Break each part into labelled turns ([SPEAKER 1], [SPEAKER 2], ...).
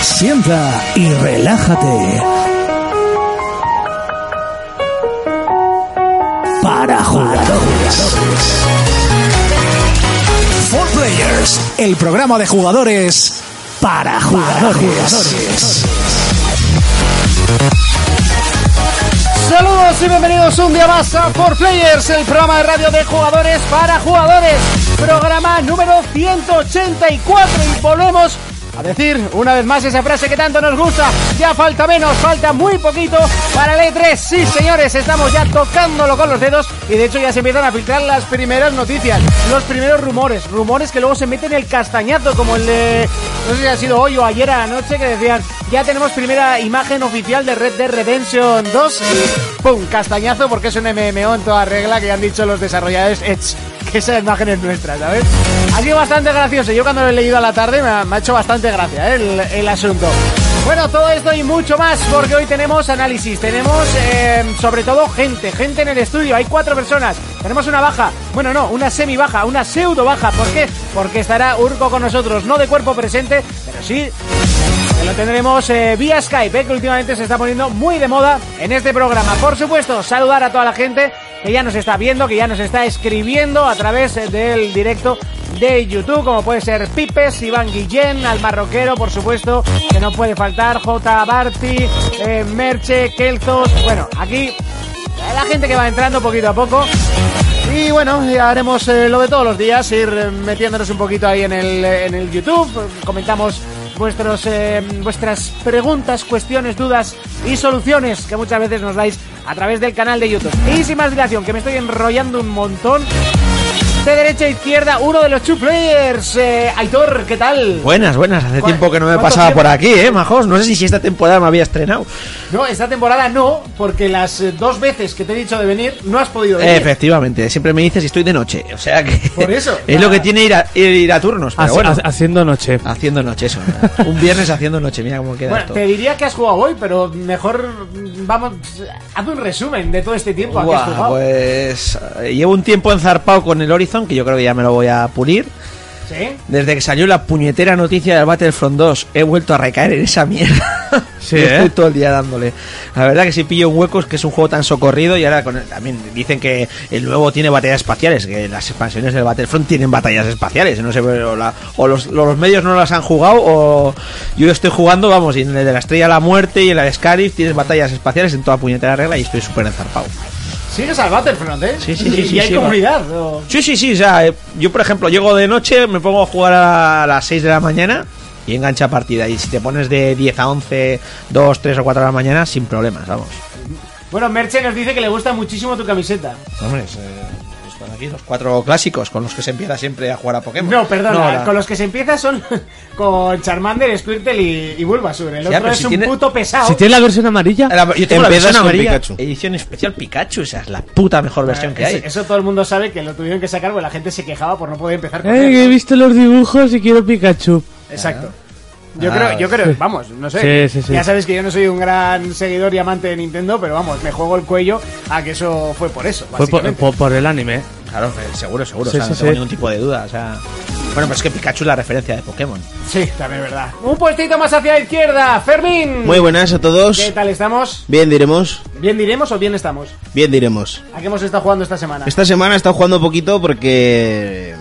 [SPEAKER 1] Sienta y relájate. Para jugadores. Four Players, el programa de jugadores para jugadores.
[SPEAKER 2] Saludos y bienvenidos un día más a Four Players, el programa de radio de jugadores para jugadores. Programa número 184 y volvemos a decir una vez más esa frase que tanto nos gusta. Ya falta menos, falta muy poquito para el E3. Sí, señores, estamos ya tocándolo con los dedos y de hecho ya se empiezan a filtrar las primeras noticias, los primeros rumores, rumores que luego se meten el castañazo como el de no sé si ha sido hoy o ayer a la noche que decían, ya tenemos primera imagen oficial de Red Dead Redemption 2 y pum, castañazo porque es un MMO en toda regla que ya han dicho los desarrolladores Edge que esa imagen es nuestra, ¿sabes? Ha sido bastante gracioso. Yo cuando lo he leído a la tarde me ha, me ha hecho bastante gracia ¿eh? el, el, asunto. Bueno, todo esto y mucho más porque hoy tenemos análisis, tenemos eh, sobre todo gente, gente en el estudio, hay cuatro personas, tenemos una baja, bueno no, una semi baja, una pseudo baja, ¿por qué? Porque estará Urco con nosotros, no de cuerpo presente, pero sí lo tendremos eh, vía Skype, que últimamente se está poniendo muy de moda en este programa. Por supuesto, saludar a toda la gente que ya nos está viendo, que ya nos está escribiendo a través eh, del directo de YouTube, como puede ser Pipes, Iván Guillén, al marroquero, por supuesto, que no puede faltar, J. Barti, eh, Merche, Keltos, bueno, aquí la gente que va entrando poquito a poco. Y bueno, ya haremos eh, lo de todos los días, ir eh, metiéndonos un poquito ahí en el, eh, en el YouTube, comentamos vuestros, eh, vuestras preguntas, cuestiones, dudas y soluciones que muchas veces nos dais a través del canal de YouTube. Y sin más dilación, que me estoy enrollando un montón. De derecha a izquierda, uno de los two players. Eh, Aitor, ¿qué tal?
[SPEAKER 3] Buenas, buenas. Hace tiempo que no me pasaba tiempo? por aquí, ¿eh, majos? No sé si esta temporada me había estrenado.
[SPEAKER 2] No, esta temporada no, porque las eh, dos veces que te he dicho de venir, no has podido venir.
[SPEAKER 3] Efectivamente, siempre me dices estoy de noche. O sea que.
[SPEAKER 2] Por eso.
[SPEAKER 3] es lo que tiene ir a, ir a turnos. Pero
[SPEAKER 4] Hace,
[SPEAKER 3] bueno.
[SPEAKER 4] haciendo noche.
[SPEAKER 3] Haciendo noche, eso. un viernes haciendo noche, mira cómo queda.
[SPEAKER 2] Bueno,
[SPEAKER 3] esto.
[SPEAKER 2] te diría que has jugado hoy, pero mejor. Vamos. Haz un resumen de todo este tiempo. a que
[SPEAKER 3] Buah,
[SPEAKER 2] has jugado.
[SPEAKER 3] pues. eh, Llevo un tiempo enzarpado con el Horizon, que yo creo que ya me lo voy a pulir.
[SPEAKER 2] ¿Sí?
[SPEAKER 3] Desde que salió la puñetera noticia del Battlefront 2, he vuelto a recaer en esa mierda.
[SPEAKER 4] Sí,
[SPEAKER 3] Y Estoy
[SPEAKER 4] ¿eh?
[SPEAKER 3] todo el día dándole. La verdad que si pillo un hueco es que es un juego tan socorrido y ahora con el- también dicen que el nuevo tiene batallas espaciales, que las expansiones del Battlefront tienen batallas espaciales. No sé, pero la- o los, lo- los medios no las han jugado o yo estoy jugando, vamos, y en el de la Estrella de la Muerte y en la de Scarif tienes batallas espaciales en toda puñetera regla y estoy súper enzarpado.
[SPEAKER 2] ¿Sigues al Battlefront, eh?
[SPEAKER 3] Sí, sí, sí,
[SPEAKER 2] ¿Y
[SPEAKER 3] sí,
[SPEAKER 2] hay
[SPEAKER 3] sí,
[SPEAKER 2] comunidad? o-
[SPEAKER 3] Sí, sí, sí. O sea, eh, yo, por ejemplo, llego de noche, me pongo a jugar a las 6 de la mañana y engancha partida. Y si te pones de 10 a 11, 2, 3 o 4 de la mañana, sin problemas, vamos.
[SPEAKER 2] Bueno, Merche nos dice que le gusta muchísimo tu camiseta.
[SPEAKER 3] Hombre, es, eh, están aquí los cuatro clásicos con los que se empieza siempre a jugar a Pokémon.
[SPEAKER 2] No, perdona, eh,
[SPEAKER 3] ahora.
[SPEAKER 2] con los que se empieza son con Charmander, Squirtle y, y Bulbasaur. El
[SPEAKER 3] Ya,
[SPEAKER 2] otro
[SPEAKER 3] pero
[SPEAKER 2] es
[SPEAKER 3] si
[SPEAKER 2] un
[SPEAKER 3] tiene-
[SPEAKER 2] puto pesado.
[SPEAKER 4] Si tiene la versión amarilla,
[SPEAKER 3] La- yo tengo la
[SPEAKER 5] Empiezas
[SPEAKER 3] versión
[SPEAKER 5] con
[SPEAKER 3] amarilla,
[SPEAKER 5] Pikachu.
[SPEAKER 3] edición especial Pikachu, esa es la puta mejor versión que hay.
[SPEAKER 2] Eh, Eso, eso todo el mundo sabe que lo tuvieron que sacar porque la gente se quejaba por no poder empezar con
[SPEAKER 4] Eh,
[SPEAKER 2] él.
[SPEAKER 4] que he visto los dibujos y quiero Pikachu.
[SPEAKER 2] Exacto. Yo
[SPEAKER 3] Ah,
[SPEAKER 2] creo, yo creo, vamos, no sé.
[SPEAKER 4] Sí, sí, sí.
[SPEAKER 2] Ya sabes que yo no soy un gran seguidor y amante de Nintendo, pero vamos, me juego el cuello a que eso fue por eso.
[SPEAKER 4] Fue por,
[SPEAKER 2] básicamente.
[SPEAKER 4] por- por el anime.
[SPEAKER 3] Claro, eh, seguro, seguro.
[SPEAKER 4] Sí,
[SPEAKER 3] o sea,
[SPEAKER 4] sí,
[SPEAKER 3] no tengo
[SPEAKER 4] sí.
[SPEAKER 3] ningún tipo de duda. O sea... Bueno, pero es que Pikachu es la referencia de Pokémon.
[SPEAKER 2] Sí, también es verdad. Un puestito más hacia la izquierda, Fermín.
[SPEAKER 5] Muy buenas a todos.
[SPEAKER 2] ¿Qué tal estamos?
[SPEAKER 5] Bien diremos,
[SPEAKER 2] ¿Bien diremos o bien estamos?
[SPEAKER 5] bien diremos.
[SPEAKER 2] ¿A qué hemos estado jugando esta semana?
[SPEAKER 5] Esta semana he estado jugando poquito porque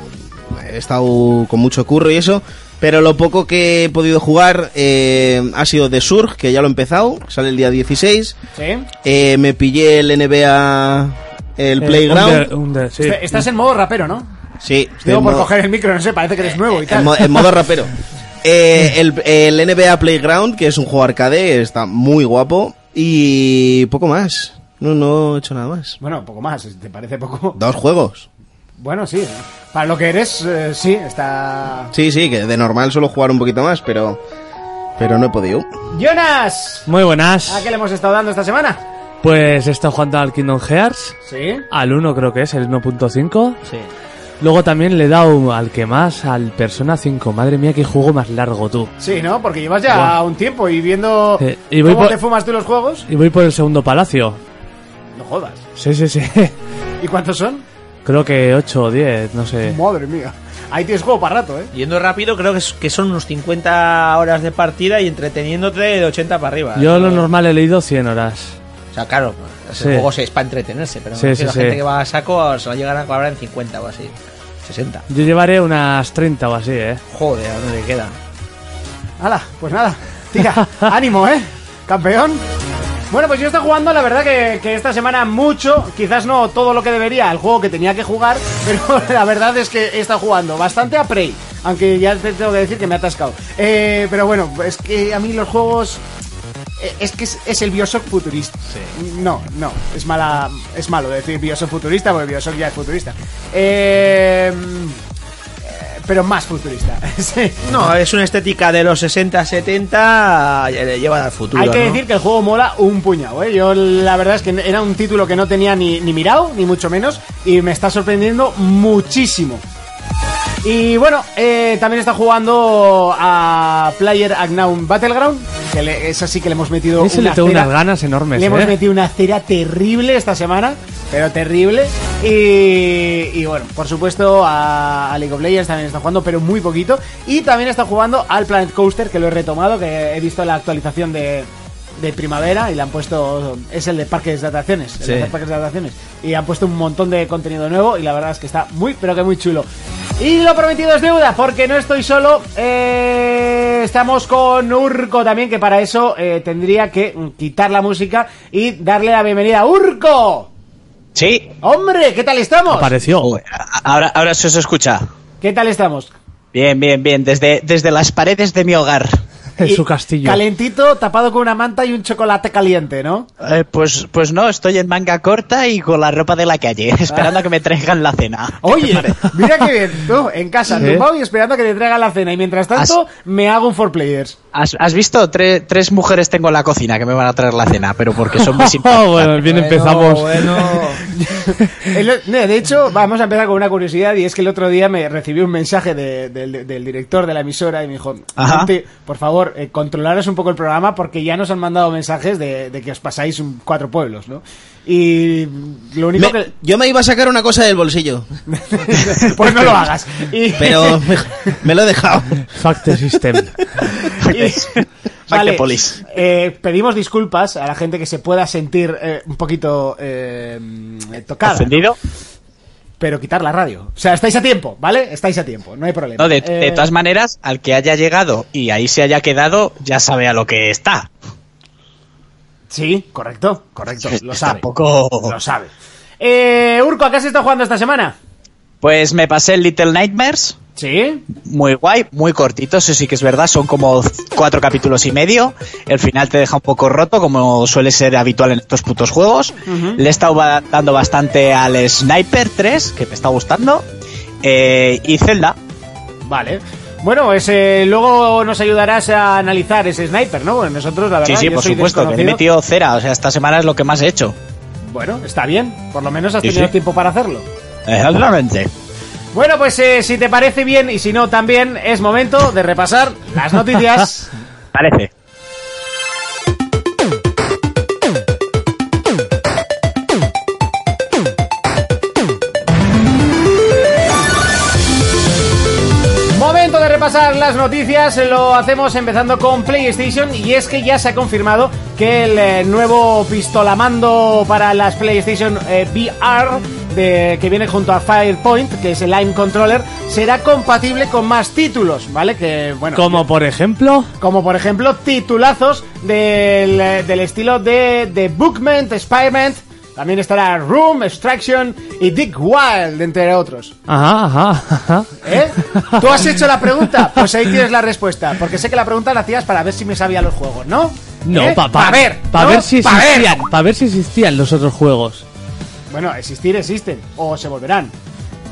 [SPEAKER 5] he estado con mucho curro y eso, pero lo poco que he podido jugar eh, ha sido The Surge, que ya lo he empezado, sale el día 16.
[SPEAKER 2] ¿Sí?
[SPEAKER 5] Eh, me pillé el NBA, el
[SPEAKER 2] Eh,
[SPEAKER 5] Playground.
[SPEAKER 4] Under- under, sí.
[SPEAKER 2] Est- Este, Estás en modo rapero, ¿no?
[SPEAKER 5] Sí, estoy
[SPEAKER 2] Digo,
[SPEAKER 5] en
[SPEAKER 2] por
[SPEAKER 5] modo- Eh,
[SPEAKER 2] coger el micro, no sé, parece que eres nuevo y
[SPEAKER 5] En,
[SPEAKER 2] tal.
[SPEAKER 5] mo- en modo rapero. Eh, el, el NBA Playground, que es un juego arcade, está muy guapo. Y poco más. No, no he hecho nada más.
[SPEAKER 2] Bueno, poco más, si ¿te parece poco?
[SPEAKER 5] Dos juegos.
[SPEAKER 2] Bueno, sí. Para lo que eres, eh, sí, está...
[SPEAKER 5] Sí, sí, que de normal suelo jugar un poquito más, pero. Pero no he podido.
[SPEAKER 2] ¡Jonas!
[SPEAKER 4] Muy
[SPEAKER 2] ¿A
[SPEAKER 4] buenas.
[SPEAKER 2] qué le hemos estado dando esta semana?
[SPEAKER 4] Pues he estado jugando al Kingdom Hearts.
[SPEAKER 2] Sí.
[SPEAKER 4] Al 1 creo que es, el 1.5.
[SPEAKER 3] Sí.
[SPEAKER 4] Luego también le he dado al que más, al Persona 5. Madre mía, qué juego más largo tú.
[SPEAKER 2] Sí, ¿no? Porque llevas ya un tiempo y viendo
[SPEAKER 5] Eh,
[SPEAKER 4] Sí, y voy
[SPEAKER 2] cómo
[SPEAKER 4] por-
[SPEAKER 2] te fumas tú los juegos.
[SPEAKER 4] Y voy por el segundo palacio.
[SPEAKER 2] No jodas.
[SPEAKER 4] Sí, sí, sí.
[SPEAKER 2] ¿Y cuántos son?
[SPEAKER 5] Eh.
[SPEAKER 4] Creo que 8 o 10, no sé.
[SPEAKER 2] Madre mía. Ahí tienes juego para rato, ¿eh?
[SPEAKER 1] Yendo rápido, creo que, es- que son unos 50 horas de partida y entreteniéndote de 80 para arriba. Eh,
[SPEAKER 4] Yo lo normal he leído 100 horas.
[SPEAKER 1] O sea, claro, el
[SPEAKER 4] Sí.
[SPEAKER 1] juego es para entretenerse, pero
[SPEAKER 4] Sí,
[SPEAKER 1] que
[SPEAKER 4] sí,
[SPEAKER 1] la
[SPEAKER 4] sí.
[SPEAKER 1] gente que va a saco se va a llegar a acabar en 50 o así. 60.
[SPEAKER 4] Yo llevaré unas 30 o así, ¿eh?
[SPEAKER 1] Joder, ¿a dónde queda?
[SPEAKER 2] Hala, pues nada. Tira, ánimo, ¿eh? Campeón. Bueno, pues yo estoy jugando, la verdad que, que esta semana mucho, quizás no todo lo que debería, el juego que tenía que jugar, pero la verdad es que he estado jugando bastante a Prey, aunque ya te tengo que decir que me he atascado. Eh, pero bueno, es que a mí los juegos... eh, Es que es, es el Bioshock futurista. No, no, es mala, es malo decir Bioshock futurista porque Bioshock ya es futurista. Eh, eh, pero más futurista. sí.
[SPEAKER 1] No, es una estética de los 60, 70, eh, lleva al futuro.
[SPEAKER 2] Hay que
[SPEAKER 1] ¿no?
[SPEAKER 2] decir que el juego mola un puñado, ¿eh? Yo la verdad es que era un título que no tenía ni, ni mirado, ni mucho menos, y me está sorprendiendo muchísimo. Y bueno, eh, también está jugando a Player Unknown Battleground, que le, esa sí que le hemos metido
[SPEAKER 4] Ese le tengo
[SPEAKER 2] cera-
[SPEAKER 4] unas ganas enormes,
[SPEAKER 2] Le hemos
[SPEAKER 4] ¿eh?
[SPEAKER 2] metido una cera terrible esta semana, pero terrible. Y, y bueno, por supuesto a, a League of Legends también está jugando, pero muy poquito. Y también está jugando al Planet Coaster, que lo he retomado, que he visto la actualización de, de primavera y le han puesto... Es el de parques de atracciones. el de hacer parques de atracciones. Y han puesto un montón de contenido nuevo y la verdad es que está muy, pero que muy chulo. Y lo prometido es deuda, porque no estoy solo. Eh, estamos con Urco también, que para eso eh, tendría que mm, quitar la música y darle la bienvenida a Urco.
[SPEAKER 6] Sí,
[SPEAKER 2] Hombre, ¿qué tal estamos?
[SPEAKER 4] Apareció.
[SPEAKER 6] Joder, a- ahora, ahora se os escucha.
[SPEAKER 2] ¿Qué tal estamos?
[SPEAKER 6] Bien, bien, bien, desde, desde las paredes de mi hogar.
[SPEAKER 4] En
[SPEAKER 2] Y
[SPEAKER 4] su castillo.
[SPEAKER 2] Calentito, tapado con una manta y un chocolate caliente, ¿no?
[SPEAKER 6] Eh, pues, pues no, estoy en manga corta y con la ropa de la calle, esperando a que me traigan la cena.
[SPEAKER 2] Oye, mira qué bien, tú, en casa,
[SPEAKER 4] Sí.
[SPEAKER 2] tumbado y esperando a que te traigan la cena. Y mientras tanto, me hago un four players.
[SPEAKER 6] ¿Has, has visto? Tre- tres mujeres tengo en la cocina que me van a traer la cena, pero porque son muy
[SPEAKER 4] Oh,
[SPEAKER 6] simpáticas.
[SPEAKER 4] bueno, bien empezamos.
[SPEAKER 2] El- no, de hecho, vamos a empezar con una curiosidad y es que el otro día me recibí un mensaje de- del- del director de la emisora y me dijo,
[SPEAKER 6] Ajá.
[SPEAKER 2] "Gente, por favor, eh, controlaros un poco el programa porque ya nos han mandado mensajes de, de que os pasáis un- cuatro pueblos, ¿no? Y lo único
[SPEAKER 5] Me-
[SPEAKER 2] que...
[SPEAKER 5] yo me iba a sacar una cosa del bolsillo,
[SPEAKER 2] pues no lo hagas. Y-
[SPEAKER 5] pero me, me lo he dejado.
[SPEAKER 4] Fact the system.
[SPEAKER 2] Y- vale,
[SPEAKER 6] Polis.
[SPEAKER 2] eh, pedimos disculpas a la gente que se pueda sentir eh, un poquito eh, mm, tocada. ¿no?
[SPEAKER 6] ¿Entendido?
[SPEAKER 2] pero quitar la radio. O sea, estáis a tiempo, ¿vale? Estáis a tiempo, no hay problema.
[SPEAKER 6] No, de, de
[SPEAKER 2] Eh,
[SPEAKER 6] todas maneras, al que haya llegado y ahí se haya quedado, ya sabe a lo que está.
[SPEAKER 2] Sí, correcto, correcto, Pues lo sabe.
[SPEAKER 6] Tampoco...
[SPEAKER 2] Lo sabe. Eh, Urco, ¿a qué has estado jugando esta semana?
[SPEAKER 6] Pues me pasé el Little Nightmares,
[SPEAKER 2] Sí.
[SPEAKER 6] muy guay, muy cortito, eso sí que es verdad, son como cuatro capítulos y medio, el final te deja un poco roto, como suele ser habitual en estos putos juegos, le he estado ba- dando bastante al Sniper 3, que me está gustando, eh, y Zelda,
[SPEAKER 2] Vale. Bueno, pues eh, luego nos ayudarás a analizar ese sniper, ¿no? Bueno, nosotros, la
[SPEAKER 6] sí,
[SPEAKER 2] verdad,
[SPEAKER 6] sí,
[SPEAKER 2] yo
[SPEAKER 6] por
[SPEAKER 2] soy
[SPEAKER 6] supuesto, que le he
[SPEAKER 2] desconocido.
[SPEAKER 6] metido cera, o sea, esta semana es lo que más he hecho.
[SPEAKER 2] Bueno, está bien, por lo menos has
[SPEAKER 6] Sí,
[SPEAKER 2] tenido
[SPEAKER 6] sí.
[SPEAKER 2] tiempo para hacerlo.
[SPEAKER 6] Exactamente.
[SPEAKER 2] Bueno, pues eh, si te parece bien y si no también, es momento de repasar las noticias.
[SPEAKER 6] Parece.
[SPEAKER 2] Momento de repasar las noticias, lo hacemos empezando con PlayStation y es que ya se ha confirmado que el eh, nuevo pistolamando para las PlayStation eh, VR de- que viene junto a Firepoint, que es el Aim Controller, será compatible con más títulos, ¿vale? Que bueno,
[SPEAKER 4] Como por ejemplo.
[SPEAKER 2] como por ejemplo titulazos del, eh, del estilo de, de Bookment, Experiment, también estará Room, Extraction y Dick Wild, entre otros.
[SPEAKER 4] Ajá, ajá, ajá.
[SPEAKER 2] ¿Eh? ¿Tú has hecho la pregunta? Pues ahí tienes la respuesta. Porque sé que la pregunta la hacías para ver si me sabía los juegos, ¿no?
[SPEAKER 4] No, papá.
[SPEAKER 2] Para ¿Eh? ver.
[SPEAKER 4] Para
[SPEAKER 2] ¿no?
[SPEAKER 4] ver si
[SPEAKER 2] Pa' ver.
[SPEAKER 4] existían. Para ver si existían los otros juegos.
[SPEAKER 2] Bueno, existir existen. O se volverán.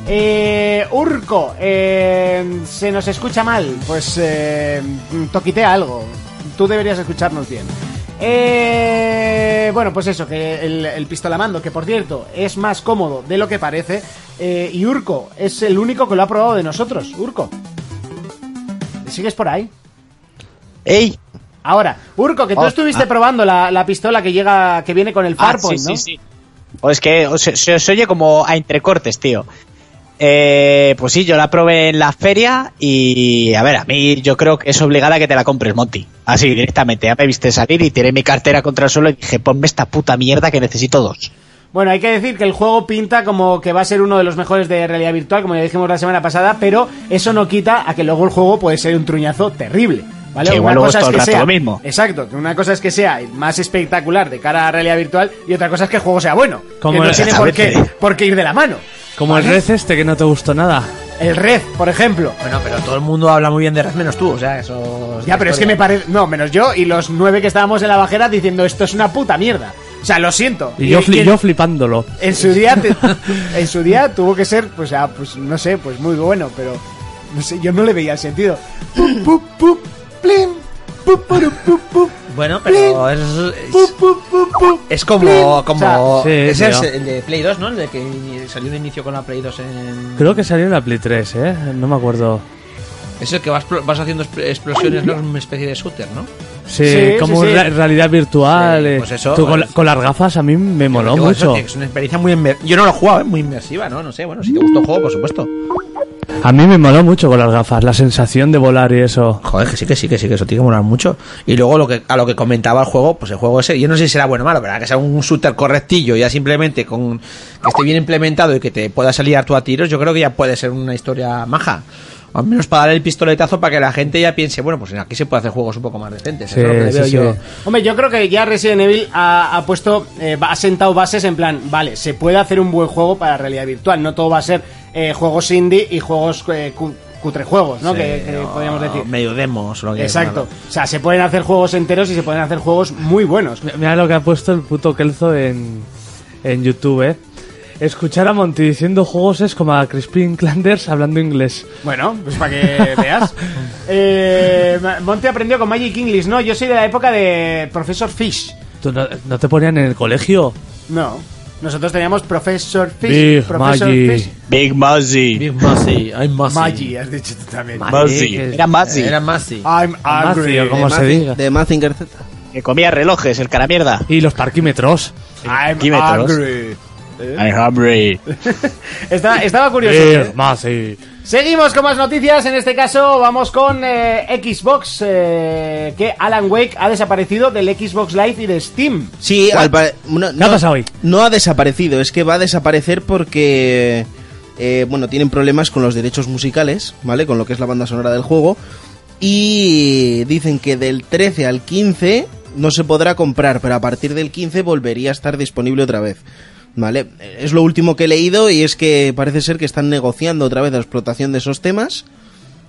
[SPEAKER 2] Eh, Urco, eh, se nos escucha mal. Pues eh, toquitea algo. Tú deberías escucharnos bien. Eh, bueno, pues eso, que el, el pistolamando, que por cierto es más cómodo de lo que parece. eh, y Urco es el único que lo ha probado de nosotros. Urco, ¿sigues por ahí?
[SPEAKER 6] ¡Ey!
[SPEAKER 2] Ahora, Urco, que tú
[SPEAKER 6] Oh,
[SPEAKER 2] estuviste probando la, la pistola que llega, que viene con el
[SPEAKER 6] Ah,
[SPEAKER 2] Farpoint,
[SPEAKER 6] sí,
[SPEAKER 2] ¿no?
[SPEAKER 6] sí, sí. O es que o se, se os oye como a entrecortes, tío. Eh, pues sí, yo la probé en la feria y a ver, a mí yo creo que es obligada a que te la compres, Monty. Así directamente, ya me viste salir y tiré mi cartera contra el suelo y dije, ponme esta puta mierda que necesito dos.
[SPEAKER 2] Bueno, hay que decir que el juego pinta como que va a ser uno de los mejores de realidad virtual, como ya dijimos la semana pasada, pero eso no quita a que luego el juego puede ser un truñazo terrible. ¿Vale?
[SPEAKER 6] Que igual luego es todo el rato
[SPEAKER 2] sea,
[SPEAKER 6] lo mismo.
[SPEAKER 2] Exacto, que una cosa es que sea más espectacular de cara a realidad virtual y otra cosa es que el juego sea bueno.
[SPEAKER 4] Como
[SPEAKER 2] que no
[SPEAKER 4] el-
[SPEAKER 2] tiene por
[SPEAKER 6] Exactamente.
[SPEAKER 2] qué, por qué ir de la mano.
[SPEAKER 4] Como el red este que no te gustó nada.
[SPEAKER 2] El Red, por ejemplo.
[SPEAKER 3] Bueno, pero todo el mundo habla muy bien de Red menos tú, o sea, eso...
[SPEAKER 2] Ya, pero es que me parece. No, menos yo y los nueve que estábamos en la bajera diciendo esto es una puta mierda. O sea, lo siento.
[SPEAKER 4] Y yo, fli-
[SPEAKER 2] y-
[SPEAKER 4] yo flipándolo.
[SPEAKER 2] en su día te- en su día tuvo que ser pues ah, pues no sé pues muy bueno pero no sé yo no le veía el sentido Pup, pup, pup, plim, pup, puru, pup, pup,
[SPEAKER 3] Bueno,
[SPEAKER 2] plim,
[SPEAKER 3] pero es,
[SPEAKER 2] pup,
[SPEAKER 3] es,
[SPEAKER 2] pup, pup, pup,
[SPEAKER 3] es
[SPEAKER 2] plim.
[SPEAKER 3] como...
[SPEAKER 2] O sea,
[SPEAKER 3] como
[SPEAKER 4] Sí,
[SPEAKER 3] ese es
[SPEAKER 4] tío.
[SPEAKER 3] el de Play 2, ¿no? El de que ini- salió de inicio con la Play 2 en...
[SPEAKER 4] Creo que salió en la Play 3, ¿eh? No me acuerdo.
[SPEAKER 3] Es el que vas, pro- vas haciendo expl- explosiones, ¿no? Es una especie de shooter, ¿no?
[SPEAKER 4] Sí,
[SPEAKER 2] Sí,
[SPEAKER 4] como
[SPEAKER 2] sí, sí.
[SPEAKER 4] ra- realidad virtual.
[SPEAKER 3] Sí,
[SPEAKER 4] eh.
[SPEAKER 3] pues eso,
[SPEAKER 4] Tú, con,
[SPEAKER 3] pues-
[SPEAKER 4] la- con las gafas a mí me moló
[SPEAKER 3] Digo, eso,
[SPEAKER 4] mucho.
[SPEAKER 3] tío, que Es una experiencia muy inmer- Yo no lo he jugado, ¿eh? muy inmersiva, ¿no? No sé, bueno, si te gusta el juego, por supuesto.
[SPEAKER 4] A mí me moló mucho con las gafas, la sensación de volar y eso.
[SPEAKER 3] Joder, que sí, que sí, que sí, que eso tiene que molar mucho. Y luego lo que, a lo que comentaba el juego, pues el juego ese, yo no sé si será bueno o malo, pero que sea un shooter correctillo, ya simplemente con que esté bien implementado y que te pueda salir tú a tiros, yo creo que ya puede ser una historia maja. O al menos para dar el pistoletazo para que la gente ya piense, bueno, pues aquí se puede hacer juegos un poco más decentes.
[SPEAKER 4] Sí,
[SPEAKER 3] eso es lo que
[SPEAKER 4] sí,
[SPEAKER 3] le veo
[SPEAKER 4] sí.
[SPEAKER 3] yo.
[SPEAKER 2] Hombre, yo creo que ya Resident Evil ha, ha puesto, eh, ha sentado bases en plan, vale, se puede hacer un buen juego para realidad virtual, no todo va a ser eh, juegos indie y juegos eh, cu- cutrejuegos, ¿no?
[SPEAKER 3] Sí,
[SPEAKER 2] que que
[SPEAKER 3] o
[SPEAKER 2] podríamos decir.
[SPEAKER 3] Medio demos, o lo que
[SPEAKER 2] Exacto. O sea, se pueden hacer juegos enteros y se pueden hacer juegos muy buenos.
[SPEAKER 4] Mira lo que ha puesto el puto Kelzo en, en YouTube, ¿eh? Escuchar a Monty diciendo juegos es como a Crispin Clanders hablando inglés.
[SPEAKER 2] Bueno, pues para que veas. Eh, Monte aprendió con Magic English, ¿no? Yo soy de la época de Professor Fish.
[SPEAKER 4] ¿Tú no, no te ponían en el colegio?
[SPEAKER 2] No. Nosotros teníamos Professor Fish.
[SPEAKER 4] Big
[SPEAKER 2] Professor
[SPEAKER 4] Magic.
[SPEAKER 2] Fish.
[SPEAKER 6] Big Muzzy.
[SPEAKER 3] Big Massey, I'm
[SPEAKER 2] Magic, has dicho tú también.
[SPEAKER 6] Muzzy. Era Muzzy.
[SPEAKER 3] Era Massey.
[SPEAKER 2] I'm
[SPEAKER 4] Mazi,
[SPEAKER 2] angry.
[SPEAKER 4] o como se diga.
[SPEAKER 5] De Mazinger Z.
[SPEAKER 6] Que comía relojes, el cara mierda.
[SPEAKER 4] Y los parquímetros.
[SPEAKER 2] I'm
[SPEAKER 6] Dime todos.
[SPEAKER 2] angry.
[SPEAKER 6] I'm hungry.
[SPEAKER 2] Estaba, estaba curioso. ¿eh?
[SPEAKER 4] más, y...
[SPEAKER 2] Seguimos con más noticias. En este caso, vamos con eh, Xbox. eh, que Alan Wake ha desaparecido del Xbox Live y de Steam.
[SPEAKER 5] Sí, al pare- no,
[SPEAKER 4] ¿Qué ha
[SPEAKER 5] no-
[SPEAKER 4] pasado hoy?
[SPEAKER 5] No ha desaparecido, es que va a desaparecer porque. eh, bueno, tienen problemas con los derechos musicales, ¿vale? Con lo que es la banda sonora del juego. Y dicen que del 13 al 15 no se podrá comprar, pero a partir del 15 volvería a estar disponible otra vez. ¿Vale? Es lo último que he leído y es que parece ser que están negociando otra vez la explotación de esos temas.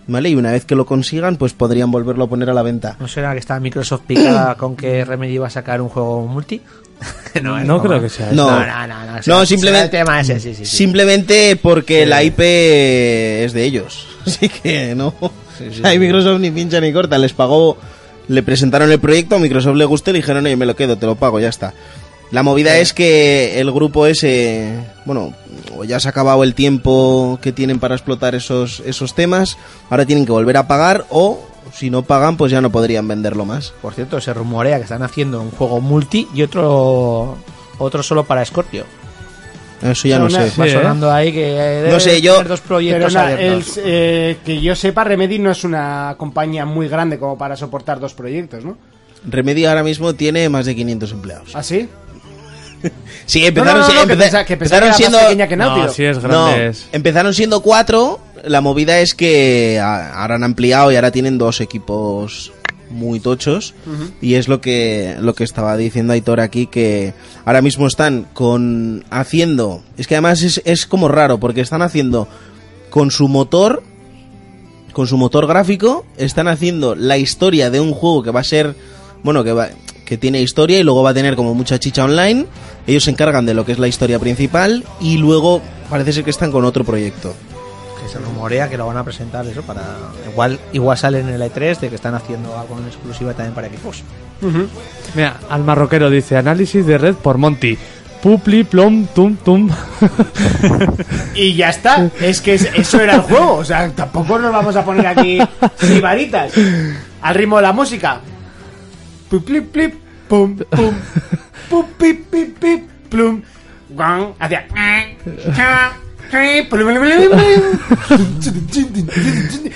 [SPEAKER 5] ¿Vale? Y una vez que lo consigan, pues podrían volverlo a poner a la venta.
[SPEAKER 3] ¿No será que está Microsoft picada con que Remedy va a sacar un juego multi?
[SPEAKER 4] No,
[SPEAKER 3] es broma.
[SPEAKER 4] creo que sea.
[SPEAKER 5] No.
[SPEAKER 3] No, no, no. No,
[SPEAKER 5] No,
[SPEAKER 3] será-
[SPEAKER 5] simplemente-
[SPEAKER 3] será el tema ese, sí, sí. sí.
[SPEAKER 5] Simplemente porque la IP es de ellos. Así que no. Ahí Microsoft ni pincha ni corta. Les pagó. Le presentaron el proyecto, a Microsoft le gustó y le dijeron, oye, me lo quedo, te lo pago, ya está. La movida es que el grupo ese, bueno, o ya se ha acabado el tiempo que tienen para explotar esos, esos temas, ahora tienen que volver a pagar o si no pagan pues ya no podrían venderlo más.
[SPEAKER 3] Por cierto, se rumorea que están haciendo un juego multi y otro otro solo para Scorpio.
[SPEAKER 5] Eso ya
[SPEAKER 2] No,
[SPEAKER 5] no
[SPEAKER 2] no,
[SPEAKER 5] sé.
[SPEAKER 3] Va
[SPEAKER 4] Sí, ¿eh?
[SPEAKER 3] sonando ahí que debe
[SPEAKER 5] No sé, yo-
[SPEAKER 3] tener dos proyectos
[SPEAKER 2] Pero na-
[SPEAKER 3] abiertos.
[SPEAKER 2] el- eh, que yo sepa, Remedy no es una compañía muy grande como para soportar dos proyectos, ¿no?
[SPEAKER 5] Remedy ahora mismo tiene más de 500 empleados.
[SPEAKER 2] ¿Ah, sí?
[SPEAKER 5] Sí,
[SPEAKER 2] No, no,
[SPEAKER 5] empezaron,
[SPEAKER 2] no,
[SPEAKER 5] si-
[SPEAKER 2] no, que
[SPEAKER 5] empeza-
[SPEAKER 2] pensaba- que pensaba que
[SPEAKER 5] empezaron
[SPEAKER 2] era
[SPEAKER 5] siendo...
[SPEAKER 2] más pequeña que Naughty
[SPEAKER 4] No,
[SPEAKER 2] Dog.
[SPEAKER 4] sí es grande. es-
[SPEAKER 5] No, empezaron siendo cuatro, la movida es que a- ahora han ampliado y ahora tienen dos equipos muy tochos y es lo que lo que estaba diciendo Aitor aquí que ahora mismo están con haciendo es que además es, es como raro porque están haciendo con su motor con su motor gráfico están haciendo la historia de un juego que va a ser bueno que va que tiene historia y luego va a tener como mucha chicha online ellos se encargan de lo que es la historia principal y luego parece ser que están con otro proyecto
[SPEAKER 3] Que se rumorea que lo van a presentar eso para igual igual sale en el E3 de que están haciendo algo en exclusiva también para equipos.
[SPEAKER 4] Mira, al marroquero dice análisis de red por Monty. Pupli, plom, tum, tum.
[SPEAKER 2] Y ya está. Es que es- eso era el juego. O sea, tampoco nos vamos a poner aquí sibaritas. Al ritmo de la música. Plip, plip, plip, pum, pum. Pum, pip, pip, pip, plum. Guan. Hacía.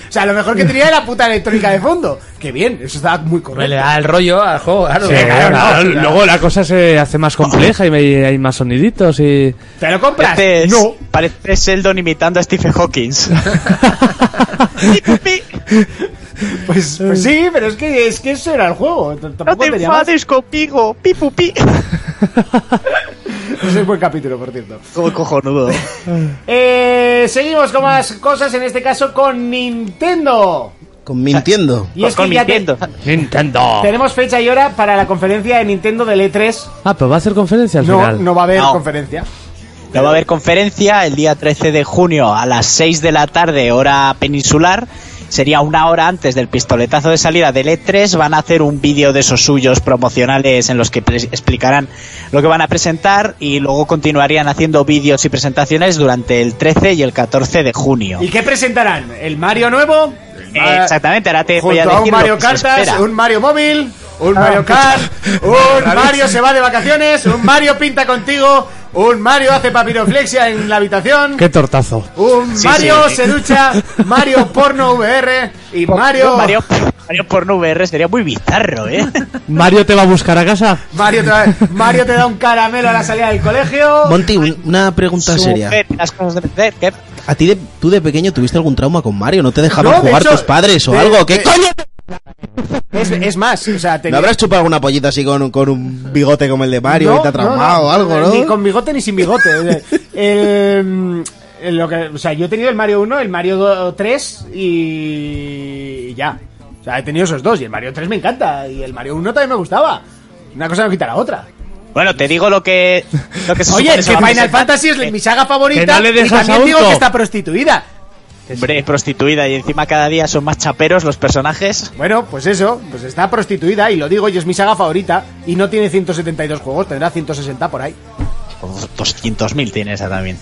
[SPEAKER 2] O sea, lo mejor que tenía era la puta electrónica de fondo. Que bien, eso estaba muy
[SPEAKER 3] Pues
[SPEAKER 2] correcto.
[SPEAKER 3] le da el rollo al juego, claro.
[SPEAKER 4] Sí, claro, luego la cosa se hace más compleja y me- hay más soniditos y...
[SPEAKER 2] ¿Te lo compras?
[SPEAKER 6] Pareces,
[SPEAKER 2] No.
[SPEAKER 6] pareces Este Sheldon imitando a Stephen Hawking.
[SPEAKER 2] Pues, pues sí, pero es que, es que eso era el juego. T-
[SPEAKER 6] no
[SPEAKER 2] Tampoco
[SPEAKER 6] te
[SPEAKER 2] tenía más.
[SPEAKER 6] enfades conmigo, pipupi.
[SPEAKER 2] Ese es buen capítulo, por cierto.
[SPEAKER 6] Como cojonudo.
[SPEAKER 2] Eh, seguimos con más cosas, en este caso con Nintendo.
[SPEAKER 5] Con Mintiendo.
[SPEAKER 2] Y es que ya te- Oh.
[SPEAKER 6] Nintendo.
[SPEAKER 4] ¡Nintendo!
[SPEAKER 2] tenemos fecha y hora para la conferencia de Nintendo del E3.
[SPEAKER 4] Ah, pero va a hacer conferencia al
[SPEAKER 2] No,
[SPEAKER 4] final.
[SPEAKER 2] no va a haber
[SPEAKER 6] No.
[SPEAKER 2] conferencia.
[SPEAKER 6] Luego va a haber conferencia el día 13 de junio a las 6 de la tarde, hora peninsular. Sería una hora antes del pistoletazo de salida del E3. Van a hacer un vídeo de esos suyos promocionales en los que pres- explicarán lo que van a presentar y luego continuarían haciendo vídeos y presentaciones durante el 13 y el 14 de junio.
[SPEAKER 2] ¿Y qué presentarán? ¿El Mario nuevo?
[SPEAKER 6] Eh, Exactamente, ahora te voy a
[SPEAKER 2] Junto a
[SPEAKER 6] decir
[SPEAKER 2] un
[SPEAKER 6] lo
[SPEAKER 2] Mario
[SPEAKER 6] que se
[SPEAKER 2] Cartas,
[SPEAKER 6] espera. Ah.
[SPEAKER 2] un Mario móvil, un Mario Kart, un Mario se va de vacaciones, un Mario pinta contigo, un Mario hace papiroflexia en la habitación.
[SPEAKER 4] ¡Qué tortazo!
[SPEAKER 2] Un
[SPEAKER 6] Sí,
[SPEAKER 2] Mario
[SPEAKER 6] sí.
[SPEAKER 2] se ducha, Mario porno VR y Mario,
[SPEAKER 6] Mario, Mario porno VR sería muy bizarro, ¿eh?
[SPEAKER 4] ¿Mario te va a buscar a casa?
[SPEAKER 2] Mario te, Mario te da un caramelo a la salida del colegio.
[SPEAKER 5] Monty, un- una pregunta
[SPEAKER 6] Su
[SPEAKER 5] seria.
[SPEAKER 6] mujer, las cosas de- de- que-
[SPEAKER 5] ¿A ti de, tú de pequeño tuviste algún trauma con Mario? ¿No te dejaban
[SPEAKER 2] No, de
[SPEAKER 5] jugar
[SPEAKER 2] hecho,
[SPEAKER 5] tus padres o
[SPEAKER 2] de-
[SPEAKER 5] algo? ¿Qué
[SPEAKER 2] de-
[SPEAKER 5] coño?
[SPEAKER 2] Es, es más, o sea,
[SPEAKER 5] ¿No
[SPEAKER 2] tenía-
[SPEAKER 5] habrás chupado alguna pollita así con, con un bigote como el de Mario
[SPEAKER 2] No,
[SPEAKER 5] y te ha
[SPEAKER 2] no, no,
[SPEAKER 5] traumado o algo, no?
[SPEAKER 2] Ni con bigote ni sin bigote. El- el- lo que, o sea, yo he tenido el Mario 1, el Mario 2, 3 y, y ya. O sea, he tenido esos dos y el Mario 3 me encanta y el Mario 1 también me gustaba. Una cosa no quita la otra.
[SPEAKER 6] Bueno, te digo lo que, lo que se
[SPEAKER 2] Oye,
[SPEAKER 6] supone
[SPEAKER 2] que
[SPEAKER 6] se va a
[SPEAKER 2] Final
[SPEAKER 6] presentar.
[SPEAKER 2] Fantasy es mi saga favorita
[SPEAKER 4] no le
[SPEAKER 2] y
[SPEAKER 4] dejas
[SPEAKER 2] también
[SPEAKER 4] a
[SPEAKER 2] digo
[SPEAKER 4] Uto.
[SPEAKER 2] que está prostituida.
[SPEAKER 6] Hombre, es prostituida y encima cada día son más chaperos los personajes.
[SPEAKER 2] Bueno, pues eso, pues está prostituida y lo digo, y es mi saga favorita y no tiene 172 juegos, tendrá 160 por ahí.
[SPEAKER 6] O 200.000 Oh, tiene esa también.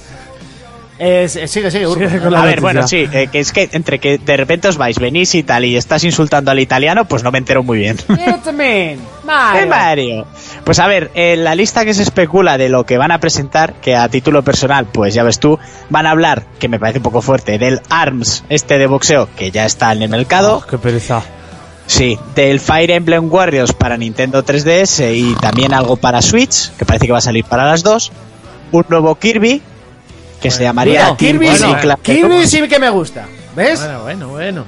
[SPEAKER 2] Eh, sigue, sigue, Urco.
[SPEAKER 4] Sigue con la
[SPEAKER 6] A
[SPEAKER 4] noticia.
[SPEAKER 6] ver, bueno, sí, eh, que es que entre que de repente os vais, venís y tal, y estás insultando al italiano, pues no me entero muy bien.
[SPEAKER 2] It's me,
[SPEAKER 6] ¡Eh,
[SPEAKER 2] Mario.
[SPEAKER 6] Mario! Pues a ver, en la lista que se especula de lo que van a presentar, que a título personal, pues ya ves tú, van a hablar, que me parece un poco fuerte, del ARMS, este de boxeo, que ya está en el
[SPEAKER 2] Ah,
[SPEAKER 6] mercado.
[SPEAKER 4] Oh, ¡Qué pereza!
[SPEAKER 6] Sí, del Fire Emblem Warriors para Nintendo 3DS y también algo para Switch, que parece que va a salir para las dos. Un nuevo Kirby, que se llamaría
[SPEAKER 4] bueno,
[SPEAKER 2] Kirby,
[SPEAKER 6] Kirby
[SPEAKER 2] sí,
[SPEAKER 6] Clan-
[SPEAKER 2] Kirby sí que me gusta. ¿Ves?
[SPEAKER 3] Bueno, bueno, bueno.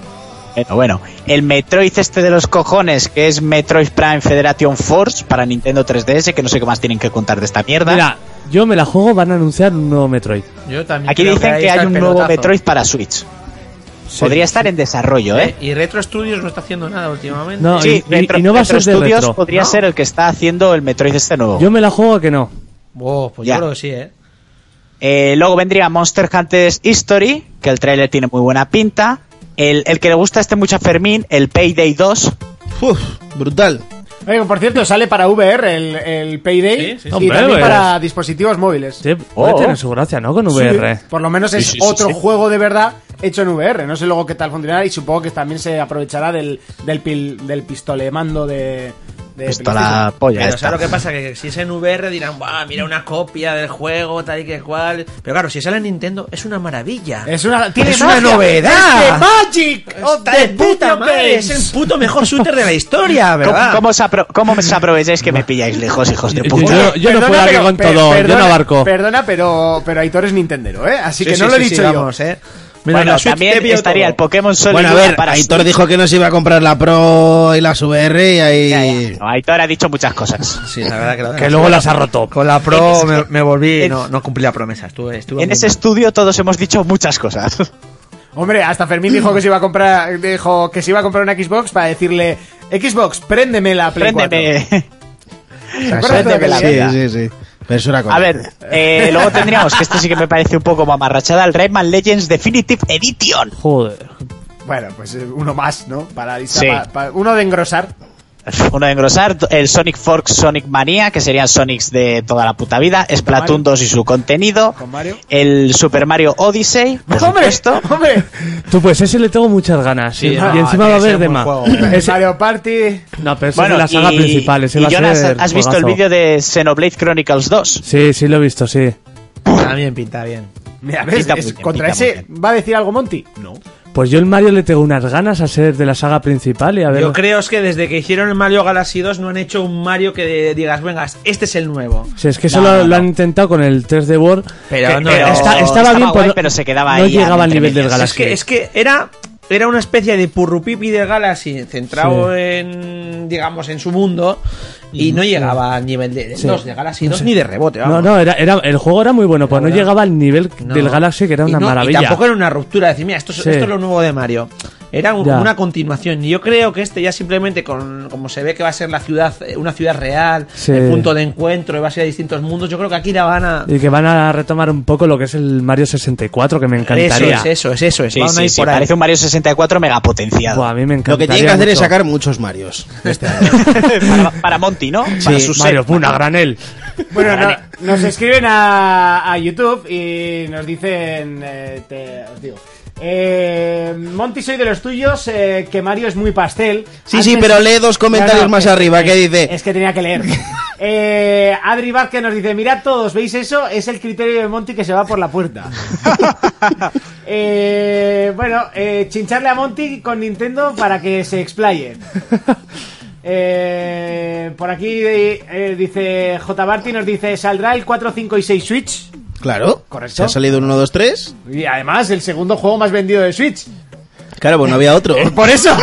[SPEAKER 6] Bueno, bueno. El Metroid este de los cojones, que es Metroid Prime Federation Force para Nintendo 3DS, que no sé qué más tienen que contar de esta mierda.
[SPEAKER 4] Mira, yo me la juego, van a anunciar un nuevo Metroid.
[SPEAKER 3] Yo también
[SPEAKER 6] Aquí
[SPEAKER 3] creo
[SPEAKER 6] dicen
[SPEAKER 3] ahí
[SPEAKER 6] que
[SPEAKER 3] está
[SPEAKER 6] hay
[SPEAKER 3] el
[SPEAKER 6] un nuevo
[SPEAKER 3] pelotazo.
[SPEAKER 6] Metroid para Switch. Podría estar en desarrollo, ¿eh?
[SPEAKER 3] Eh, Y Retro Studios no está haciendo nada últimamente.
[SPEAKER 4] No,
[SPEAKER 6] Sí,
[SPEAKER 4] y- y-
[SPEAKER 6] Retro,
[SPEAKER 4] y no va a
[SPEAKER 6] Retro
[SPEAKER 4] ser de
[SPEAKER 6] Studios
[SPEAKER 4] Retro.
[SPEAKER 6] podría ser el que está haciendo el Metroid este nuevo.
[SPEAKER 4] Yo me la juego a que no.
[SPEAKER 3] Buah, pues
[SPEAKER 6] Ya.
[SPEAKER 3] yo creo que sí, ¿eh?
[SPEAKER 6] Eh, luego vendría Monster Hunter History, que el tráiler tiene muy buena pinta. El, el que le gusta este mucho a Fermín, el Payday 2.
[SPEAKER 5] Uf, brutal.
[SPEAKER 2] Oiga, por cierto, sale para VR el, el Payday
[SPEAKER 3] Sí, sí,
[SPEAKER 2] y
[SPEAKER 3] sí.
[SPEAKER 4] Hombre,
[SPEAKER 2] también
[SPEAKER 4] pues.
[SPEAKER 2] para dispositivos móviles.
[SPEAKER 4] Sí, puede
[SPEAKER 6] Oh.
[SPEAKER 4] tener su gracia, ¿no? Con
[SPEAKER 2] Sí,
[SPEAKER 4] VR.
[SPEAKER 2] por lo menos es
[SPEAKER 6] sí, sí,
[SPEAKER 2] otro
[SPEAKER 6] sí.
[SPEAKER 2] juego de verdad hecho en VR. No sé luego qué tal funcionará y supongo que también se aprovechará del, del, pil- del pistolemando de... de
[SPEAKER 6] Pistola
[SPEAKER 2] PlayStation.
[SPEAKER 6] polla
[SPEAKER 3] Pero
[SPEAKER 6] esta.
[SPEAKER 3] ¿sabes lo que pasa? Que si es en VR dirán, "Buah, mira una copia del juego, tal y que cual. Pero claro, si sale en Nintendo, es una maravilla.
[SPEAKER 2] Es una, tiene
[SPEAKER 3] Es una
[SPEAKER 2] magia.
[SPEAKER 3] novedad.
[SPEAKER 2] Es de Magic. Oh, of
[SPEAKER 3] Está
[SPEAKER 2] the
[SPEAKER 3] de puta
[SPEAKER 2] video
[SPEAKER 3] madre,
[SPEAKER 2] games.
[SPEAKER 3] es el puto mejor shooter de la historia,
[SPEAKER 6] ¿Cómo,
[SPEAKER 3] ¿verdad?
[SPEAKER 6] cómo os apro- cómo os aprovecháis que me pilláis lejos, hijos de
[SPEAKER 4] Yo-
[SPEAKER 6] puta?
[SPEAKER 4] yo- no puedo aquí con
[SPEAKER 2] per-
[SPEAKER 4] todo, yo no
[SPEAKER 2] perdona-
[SPEAKER 4] abarco.
[SPEAKER 2] Perdona, pero, pero Aitor es Nintendero, ¿eh? Así
[SPEAKER 1] Sí,
[SPEAKER 2] que
[SPEAKER 1] sí,
[SPEAKER 2] no lo he
[SPEAKER 1] sí, sí,
[SPEAKER 2] dicho yo.
[SPEAKER 1] vamos, ¿eh?
[SPEAKER 6] Bueno,
[SPEAKER 1] en la Switch te
[SPEAKER 6] también
[SPEAKER 1] pillo
[SPEAKER 6] estaría
[SPEAKER 1] todo.
[SPEAKER 6] el Pokémon Sol y
[SPEAKER 5] bueno, a
[SPEAKER 6] Luna
[SPEAKER 5] ver,
[SPEAKER 6] para
[SPEAKER 5] Aitor
[SPEAKER 6] Switch.
[SPEAKER 5] dijo que nos iba a comprar la Pro y las VR y ahí...
[SPEAKER 6] Ya, ya, no, Aitor ha dicho muchas cosas.
[SPEAKER 1] Sí, la verdad que la
[SPEAKER 4] Que luego las ha roto.
[SPEAKER 1] Con la Pro me, me volví y no, no cumplí la promesa. Estuve, estuve
[SPEAKER 6] En
[SPEAKER 1] muy
[SPEAKER 6] ese
[SPEAKER 1] mal.
[SPEAKER 6] estudio todos hemos dicho muchas cosas.
[SPEAKER 2] Hombre, hasta Fermín dijo que se iba a comprar dijo que se iba a comprar una Xbox para decirle Xbox, préndeme la Play 4".
[SPEAKER 6] Préndeme.
[SPEAKER 2] ¿Te acuerdas
[SPEAKER 6] préndeme
[SPEAKER 2] de
[SPEAKER 6] la
[SPEAKER 2] aquel
[SPEAKER 5] sí,
[SPEAKER 2] día?
[SPEAKER 6] vida.
[SPEAKER 5] sí, sí. Pero eso era cosa.
[SPEAKER 6] A ver, eh, luego tendríamos, que este sí que me parece un poco mamarrachada, el Rayman Legends Definitive Edition.
[SPEAKER 4] Joder.
[SPEAKER 2] Bueno, pues eh, uno más, ¿no? Para,
[SPEAKER 6] Sí.
[SPEAKER 2] pa- pa- uno de engrosar.
[SPEAKER 6] Uno de engrosar, el Sonic Forks Sonic Mania, que serían Sonics de toda la puta vida, Splatoon 2 y su contenido,
[SPEAKER 2] Con Mario.
[SPEAKER 6] el Super Mario Odyssey, por
[SPEAKER 2] ¡Hombre!
[SPEAKER 6] supuesto,
[SPEAKER 2] ¡Hombre!
[SPEAKER 4] Tú, pues ese le tengo muchas ganas.
[SPEAKER 3] Sí,
[SPEAKER 4] y,
[SPEAKER 3] no,
[SPEAKER 4] y encima
[SPEAKER 3] tiene
[SPEAKER 4] va a
[SPEAKER 3] que
[SPEAKER 4] haber
[SPEAKER 3] ser
[SPEAKER 4] de
[SPEAKER 3] buen
[SPEAKER 4] más.
[SPEAKER 3] juego.
[SPEAKER 2] El Mario Party.
[SPEAKER 4] No, pero ese es de la saga
[SPEAKER 6] y-
[SPEAKER 4] principal. Ese
[SPEAKER 6] y
[SPEAKER 4] va a
[SPEAKER 6] Jonas,
[SPEAKER 4] ser
[SPEAKER 6] ¿has visto el
[SPEAKER 4] juegazo.
[SPEAKER 6] vídeo de Xenoblade Chronicles 2?
[SPEAKER 4] Sí, sí, lo he visto, sí.
[SPEAKER 3] También pinta bien.
[SPEAKER 2] Mira, ¿ves?
[SPEAKER 6] Pinta
[SPEAKER 2] Es-
[SPEAKER 6] muy bien,
[SPEAKER 2] contra
[SPEAKER 6] pinta muy
[SPEAKER 2] ese va a decir algo Monty.
[SPEAKER 4] Pues yo el Mario le tengo unas ganas a ser de la saga principal y a ver.
[SPEAKER 3] Yo creo es que desde que hicieron el Mario Galaxy 2 no han hecho un Mario que de- digas, vengas, este es el nuevo.
[SPEAKER 4] Si es que eso
[SPEAKER 6] No,
[SPEAKER 4] lo,
[SPEAKER 6] no,
[SPEAKER 4] lo
[SPEAKER 6] no.
[SPEAKER 4] han intentado con el 3D World.
[SPEAKER 3] Pero
[SPEAKER 4] que-
[SPEAKER 3] no,
[SPEAKER 4] eh,
[SPEAKER 6] pero
[SPEAKER 4] está- estaba
[SPEAKER 6] estaba
[SPEAKER 4] bien,
[SPEAKER 6] guay,
[SPEAKER 4] no-
[SPEAKER 6] pero se quedaba
[SPEAKER 4] no
[SPEAKER 6] ahí,
[SPEAKER 4] llegaba al
[SPEAKER 6] entre
[SPEAKER 4] nivel del
[SPEAKER 6] medias.
[SPEAKER 4] Galaxy.
[SPEAKER 3] Es que, es que era, era una especie de purrupipi de Galaxy centrado en, digamos, en su mundo y no llegaba al nivel de, del
[SPEAKER 4] Mm, Sí.
[SPEAKER 3] 2 de Galaxy
[SPEAKER 4] No
[SPEAKER 3] 2
[SPEAKER 4] sé.
[SPEAKER 3] ni de rebote.
[SPEAKER 4] No,
[SPEAKER 3] Vamos.
[SPEAKER 4] no, era, era, el juego era muy bueno, pues no
[SPEAKER 3] verdad.
[SPEAKER 4] llegaba al nivel
[SPEAKER 3] No.
[SPEAKER 4] del Galaxy, que era
[SPEAKER 3] Y
[SPEAKER 4] una
[SPEAKER 3] no-
[SPEAKER 4] maravilla.
[SPEAKER 3] Y tampoco era una ruptura, decir, mira, esto, es-
[SPEAKER 4] Sí.
[SPEAKER 3] esto es lo nuevo de Mario. Era un-
[SPEAKER 4] Ya.
[SPEAKER 3] una continuación. Y yo creo que este ya simplemente, con, como se ve que va a ser la ciudad, eh, una ciudad real,
[SPEAKER 4] Sí.
[SPEAKER 3] el punto de encuentro, y va a ser a distintos mundos, yo creo que aquí la van a...
[SPEAKER 4] Y que van a retomar un poco lo que es el Mario 64, que me
[SPEAKER 3] Eso
[SPEAKER 4] encantaría.
[SPEAKER 3] es, eso es, eso es.
[SPEAKER 6] Sí,
[SPEAKER 3] Van a
[SPEAKER 6] sí,
[SPEAKER 3] ir
[SPEAKER 6] sí,
[SPEAKER 3] por ahí.
[SPEAKER 6] parece un Mario 64 megapotenciado.
[SPEAKER 4] Buah, a mí me
[SPEAKER 5] Lo
[SPEAKER 4] encantaría.
[SPEAKER 5] que tienen que hacer es
[SPEAKER 4] mucho.
[SPEAKER 5] sacar muchos Marios. este año.
[SPEAKER 6] para, para Monty, ¿no? para sus
[SPEAKER 4] Mario Puna, granel.
[SPEAKER 2] Bueno, no- nos escriben a, a YouTube y nos dicen, eh, te- os digo, eh, Monty, soy de los tuyos, eh, que Mario es muy pastel.
[SPEAKER 5] Sí, sí, pero lee dos comentarios más arriba, que dice-
[SPEAKER 2] Es que tenía que leer. Eh, Adri Vázquez nos dice, mirad todos, ¿veis eso? Es el criterio de Monty que se va por la puerta. Eh, bueno, eh, chincharle a Monty con Nintendo para que se explayen. Eh, por aquí eh, dice J. Barty nos dice, ¿saldrá el 4, 5 y 6 Switch?
[SPEAKER 5] Claro.
[SPEAKER 2] Correcto.
[SPEAKER 5] Se ha salido un 1, 2, 3.
[SPEAKER 2] Y además, el segundo juego más vendido de Switch.
[SPEAKER 5] Claro, pues no había otro.
[SPEAKER 2] Por eso.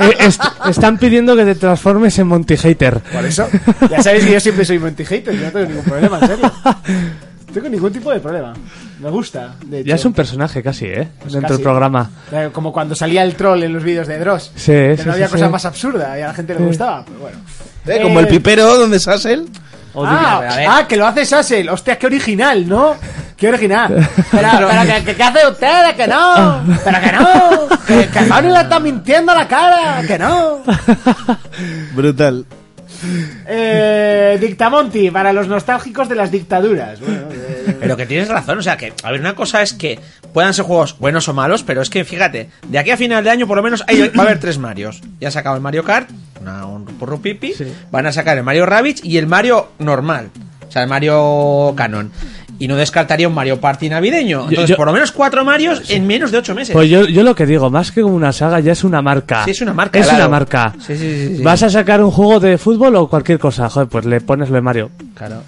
[SPEAKER 4] Eh, est- están pidiendo que te transformes en Monty Hater.
[SPEAKER 2] Por eso. Ya sabéis que yo siempre soy Monty Hater, yo no tengo ningún problema, en serio. No tengo ningún tipo de problema. Me gusta, de hecho.
[SPEAKER 4] Ya es un personaje casi, ¿eh?
[SPEAKER 3] Pues
[SPEAKER 4] Dentro
[SPEAKER 2] casi.
[SPEAKER 4] del programa.
[SPEAKER 2] Claro, Como cuando salía el troll en los vídeos de Dross.
[SPEAKER 4] Sí,
[SPEAKER 2] que
[SPEAKER 4] sí,
[SPEAKER 2] no había
[SPEAKER 4] sí,
[SPEAKER 2] cosa
[SPEAKER 4] sí.
[SPEAKER 2] más absurda y a la gente le gustaba. Pero bueno.
[SPEAKER 5] Eh, Como el pipero, donde es Hassel.
[SPEAKER 2] Ah, ah, que lo hace Sassel. Hostia, qué original, ¿no? Qué original. Pero, pero que, que- que hace usted, que no. Pero que no. Que, que Manu le está mintiendo a la cara. Que no.
[SPEAKER 5] Brutal.
[SPEAKER 2] Eh, Dictamonti, para los nostálgicos de las dictaduras. Bueno, eh,
[SPEAKER 3] Pero que tienes razón, o sea que, a ver, una cosa es que puedan ser juegos buenos o malos, pero es que fíjate, de aquí a final de año por lo menos hay- va a haber tres Marios. Ya han sacado el Mario Kart, una, un porrupipi, van a sacar el Mario Rabbids y el Mario normal, o sea, el Mario Canon. Y no descartaría un Mario Party navideño. Entonces,
[SPEAKER 4] yo-
[SPEAKER 3] por lo menos cuatro Marios en menos de ocho meses.
[SPEAKER 4] Pues yo, yo lo que digo, más que como una saga, ya es una marca.
[SPEAKER 3] Sí, es una marca,
[SPEAKER 4] Es
[SPEAKER 3] claro.
[SPEAKER 4] una marca.
[SPEAKER 3] Sí, sí, sí, sí.
[SPEAKER 4] ¿Vas a sacar un juego de fútbol o cualquier cosa? Joder, pues le pones lo de Mario.
[SPEAKER 3] Claro.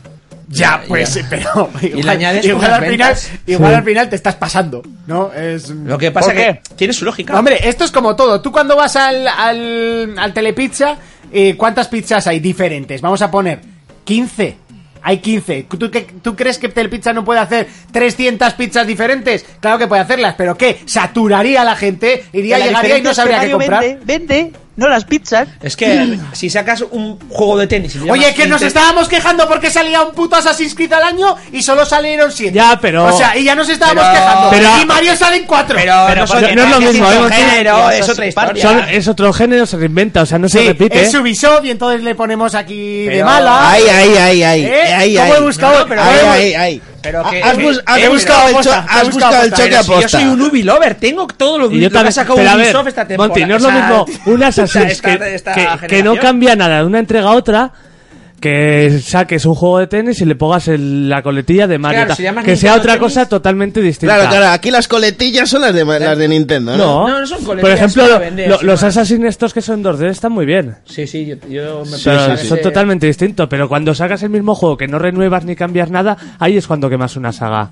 [SPEAKER 2] ya, pues, pero. Igual,
[SPEAKER 3] le añades
[SPEAKER 2] igual
[SPEAKER 3] unas
[SPEAKER 2] al, final,
[SPEAKER 3] ventas.
[SPEAKER 2] igual
[SPEAKER 4] Sí.
[SPEAKER 2] al final te estás pasando, ¿no? Es.
[SPEAKER 3] Lo que pasa
[SPEAKER 6] ¿Por
[SPEAKER 3] que
[SPEAKER 6] qué?
[SPEAKER 3] tiene su lógica.
[SPEAKER 2] Hombre, esto es como todo. Tú cuando vas al, al, al Telepizza, eh, ¿cuántas pizzas hay diferentes? Vamos a poner 15. Hay 15. ¿Tú, qué- tú crees que Telepizza no puede hacer 300 pizzas diferentes? Claro que puede hacerlas, pero ¿qué? Saturaría a la gente, iría, llegaría y no sabría qué comprar.
[SPEAKER 6] Vende, vende, no las pizzas.
[SPEAKER 3] Es que si sacas un juego de tenis... y le
[SPEAKER 2] Oye,
[SPEAKER 3] llamas
[SPEAKER 2] que nos
[SPEAKER 3] Inter-
[SPEAKER 2] estábamos quejando porque salía un puto Assassin's Creed al año y solo salieron 7.
[SPEAKER 4] Ya, pero-
[SPEAKER 2] O sea, y ya nos estábamos
[SPEAKER 3] Pero-
[SPEAKER 2] quejando.
[SPEAKER 4] pero-
[SPEAKER 2] y Mario salen 4.
[SPEAKER 3] Pero, no, son-
[SPEAKER 4] pues no es lo
[SPEAKER 3] es
[SPEAKER 4] mismo,
[SPEAKER 3] otro
[SPEAKER 4] ¿eh?
[SPEAKER 3] género,
[SPEAKER 6] Porque-
[SPEAKER 3] es otra historia.
[SPEAKER 4] Son- es otro género, se reinventa, o sea, no se
[SPEAKER 2] Sí,
[SPEAKER 4] repite. ¿eh?
[SPEAKER 2] es Ubisoft y entonces le ponemos aquí de
[SPEAKER 3] Pero-
[SPEAKER 2] mala.
[SPEAKER 5] Ay, ay, ay, ay.
[SPEAKER 2] ¿Eh?
[SPEAKER 5] Ay,
[SPEAKER 2] ¿Cómo
[SPEAKER 5] ay.
[SPEAKER 2] he buscado?
[SPEAKER 5] No, pero-
[SPEAKER 2] ¿Cómo
[SPEAKER 5] ay,
[SPEAKER 2] he-
[SPEAKER 5] ay, ay.
[SPEAKER 3] pero
[SPEAKER 5] Ha-
[SPEAKER 3] que-
[SPEAKER 5] Ah, has bus-
[SPEAKER 3] eh,
[SPEAKER 5] has
[SPEAKER 3] eh,
[SPEAKER 5] buscado el
[SPEAKER 2] pero-
[SPEAKER 5] cho-
[SPEAKER 2] aposta,
[SPEAKER 5] has
[SPEAKER 2] he buscado
[SPEAKER 5] buscado el
[SPEAKER 2] aposta.
[SPEAKER 5] choque
[SPEAKER 3] Pero si yo
[SPEAKER 5] aposta.
[SPEAKER 3] soy un Ubi lover, tengo todo lo,
[SPEAKER 4] Y
[SPEAKER 3] lo
[SPEAKER 4] yo
[SPEAKER 3] que ha
[SPEAKER 4] también,
[SPEAKER 3] sacado
[SPEAKER 4] pero a ver,
[SPEAKER 3] Ubisoft esta temporada.
[SPEAKER 4] Monty, no es lo
[SPEAKER 3] o sea,
[SPEAKER 4] mismo un Assassin's
[SPEAKER 3] esta-
[SPEAKER 4] Creed
[SPEAKER 3] esta
[SPEAKER 4] que,
[SPEAKER 3] generación.
[SPEAKER 4] que no cambia nada de una entrega a otra que saques un juego de tenis y le pongas el- la coletilla de Mario.
[SPEAKER 3] Claro,
[SPEAKER 4] tal,
[SPEAKER 3] si llamas
[SPEAKER 4] que sea
[SPEAKER 3] Nintendo
[SPEAKER 4] otra
[SPEAKER 3] Tennis-
[SPEAKER 4] cosa totalmente distinta.
[SPEAKER 5] Claro, claro, aquí las coletillas son las de, las de Nintendo, ¿no?
[SPEAKER 4] No,
[SPEAKER 3] No, no son
[SPEAKER 4] por
[SPEAKER 3] coletillas,
[SPEAKER 4] ejemplo,
[SPEAKER 3] son
[SPEAKER 4] lo-
[SPEAKER 3] para vender,
[SPEAKER 4] lo-
[SPEAKER 3] sin
[SPEAKER 4] los
[SPEAKER 3] más.
[SPEAKER 4] Assassin's estos que son 2D están muy bien.
[SPEAKER 3] Sí, sí, yo, yo me
[SPEAKER 4] Pero
[SPEAKER 3] pensaba
[SPEAKER 4] son
[SPEAKER 3] que-
[SPEAKER 4] totalmente distintos. Pero cuando sacas el mismo juego que no renuevas ni cambias nada, ahí es cuando quemas una saga.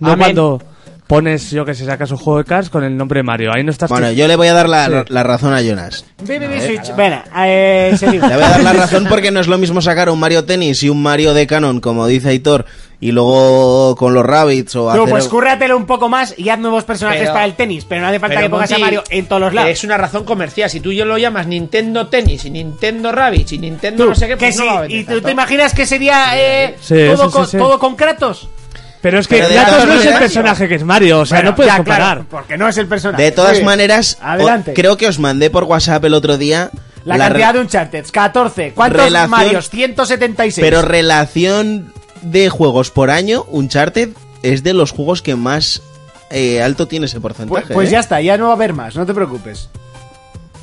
[SPEAKER 4] No
[SPEAKER 6] Amén.
[SPEAKER 4] cuando pones, yo que sé, sacas un juego de Cars con el nombre Mario. Ahí no estás.
[SPEAKER 5] Bueno, yo le voy a dar la, la razón a Jonas.
[SPEAKER 2] Ve, ve, ve, Switch. Bueno, eh, seguimos.
[SPEAKER 5] Le voy a dar la razón porque no es lo mismo sacar un Mario Tennis y un Mario de Canon, como dice Aitor, y luego con los Rabbits o
[SPEAKER 2] Tú,
[SPEAKER 5] hacer...
[SPEAKER 2] pues cúrratelo un poco más y haz nuevos personajes
[SPEAKER 3] Pero-
[SPEAKER 2] para el tenis, pero no hace falta
[SPEAKER 3] Pero,
[SPEAKER 2] que pongas
[SPEAKER 3] Monty,
[SPEAKER 2] a Mario en todos los lados.
[SPEAKER 3] Es una razón comercial. Si tú y yo lo llamas Nintendo Tennis y Nintendo Rabbids y Nintendo no sé qué,
[SPEAKER 2] que
[SPEAKER 3] pues no
[SPEAKER 2] sí,
[SPEAKER 3] va a vender
[SPEAKER 2] ¿Y tú
[SPEAKER 3] tanto.
[SPEAKER 2] te imaginas que sería eh,
[SPEAKER 4] Sí, sí,
[SPEAKER 2] todo,
[SPEAKER 4] sí,
[SPEAKER 2] con,
[SPEAKER 4] sí.
[SPEAKER 2] todo con Kratos?
[SPEAKER 4] Pero es que
[SPEAKER 5] Pero de
[SPEAKER 4] Kratos
[SPEAKER 5] todas
[SPEAKER 4] no es el
[SPEAKER 5] maneras-
[SPEAKER 4] personaje que es Mario. O sea,
[SPEAKER 2] Bueno,
[SPEAKER 4] no puedes
[SPEAKER 2] ya, claro,
[SPEAKER 4] comparar.
[SPEAKER 2] porque no es el personaje.
[SPEAKER 5] De todas
[SPEAKER 2] Muy bien.
[SPEAKER 5] maneras,
[SPEAKER 2] Adelante.
[SPEAKER 5] o- creo que os mandé por WhatsApp el otro día
[SPEAKER 2] la,
[SPEAKER 5] re-
[SPEAKER 2] cantidad de Uncharted, 14. ¿Cuántos
[SPEAKER 5] Relación-
[SPEAKER 2] Marios? 176.
[SPEAKER 5] Pero relación de juegos por año, Uncharted es de los juegos que más eh, alto tiene ese
[SPEAKER 2] pues,
[SPEAKER 5] porcentaje.
[SPEAKER 2] pues
[SPEAKER 5] ¿eh?
[SPEAKER 2] ya está, ya no va a haber más, no te preocupes.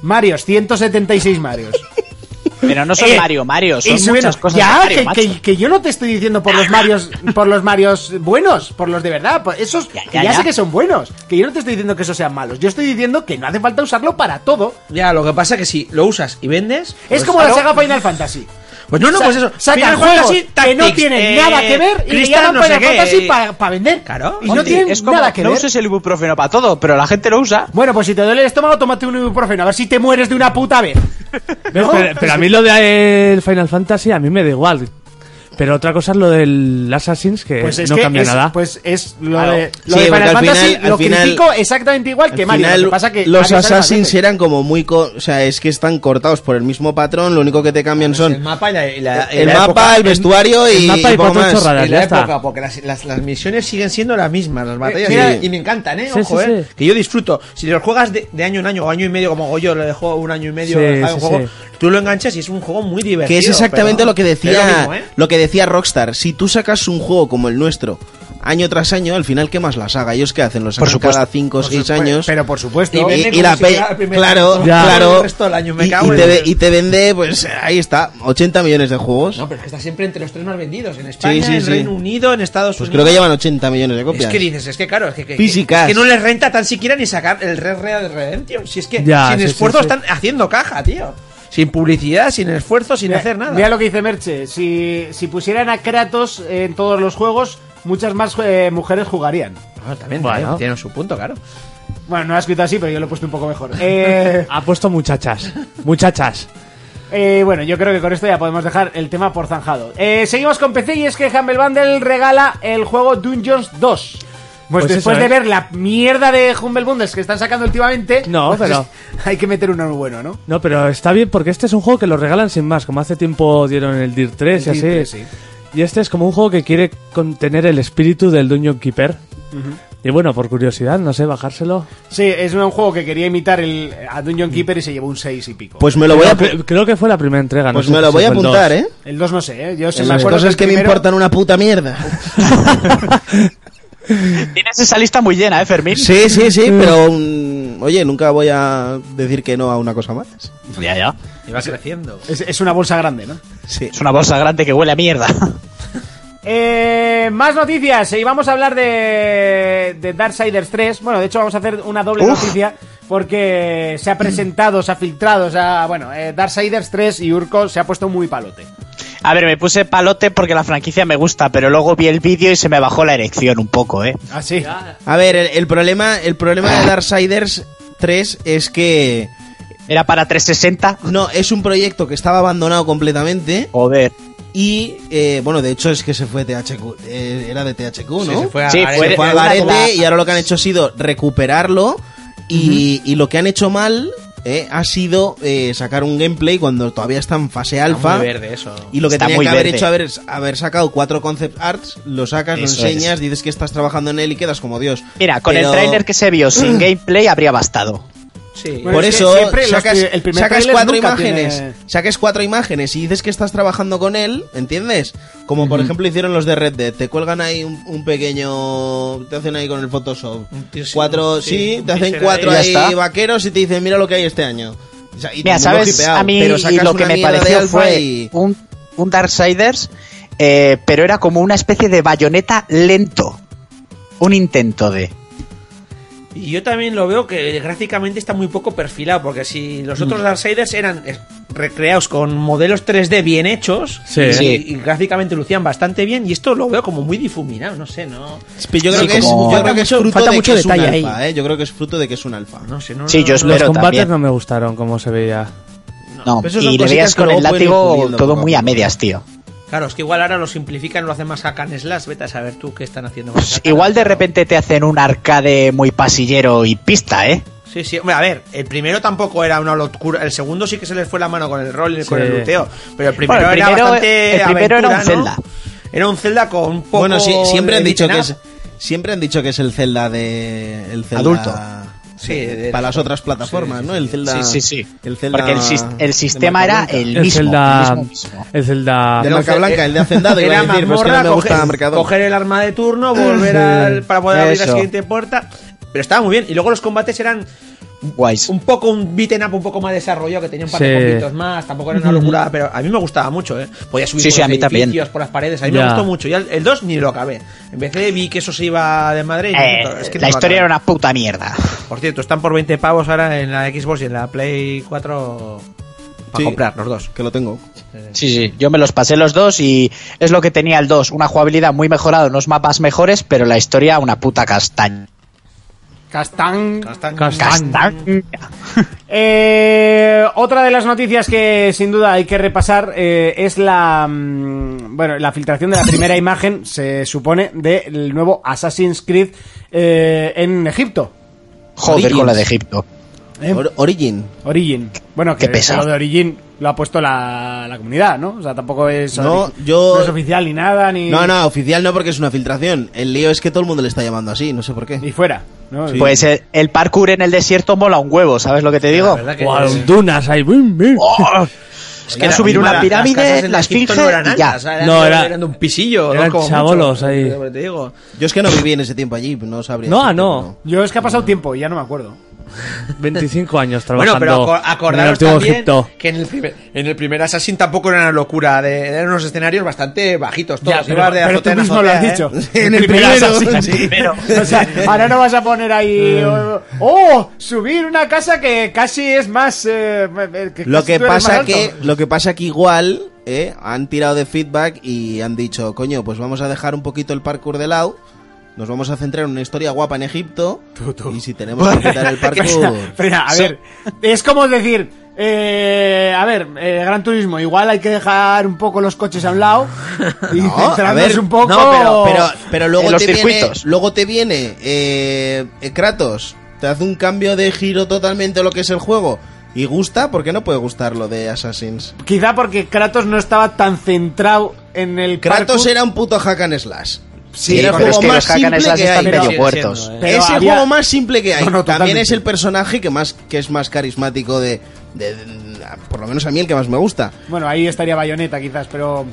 [SPEAKER 2] Marios, 176 Marios.
[SPEAKER 6] Pero no son
[SPEAKER 2] Eh,
[SPEAKER 6] Mario, Mario, son
[SPEAKER 2] y si-
[SPEAKER 6] muchas
[SPEAKER 2] bueno,
[SPEAKER 6] cosas de
[SPEAKER 2] Ya,
[SPEAKER 6] Mario,
[SPEAKER 2] que-
[SPEAKER 6] macho.
[SPEAKER 2] que, que yo no te estoy diciendo por los Marios, por los Marios buenos, por los de verdad, por esos que ya,
[SPEAKER 6] Ya, ya, ya.
[SPEAKER 2] sé que son buenos, que yo no te estoy diciendo que esos sean malos, yo estoy diciendo que no hace falta usarlo para todo.
[SPEAKER 3] Ya, lo que pasa que si lo usas y vendes.
[SPEAKER 2] es
[SPEAKER 3] pues,
[SPEAKER 2] como la
[SPEAKER 3] claro.
[SPEAKER 2] saga Final Fantasy.
[SPEAKER 3] Pues no, no,
[SPEAKER 2] Sa-
[SPEAKER 3] pues eso.
[SPEAKER 2] Sacan
[SPEAKER 3] Final
[SPEAKER 2] juegos
[SPEAKER 3] Fantasy
[SPEAKER 2] que no
[SPEAKER 3] Tactics,
[SPEAKER 2] tienen
[SPEAKER 3] eh,
[SPEAKER 2] nada que ver y le
[SPEAKER 3] Crystal,
[SPEAKER 2] llaman
[SPEAKER 3] no sé
[SPEAKER 2] Final
[SPEAKER 3] qué,
[SPEAKER 2] Fantasy
[SPEAKER 3] eh.
[SPEAKER 2] para vender.
[SPEAKER 3] Claro.
[SPEAKER 2] y no
[SPEAKER 6] Monty,
[SPEAKER 2] tienen
[SPEAKER 6] es como,
[SPEAKER 2] nada que
[SPEAKER 6] no
[SPEAKER 2] ver.
[SPEAKER 6] uses el ibuprofeno para todo, pero la gente lo usa.
[SPEAKER 2] Bueno, pues si te duele el estómago, tómate un ibuprofeno, a ver si te mueres de una puta vez.
[SPEAKER 4] Eh, Pero, pero- pero a mí lo de el Final Fantasy a mí me da igual. Pero otra cosa es lo del Assassin's que
[SPEAKER 2] Pues es
[SPEAKER 4] no
[SPEAKER 2] que
[SPEAKER 4] cambia
[SPEAKER 2] es-
[SPEAKER 4] nada.
[SPEAKER 2] Pues es lo
[SPEAKER 6] Claro.
[SPEAKER 2] de, lo
[SPEAKER 5] Sí,
[SPEAKER 2] de
[SPEAKER 5] porque
[SPEAKER 2] Final
[SPEAKER 5] al
[SPEAKER 2] Fantasy,
[SPEAKER 5] final- al
[SPEAKER 2] lo
[SPEAKER 5] final-
[SPEAKER 2] critico exactamente igual
[SPEAKER 5] Al
[SPEAKER 2] que Mario.
[SPEAKER 5] final,
[SPEAKER 2] lo que pasa que
[SPEAKER 5] los
[SPEAKER 2] Mario sale más
[SPEAKER 5] Assassins
[SPEAKER 2] veces.
[SPEAKER 5] eran como muy... co- o sea, es que están cortados por el mismo patrón, lo único que te cambian
[SPEAKER 3] El
[SPEAKER 5] son
[SPEAKER 3] mapa y la. y la- y
[SPEAKER 5] el
[SPEAKER 3] la
[SPEAKER 5] mapa,
[SPEAKER 3] época.
[SPEAKER 5] el vestuario y,
[SPEAKER 4] el mapa y
[SPEAKER 5] y poco
[SPEAKER 4] cuatro
[SPEAKER 5] más.
[SPEAKER 4] chorradas.
[SPEAKER 3] Y la
[SPEAKER 4] Ya está.
[SPEAKER 3] época, porque las, las- las misiones siguen siendo las mismas, las batallas.
[SPEAKER 5] mira,
[SPEAKER 3] y- y me encantan, ¿eh?
[SPEAKER 4] Sí,
[SPEAKER 3] Ojo,
[SPEAKER 4] sí,
[SPEAKER 3] ¿eh?
[SPEAKER 4] sí.
[SPEAKER 3] Que yo disfruto. Si los juegas de, de año en año o año y medio, como hago yo, lo dejo un año y medio,
[SPEAKER 4] Sí,
[SPEAKER 3] dejado
[SPEAKER 4] sí,
[SPEAKER 3] un juego,
[SPEAKER 4] sí.
[SPEAKER 3] tú lo enganchas y es un juego muy divertido.
[SPEAKER 5] Que es exactamente
[SPEAKER 3] pero-
[SPEAKER 5] lo que
[SPEAKER 3] pero es
[SPEAKER 5] decía
[SPEAKER 3] lo mismo, ¿eh?
[SPEAKER 5] lo que decía Rockstar. Si tú sacas un juego como el nuestro año tras año, al final quemas la saga. Ellos qué hacen, los
[SPEAKER 6] Por
[SPEAKER 5] sacan
[SPEAKER 6] supuesto.
[SPEAKER 5] cada 5 o 6
[SPEAKER 2] Pero-
[SPEAKER 5] años.
[SPEAKER 2] Pero por supuesto.
[SPEAKER 3] Y vende
[SPEAKER 5] y, y
[SPEAKER 3] como
[SPEAKER 5] la
[SPEAKER 3] si
[SPEAKER 5] pe-
[SPEAKER 3] fuera el primer
[SPEAKER 5] claro,
[SPEAKER 3] juego
[SPEAKER 5] claro.
[SPEAKER 3] del resto del año, me
[SPEAKER 5] y,
[SPEAKER 3] cago
[SPEAKER 5] y
[SPEAKER 3] en
[SPEAKER 5] te ve-
[SPEAKER 3] Dios.
[SPEAKER 5] y te vende, pues ahí está, 80 millones de juegos.
[SPEAKER 3] No, pues, pero es que está siempre entre los tres más vendidos. En España,
[SPEAKER 5] sí,
[SPEAKER 3] en
[SPEAKER 5] sí.
[SPEAKER 3] Reino Unido, en Estados
[SPEAKER 5] pues creo
[SPEAKER 3] Unidos.
[SPEAKER 5] que llevan 80 millones de copias.
[SPEAKER 3] Es que dices, es que claro, es que, que-
[SPEAKER 5] Físicas.
[SPEAKER 3] es que no les renta tan siquiera ni sacar el Red Red Redemption. Si es que
[SPEAKER 4] Ya,
[SPEAKER 3] sin
[SPEAKER 4] sí, sí,
[SPEAKER 3] esfuerzo
[SPEAKER 4] sí.
[SPEAKER 3] están haciendo caja, tío. Sin publicidad, sin esfuerzo, sin
[SPEAKER 2] Mira-
[SPEAKER 3] hacer nada.
[SPEAKER 2] Mira lo que dice Merche. Si, si pusieran a Kratos en todos los juegos, muchas más eh, mujeres jugarían.
[SPEAKER 3] Ah, también
[SPEAKER 4] Bueno.
[SPEAKER 3] tiene, tiene su punto, claro.
[SPEAKER 2] Bueno, no lo ha escrito así, pero yo lo he puesto un poco mejor. Eh,
[SPEAKER 4] Ha puesto muchachas. Muchachas.
[SPEAKER 2] eh, bueno, yo creo que con esto ya podemos dejar el tema por zanjado. Eh, seguimos con PC y es que Humble Bundle regala el juego Dungeons 2. Pues,
[SPEAKER 4] Pues eso,
[SPEAKER 2] después
[SPEAKER 4] ¿eh?
[SPEAKER 2] de ver la mierda de Humble Bundles que están sacando últimamente...
[SPEAKER 4] No,
[SPEAKER 2] pues
[SPEAKER 4] pero-
[SPEAKER 2] Hay que meter uno bueno, ¿no?
[SPEAKER 4] No, pero está bien porque este es un juego que lo regalan sin más, como hace tiempo dieron el Dirt 3
[SPEAKER 2] El
[SPEAKER 4] y
[SPEAKER 2] Dirt
[SPEAKER 4] así.
[SPEAKER 2] 3, sí.
[SPEAKER 4] Y este es como un juego que quiere contener el espíritu del Dungeon Keeper. Y bueno, por curiosidad, no sé, bajárselo.
[SPEAKER 2] Sí, es un juego que quería imitar el, a Dungeon Keeper y se llevó un 6 y pico.
[SPEAKER 5] Pues me lo voy a,
[SPEAKER 4] Creo-
[SPEAKER 5] apu-
[SPEAKER 4] creo que fue la primera entrega. no
[SPEAKER 5] pues
[SPEAKER 4] sé
[SPEAKER 5] me
[SPEAKER 4] si
[SPEAKER 5] lo voy a
[SPEAKER 4] fue el
[SPEAKER 5] apuntar,
[SPEAKER 4] 2.
[SPEAKER 5] ¿eh?
[SPEAKER 2] el 2 no sé, ¿eh? Yo sí
[SPEAKER 5] En
[SPEAKER 2] me
[SPEAKER 5] las
[SPEAKER 2] acuerdo
[SPEAKER 5] cosas
[SPEAKER 2] del
[SPEAKER 5] que me
[SPEAKER 2] primero.
[SPEAKER 5] importan una puta mierda.
[SPEAKER 6] Tienes esa lista muy llena, ¿eh, Fermín?
[SPEAKER 5] Sí, sí, sí, pero mm, oye, nunca voy a decir que no a una cosa más.
[SPEAKER 6] Ya, ya.
[SPEAKER 3] Y va creciendo.
[SPEAKER 2] Es, es una bolsa grande, ¿no?
[SPEAKER 5] Sí.
[SPEAKER 6] Es una bolsa grande que huele a mierda.
[SPEAKER 2] Eh, más noticias. Y vamos a hablar de, de Darksiders 3. Bueno, de hecho, vamos a hacer una doble noticia. Porque se ha presentado, se ha filtrado. O sea, bueno, eh, Darksiders 3 y Urco se ha puesto muy palote.
[SPEAKER 6] A ver, me puse palote porque la franquicia me gusta, pero luego vi el vídeo y se me bajó la erección un poco, ¿eh?
[SPEAKER 2] Ah, sí.
[SPEAKER 5] A ver, el, el problema, el problema de Darksiders 3 es que
[SPEAKER 6] Era para 360.
[SPEAKER 5] no es un proyecto que estaba abandonado completamente
[SPEAKER 6] Joder.
[SPEAKER 5] y eh, bueno, de hecho es que se fue THQ, eh, era de THQ, ¿no?
[SPEAKER 3] Sí, se fue a-
[SPEAKER 6] Sí,
[SPEAKER 3] a-
[SPEAKER 5] Se fue al
[SPEAKER 6] Era
[SPEAKER 5] garete
[SPEAKER 6] como-
[SPEAKER 5] y ahora lo que han hecho ha sido recuperarlo y, y lo que han hecho mal eh, ha sido eh, sacar un gameplay cuando todavía está en fase alfa.
[SPEAKER 3] Muy verde eso.
[SPEAKER 5] Y lo que
[SPEAKER 6] Está
[SPEAKER 5] tenía
[SPEAKER 6] muy
[SPEAKER 5] que haber
[SPEAKER 6] verde.
[SPEAKER 5] hecho haber, haber sacado cuatro concept arts, lo sacas, lo
[SPEAKER 6] Eso
[SPEAKER 5] enseñas, dices que estás trabajando en él y quedas como Dios.
[SPEAKER 6] Mira, con
[SPEAKER 5] Pero-
[SPEAKER 6] el tráiler que se vio sin gameplay habría bastado.
[SPEAKER 3] Sí.
[SPEAKER 2] Bueno,
[SPEAKER 5] Por
[SPEAKER 2] es que
[SPEAKER 5] eso
[SPEAKER 2] siempre los
[SPEAKER 5] sacas,
[SPEAKER 2] pri- el primer
[SPEAKER 5] sacas
[SPEAKER 2] tráiler
[SPEAKER 5] cuatro
[SPEAKER 2] nunca
[SPEAKER 5] imágenes,
[SPEAKER 2] tiene-
[SPEAKER 5] sacas cuatro imágenes y dices que estás trabajando con él, ¿entiendes? Como por ejemplo hicieron los de Red Dead, te cuelgan ahí un, un pequeño, te hacen ahí con el Photoshop,
[SPEAKER 3] Un teaser,
[SPEAKER 5] cuatro,
[SPEAKER 3] sí,
[SPEAKER 5] sí,
[SPEAKER 3] un
[SPEAKER 5] te hacen
[SPEAKER 3] teaser
[SPEAKER 5] cuatro
[SPEAKER 6] ahí.
[SPEAKER 5] ahí
[SPEAKER 6] Ya está.
[SPEAKER 5] vaqueros y te dicen mira lo que hay este año. O sea, y todo
[SPEAKER 6] Mira,
[SPEAKER 5] el mundo
[SPEAKER 6] ¿sabes?
[SPEAKER 5] hypeado,
[SPEAKER 6] a mí
[SPEAKER 5] pero sacas
[SPEAKER 6] lo que
[SPEAKER 5] una
[SPEAKER 6] me
[SPEAKER 5] mierda de
[SPEAKER 6] pareció
[SPEAKER 5] alfa
[SPEAKER 6] fue
[SPEAKER 5] y-
[SPEAKER 6] un, un Darksiders, eh, pero era como una especie de bayoneta lento. Un intento de.
[SPEAKER 3] Y yo también lo veo que gráficamente está muy poco perfilado, porque si los otros Darksiders eran eh, recreados con modelos 3D bien hechos,
[SPEAKER 4] Sí.
[SPEAKER 3] y,
[SPEAKER 6] Sí.
[SPEAKER 3] y gráficamente lucían bastante bien, y esto lo veo como muy difuminado, no sé, no...
[SPEAKER 5] Yo creo,
[SPEAKER 6] Sí,
[SPEAKER 5] que, es,
[SPEAKER 6] como-
[SPEAKER 5] yo
[SPEAKER 6] Falta
[SPEAKER 5] creo que es
[SPEAKER 3] mucho-
[SPEAKER 5] fruto
[SPEAKER 3] falta
[SPEAKER 5] de
[SPEAKER 3] mucho
[SPEAKER 5] que es un
[SPEAKER 3] detalle
[SPEAKER 5] alfa, ¿eh? Yo creo que es fruto de que es un alfa.
[SPEAKER 3] No sé, no...
[SPEAKER 6] Sí, yo
[SPEAKER 3] no-
[SPEAKER 6] espero
[SPEAKER 4] Los combates
[SPEAKER 6] también.
[SPEAKER 4] no me gustaron como se veía.
[SPEAKER 6] No,
[SPEAKER 5] pero eso son
[SPEAKER 6] y le
[SPEAKER 5] cositas
[SPEAKER 6] veías
[SPEAKER 5] que
[SPEAKER 6] con
[SPEAKER 5] luego
[SPEAKER 6] el
[SPEAKER 5] pueden ir
[SPEAKER 6] látigo
[SPEAKER 5] puliendo
[SPEAKER 6] todo
[SPEAKER 5] poco a
[SPEAKER 6] muy a
[SPEAKER 5] poco.
[SPEAKER 6] medias, tío.
[SPEAKER 3] Claro, es que igual ahora lo simplifican, lo hacen más hack and slash, vete a saber tú qué están haciendo. con
[SPEAKER 6] Pues
[SPEAKER 3] hack and
[SPEAKER 6] igual de
[SPEAKER 3] slash, pero-
[SPEAKER 6] repente te hacen un arcade muy pasillero y pista, ¿eh?
[SPEAKER 3] Sí, sí, hombre, a ver, el primero tampoco era una locura, el segundo sí que se les fue la mano con el rol y con
[SPEAKER 4] Sí.
[SPEAKER 3] el luteo, pero el primero,
[SPEAKER 6] Bueno, el
[SPEAKER 3] era
[SPEAKER 6] primero-
[SPEAKER 3] bastante
[SPEAKER 6] el primero era
[SPEAKER 3] aventura,
[SPEAKER 6] un
[SPEAKER 3] ¿no?
[SPEAKER 6] Zelda.
[SPEAKER 3] Era un Zelda con un poco
[SPEAKER 5] Bueno, sí, siempre
[SPEAKER 3] de
[SPEAKER 5] han dicho
[SPEAKER 3] beaten
[SPEAKER 5] que
[SPEAKER 3] up.
[SPEAKER 5] es siempre han dicho que es el Zelda de el Zelda
[SPEAKER 6] Adulto.
[SPEAKER 5] Sí,
[SPEAKER 3] Sí, de-
[SPEAKER 5] para las otras plataformas, ¿no? El Zelda
[SPEAKER 6] Sí, sí, sí.
[SPEAKER 5] El Zelda
[SPEAKER 6] Porque el, sis- el
[SPEAKER 5] de
[SPEAKER 6] sistema
[SPEAKER 5] marca
[SPEAKER 6] era
[SPEAKER 5] blanca.
[SPEAKER 6] el
[SPEAKER 4] El
[SPEAKER 6] mismo.
[SPEAKER 4] Zelda.
[SPEAKER 6] el mismo, mismo.
[SPEAKER 4] El Zelda.
[SPEAKER 5] de marca
[SPEAKER 3] Entonces,
[SPEAKER 5] blanca,
[SPEAKER 3] eh,
[SPEAKER 5] el de hacendado iba
[SPEAKER 3] era
[SPEAKER 5] a decir, pues que no
[SPEAKER 3] mazmorra,
[SPEAKER 5] me gusta
[SPEAKER 3] coger,
[SPEAKER 5] mercado.
[SPEAKER 3] coger el arma de turno, volver al, para poder abrir la
[SPEAKER 6] Eso.
[SPEAKER 3] siguiente puerta. Pero estaba muy bien. Y luego los combates eran
[SPEAKER 6] guays.
[SPEAKER 3] un poco un beaten up un poco más desarrollado que tenía un par
[SPEAKER 4] Sí.
[SPEAKER 3] de conflictos más tampoco era una locura pero a mí me gustaba mucho eh podía subir
[SPEAKER 6] Sí,
[SPEAKER 3] por
[SPEAKER 6] sí,
[SPEAKER 3] los
[SPEAKER 6] a mí también.
[SPEAKER 3] edificios, por las paredes a mí
[SPEAKER 4] Ya.
[SPEAKER 3] me gustó mucho ya el- el 2 ni lo acabé empecé vi que eso se iba de madre y
[SPEAKER 6] Eh,
[SPEAKER 3] es que no
[SPEAKER 6] la
[SPEAKER 3] lo acabé.
[SPEAKER 6] historia era una puta mierda.
[SPEAKER 3] por cierto están por 20 pavos ahora en la Xbox y en la Play 4 para
[SPEAKER 5] Sí.
[SPEAKER 3] comprar los dos
[SPEAKER 5] Que lo tengo.
[SPEAKER 6] Sí, sí, yo me los pasé los dos y es lo que tenía el 2, una jugabilidad muy mejorada, unos mapas mejores, pero la historia una puta castaña.
[SPEAKER 2] Castán.
[SPEAKER 6] Castaña.
[SPEAKER 2] Eh, otra de las noticias que sin duda hay que repasar eh, es la mm, bueno la filtración de la primera imagen se supone del nuevo Assassin's Creed eh, en Egipto
[SPEAKER 6] Joder con la de Egipto. Eh.
[SPEAKER 5] Or- Origin.
[SPEAKER 2] Origin bueno que
[SPEAKER 6] Qué pesado.
[SPEAKER 2] lo de Origin lo ha puesto la, la comunidad no o sea tampoco es
[SPEAKER 5] No,
[SPEAKER 2] ori-
[SPEAKER 5] yo-
[SPEAKER 2] no es oficial ni nada ni
[SPEAKER 5] No, no, oficial no porque es una filtración. El lío es que todo el mundo le está llamando así, no sé por
[SPEAKER 2] y
[SPEAKER 5] qué.
[SPEAKER 2] fuera ¿no?
[SPEAKER 6] Pues el, el parkour en el desierto mola un huevo, ¿sabes lo que te digo?
[SPEAKER 4] Guau, dunas ahí. bim, bim.
[SPEAKER 6] Oh, es que
[SPEAKER 3] Era
[SPEAKER 6] subir
[SPEAKER 3] encima
[SPEAKER 6] una
[SPEAKER 3] las- las casas
[SPEAKER 6] pirámide,
[SPEAKER 3] en
[SPEAKER 6] la
[SPEAKER 3] Egipto
[SPEAKER 6] esfinge
[SPEAKER 3] no eran
[SPEAKER 6] y ya.
[SPEAKER 3] altas, eran-
[SPEAKER 4] No, era-
[SPEAKER 3] eran de un pisillo dos
[SPEAKER 4] eran
[SPEAKER 3] como mucho,
[SPEAKER 4] chabolos ahí.
[SPEAKER 3] lo que te digo
[SPEAKER 5] Yo es que no viví en ese tiempo allí, no sabría.
[SPEAKER 4] No, ah,
[SPEAKER 5] decirte,
[SPEAKER 4] no.
[SPEAKER 5] pero-
[SPEAKER 2] yo es que ha pasado tiempo y ya no me acuerdo
[SPEAKER 4] 25 años
[SPEAKER 3] Bueno,
[SPEAKER 4] trabajando
[SPEAKER 3] pero aco-
[SPEAKER 4] en el
[SPEAKER 3] acordaros
[SPEAKER 4] antiguo
[SPEAKER 3] también
[SPEAKER 4] Egipto.
[SPEAKER 3] que en el, primer, en el primer Assassin tampoco era una locura, de, eran unos escenarios bastante bajitos todos.
[SPEAKER 2] Ya,
[SPEAKER 3] ibas de
[SPEAKER 2] pero
[SPEAKER 3] azotea
[SPEAKER 2] tú
[SPEAKER 3] en
[SPEAKER 2] mismo lo has
[SPEAKER 3] azotea,
[SPEAKER 2] dicho.
[SPEAKER 3] ¿eh?
[SPEAKER 5] En el primero. sí.
[SPEAKER 2] O sea, ahora no vas a poner ahí. oh, ¡Oh! Subir una casa que casi es más. eh, que
[SPEAKER 5] Lo
[SPEAKER 2] casi
[SPEAKER 5] que
[SPEAKER 2] tú eres
[SPEAKER 5] pasa
[SPEAKER 2] más
[SPEAKER 5] que
[SPEAKER 2] alto.
[SPEAKER 5] lo que pasa que igual eh, han tirado de feedback y han dicho, coño, pues vamos a dejar un poquito el parkour de lado. Nos vamos a centrar en una historia guapa en Egipto. Y si tenemos que quitar el parkour.
[SPEAKER 2] Espera, a ver. Es como decir. eh, a ver, eh, Gran Turismo, igual hay que dejar un poco los coches a un lado y
[SPEAKER 5] No, a
[SPEAKER 2] centrarnos
[SPEAKER 5] ver,
[SPEAKER 2] un poco.
[SPEAKER 5] no, pero, pero, pero luego,
[SPEAKER 6] en los
[SPEAKER 5] te viene,
[SPEAKER 6] circuitos.
[SPEAKER 5] luego te viene eh, eh, Kratos, te hace un cambio de giro totalmente a lo que es el juego. Y gusta, porque no puede gustar lo de Assassin's.
[SPEAKER 2] Quizá porque Kratos no estaba tan centrado en el
[SPEAKER 5] Kratos
[SPEAKER 2] parkour,
[SPEAKER 5] era un puto hack and slash.
[SPEAKER 6] Sí,
[SPEAKER 5] era el
[SPEAKER 6] pero es
[SPEAKER 5] juego
[SPEAKER 6] que los
[SPEAKER 5] más
[SPEAKER 6] hack and
[SPEAKER 5] simple
[SPEAKER 6] slash
[SPEAKER 5] que
[SPEAKER 6] están
[SPEAKER 5] hay.
[SPEAKER 6] medio
[SPEAKER 3] Sigue
[SPEAKER 6] muertos.
[SPEAKER 3] siendo, ¿eh?
[SPEAKER 2] pero
[SPEAKER 5] es el
[SPEAKER 2] había-
[SPEAKER 5] juego más simple que hay.
[SPEAKER 2] No, no,
[SPEAKER 5] También
[SPEAKER 2] totalmente.
[SPEAKER 5] es el personaje que más que es más carismático de, de- de- por lo menos a mí el que más me gusta.
[SPEAKER 2] Bueno, ahí estaría Bayonetta quizás, pero.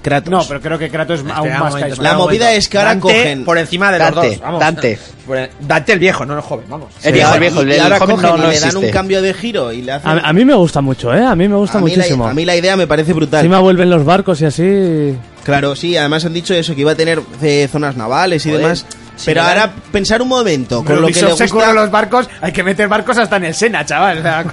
[SPEAKER 5] Kratos.
[SPEAKER 2] No, pero creo que Kratos
[SPEAKER 5] Este
[SPEAKER 2] es aún
[SPEAKER 3] Espera un
[SPEAKER 2] más
[SPEAKER 3] momento,
[SPEAKER 2] carismático.
[SPEAKER 5] La
[SPEAKER 3] espera un
[SPEAKER 5] movida
[SPEAKER 3] momento.
[SPEAKER 5] es que ahora
[SPEAKER 3] Dante
[SPEAKER 5] cogen-
[SPEAKER 3] por encima de
[SPEAKER 6] Dante,
[SPEAKER 3] los dos. vamos.
[SPEAKER 6] Dante.
[SPEAKER 3] Por- Dante el viejo, no el joven, vamos.
[SPEAKER 6] El viejo, el viejo,
[SPEAKER 5] y,
[SPEAKER 6] el,
[SPEAKER 5] y
[SPEAKER 6] el
[SPEAKER 5] ahora
[SPEAKER 6] joven
[SPEAKER 5] cogen
[SPEAKER 6] no,
[SPEAKER 5] y
[SPEAKER 6] no
[SPEAKER 5] le dan un
[SPEAKER 6] existe.
[SPEAKER 5] cambio de giro y le hacen
[SPEAKER 4] A, a mí me gusta mucho, ¿eh? A mí me gusta
[SPEAKER 5] a mí la-
[SPEAKER 4] muchísimo.
[SPEAKER 5] a mí la idea me parece brutal.
[SPEAKER 4] Encima vuelven los barcos y así.
[SPEAKER 5] Claro, sí, además han dicho eso, que iba a tener eh, zonas navales y demás. pero ahora, pensar un momento,
[SPEAKER 2] Pero
[SPEAKER 5] con lo que le
[SPEAKER 2] Ubisoft se
[SPEAKER 5] gusta...
[SPEAKER 2] curra los barcos, hay que meter barcos hasta en el Sena, chaval. O sea,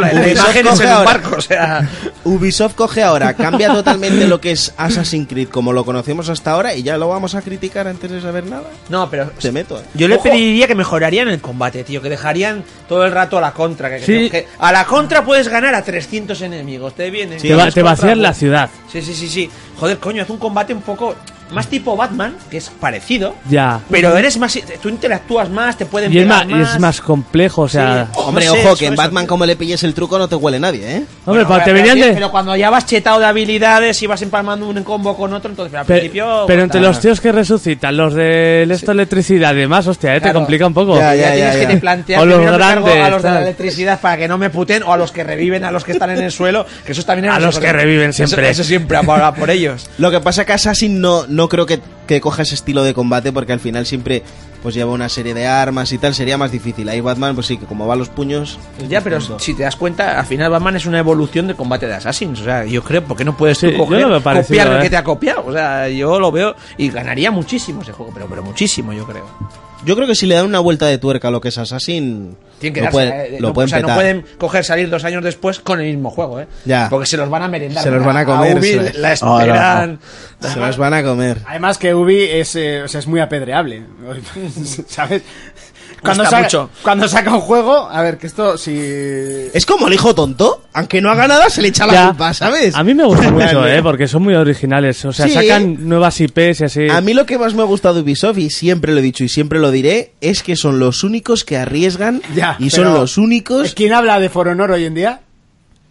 [SPEAKER 3] La, la
[SPEAKER 5] Ubisoft
[SPEAKER 3] imagen es
[SPEAKER 5] coge
[SPEAKER 3] en un
[SPEAKER 5] ahora.
[SPEAKER 3] barco, o sea.
[SPEAKER 5] Ubisoft coge ahora, cambia totalmente lo que es Assassin's Creed como lo conocemos hasta ahora y ya lo vamos a criticar antes de saber nada.
[SPEAKER 3] No, pero.
[SPEAKER 6] Pues
[SPEAKER 5] Te meto. eh.
[SPEAKER 3] Yo le
[SPEAKER 2] Ojo.
[SPEAKER 3] pediría que mejorarían el combate, tío, que dejarían todo el rato a la contra. Que, que-
[SPEAKER 4] Sí.
[SPEAKER 3] que a la contra puedes ganar a 300 enemigos, te vienen.
[SPEAKER 4] te, va,
[SPEAKER 3] dos
[SPEAKER 4] te
[SPEAKER 3] contra
[SPEAKER 4] vacían
[SPEAKER 3] uno.
[SPEAKER 4] la ciudad.
[SPEAKER 3] Sí, sí, sí, sí. Joder, coño, haz un combate un poco más tipo Batman, que es parecido.
[SPEAKER 4] Ya.
[SPEAKER 3] Pero eres más. Tú interactúas más, te pueden
[SPEAKER 4] Y es,
[SPEAKER 3] pegar
[SPEAKER 4] más, y es más complejo, o sea.
[SPEAKER 3] Sí.
[SPEAKER 5] Hombre,
[SPEAKER 3] No sé,
[SPEAKER 5] ojo,
[SPEAKER 3] eso,
[SPEAKER 5] que en
[SPEAKER 3] eso,
[SPEAKER 5] Batman
[SPEAKER 3] tío.
[SPEAKER 5] como le pilles el truco no te huele nadie, ¿eh?
[SPEAKER 4] Hombre,
[SPEAKER 3] Bueno,
[SPEAKER 4] pa- te
[SPEAKER 3] pero-
[SPEAKER 4] venían de.
[SPEAKER 3] Pero cuando ya vas chetado de habilidades y vas empalmando un combo con otro, entonces al
[SPEAKER 4] Pe-
[SPEAKER 3] principio.
[SPEAKER 4] pero
[SPEAKER 3] pues,
[SPEAKER 4] entre
[SPEAKER 3] nada.
[SPEAKER 4] los tíos que resucitan, los de esto electricidad y demás, hostia, eh, te
[SPEAKER 3] Claro.
[SPEAKER 4] complica un poco.
[SPEAKER 5] Ya,
[SPEAKER 3] Ya, tienes
[SPEAKER 5] ya,
[SPEAKER 3] que
[SPEAKER 5] ya.
[SPEAKER 3] te plantear
[SPEAKER 4] O los
[SPEAKER 3] primero me cargo
[SPEAKER 4] grandes,
[SPEAKER 3] a los de la
[SPEAKER 4] tal.
[SPEAKER 3] electricidad para que no me puten o a los que reviven, a los que están en el suelo, que eso también
[SPEAKER 4] A
[SPEAKER 3] era
[SPEAKER 4] los
[SPEAKER 3] nosotros.
[SPEAKER 4] que reviven
[SPEAKER 3] Eso-
[SPEAKER 4] siempre.
[SPEAKER 3] Eso, siempre a por, a por ellos.
[SPEAKER 5] Lo que pasa que Assassin no, no creo que, que coja ese estilo de combate porque al final siempre pues lleva una serie de armas y tal, sería más difícil. Ahí Batman, pues sí, que como va a los puños...
[SPEAKER 3] Pues Ya, pero si te das cuenta, al final Batman es una evolución de combate de Assassins. O sea, yo creo, porque no puedes tú
[SPEAKER 4] Sí, yo
[SPEAKER 3] coger,
[SPEAKER 4] lo veo parecido,
[SPEAKER 3] copiar el
[SPEAKER 4] eh.
[SPEAKER 3] que te ha copiado? O sea, yo lo veo y ganaría muchísimo ese juego, pero, pero muchísimo, yo creo.
[SPEAKER 5] Yo creo que si le dan una vuelta de tuerca a lo que es Assassin,
[SPEAKER 3] Tienen que
[SPEAKER 5] lo,
[SPEAKER 3] darse,
[SPEAKER 5] puede-
[SPEAKER 3] eh,
[SPEAKER 5] lo
[SPEAKER 3] no-
[SPEAKER 5] pueden
[SPEAKER 3] o sea, no
[SPEAKER 5] petar.
[SPEAKER 3] pueden coger salir dos años después con el mismo juego, ¿eh?
[SPEAKER 5] Ya.
[SPEAKER 3] Porque se los van a merendar.
[SPEAKER 5] Se los van a comer,
[SPEAKER 3] Ubi
[SPEAKER 5] se les-
[SPEAKER 3] la
[SPEAKER 6] No, no, no.
[SPEAKER 3] esperan.
[SPEAKER 5] Se los van a comer.
[SPEAKER 2] Además que Ubi es, eh, o sea, es muy apedreable, ¿sabes? Cuando
[SPEAKER 3] Cuesta
[SPEAKER 2] saca,
[SPEAKER 3] mucho.
[SPEAKER 2] cuando saca un juego, a ver, que esto si...
[SPEAKER 5] Es como el hijo tonto. Aunque no haga nada, se le echa la
[SPEAKER 4] Ya.
[SPEAKER 5] culpa, ¿sabes?
[SPEAKER 4] A mí me gusta mucho,
[SPEAKER 5] Vale.
[SPEAKER 4] eh, porque son muy originales. O sea,
[SPEAKER 5] Sí.
[SPEAKER 4] sacan nuevas IPs y así.
[SPEAKER 5] A mí lo que más me ha gustado de Ubisoft, y siempre lo he dicho y siempre lo diré, es que son los únicos que arriesgan
[SPEAKER 2] Ya,
[SPEAKER 5] y
[SPEAKER 2] pero-
[SPEAKER 5] son los únicos...
[SPEAKER 2] ¿Quién habla de For Honor hoy en día?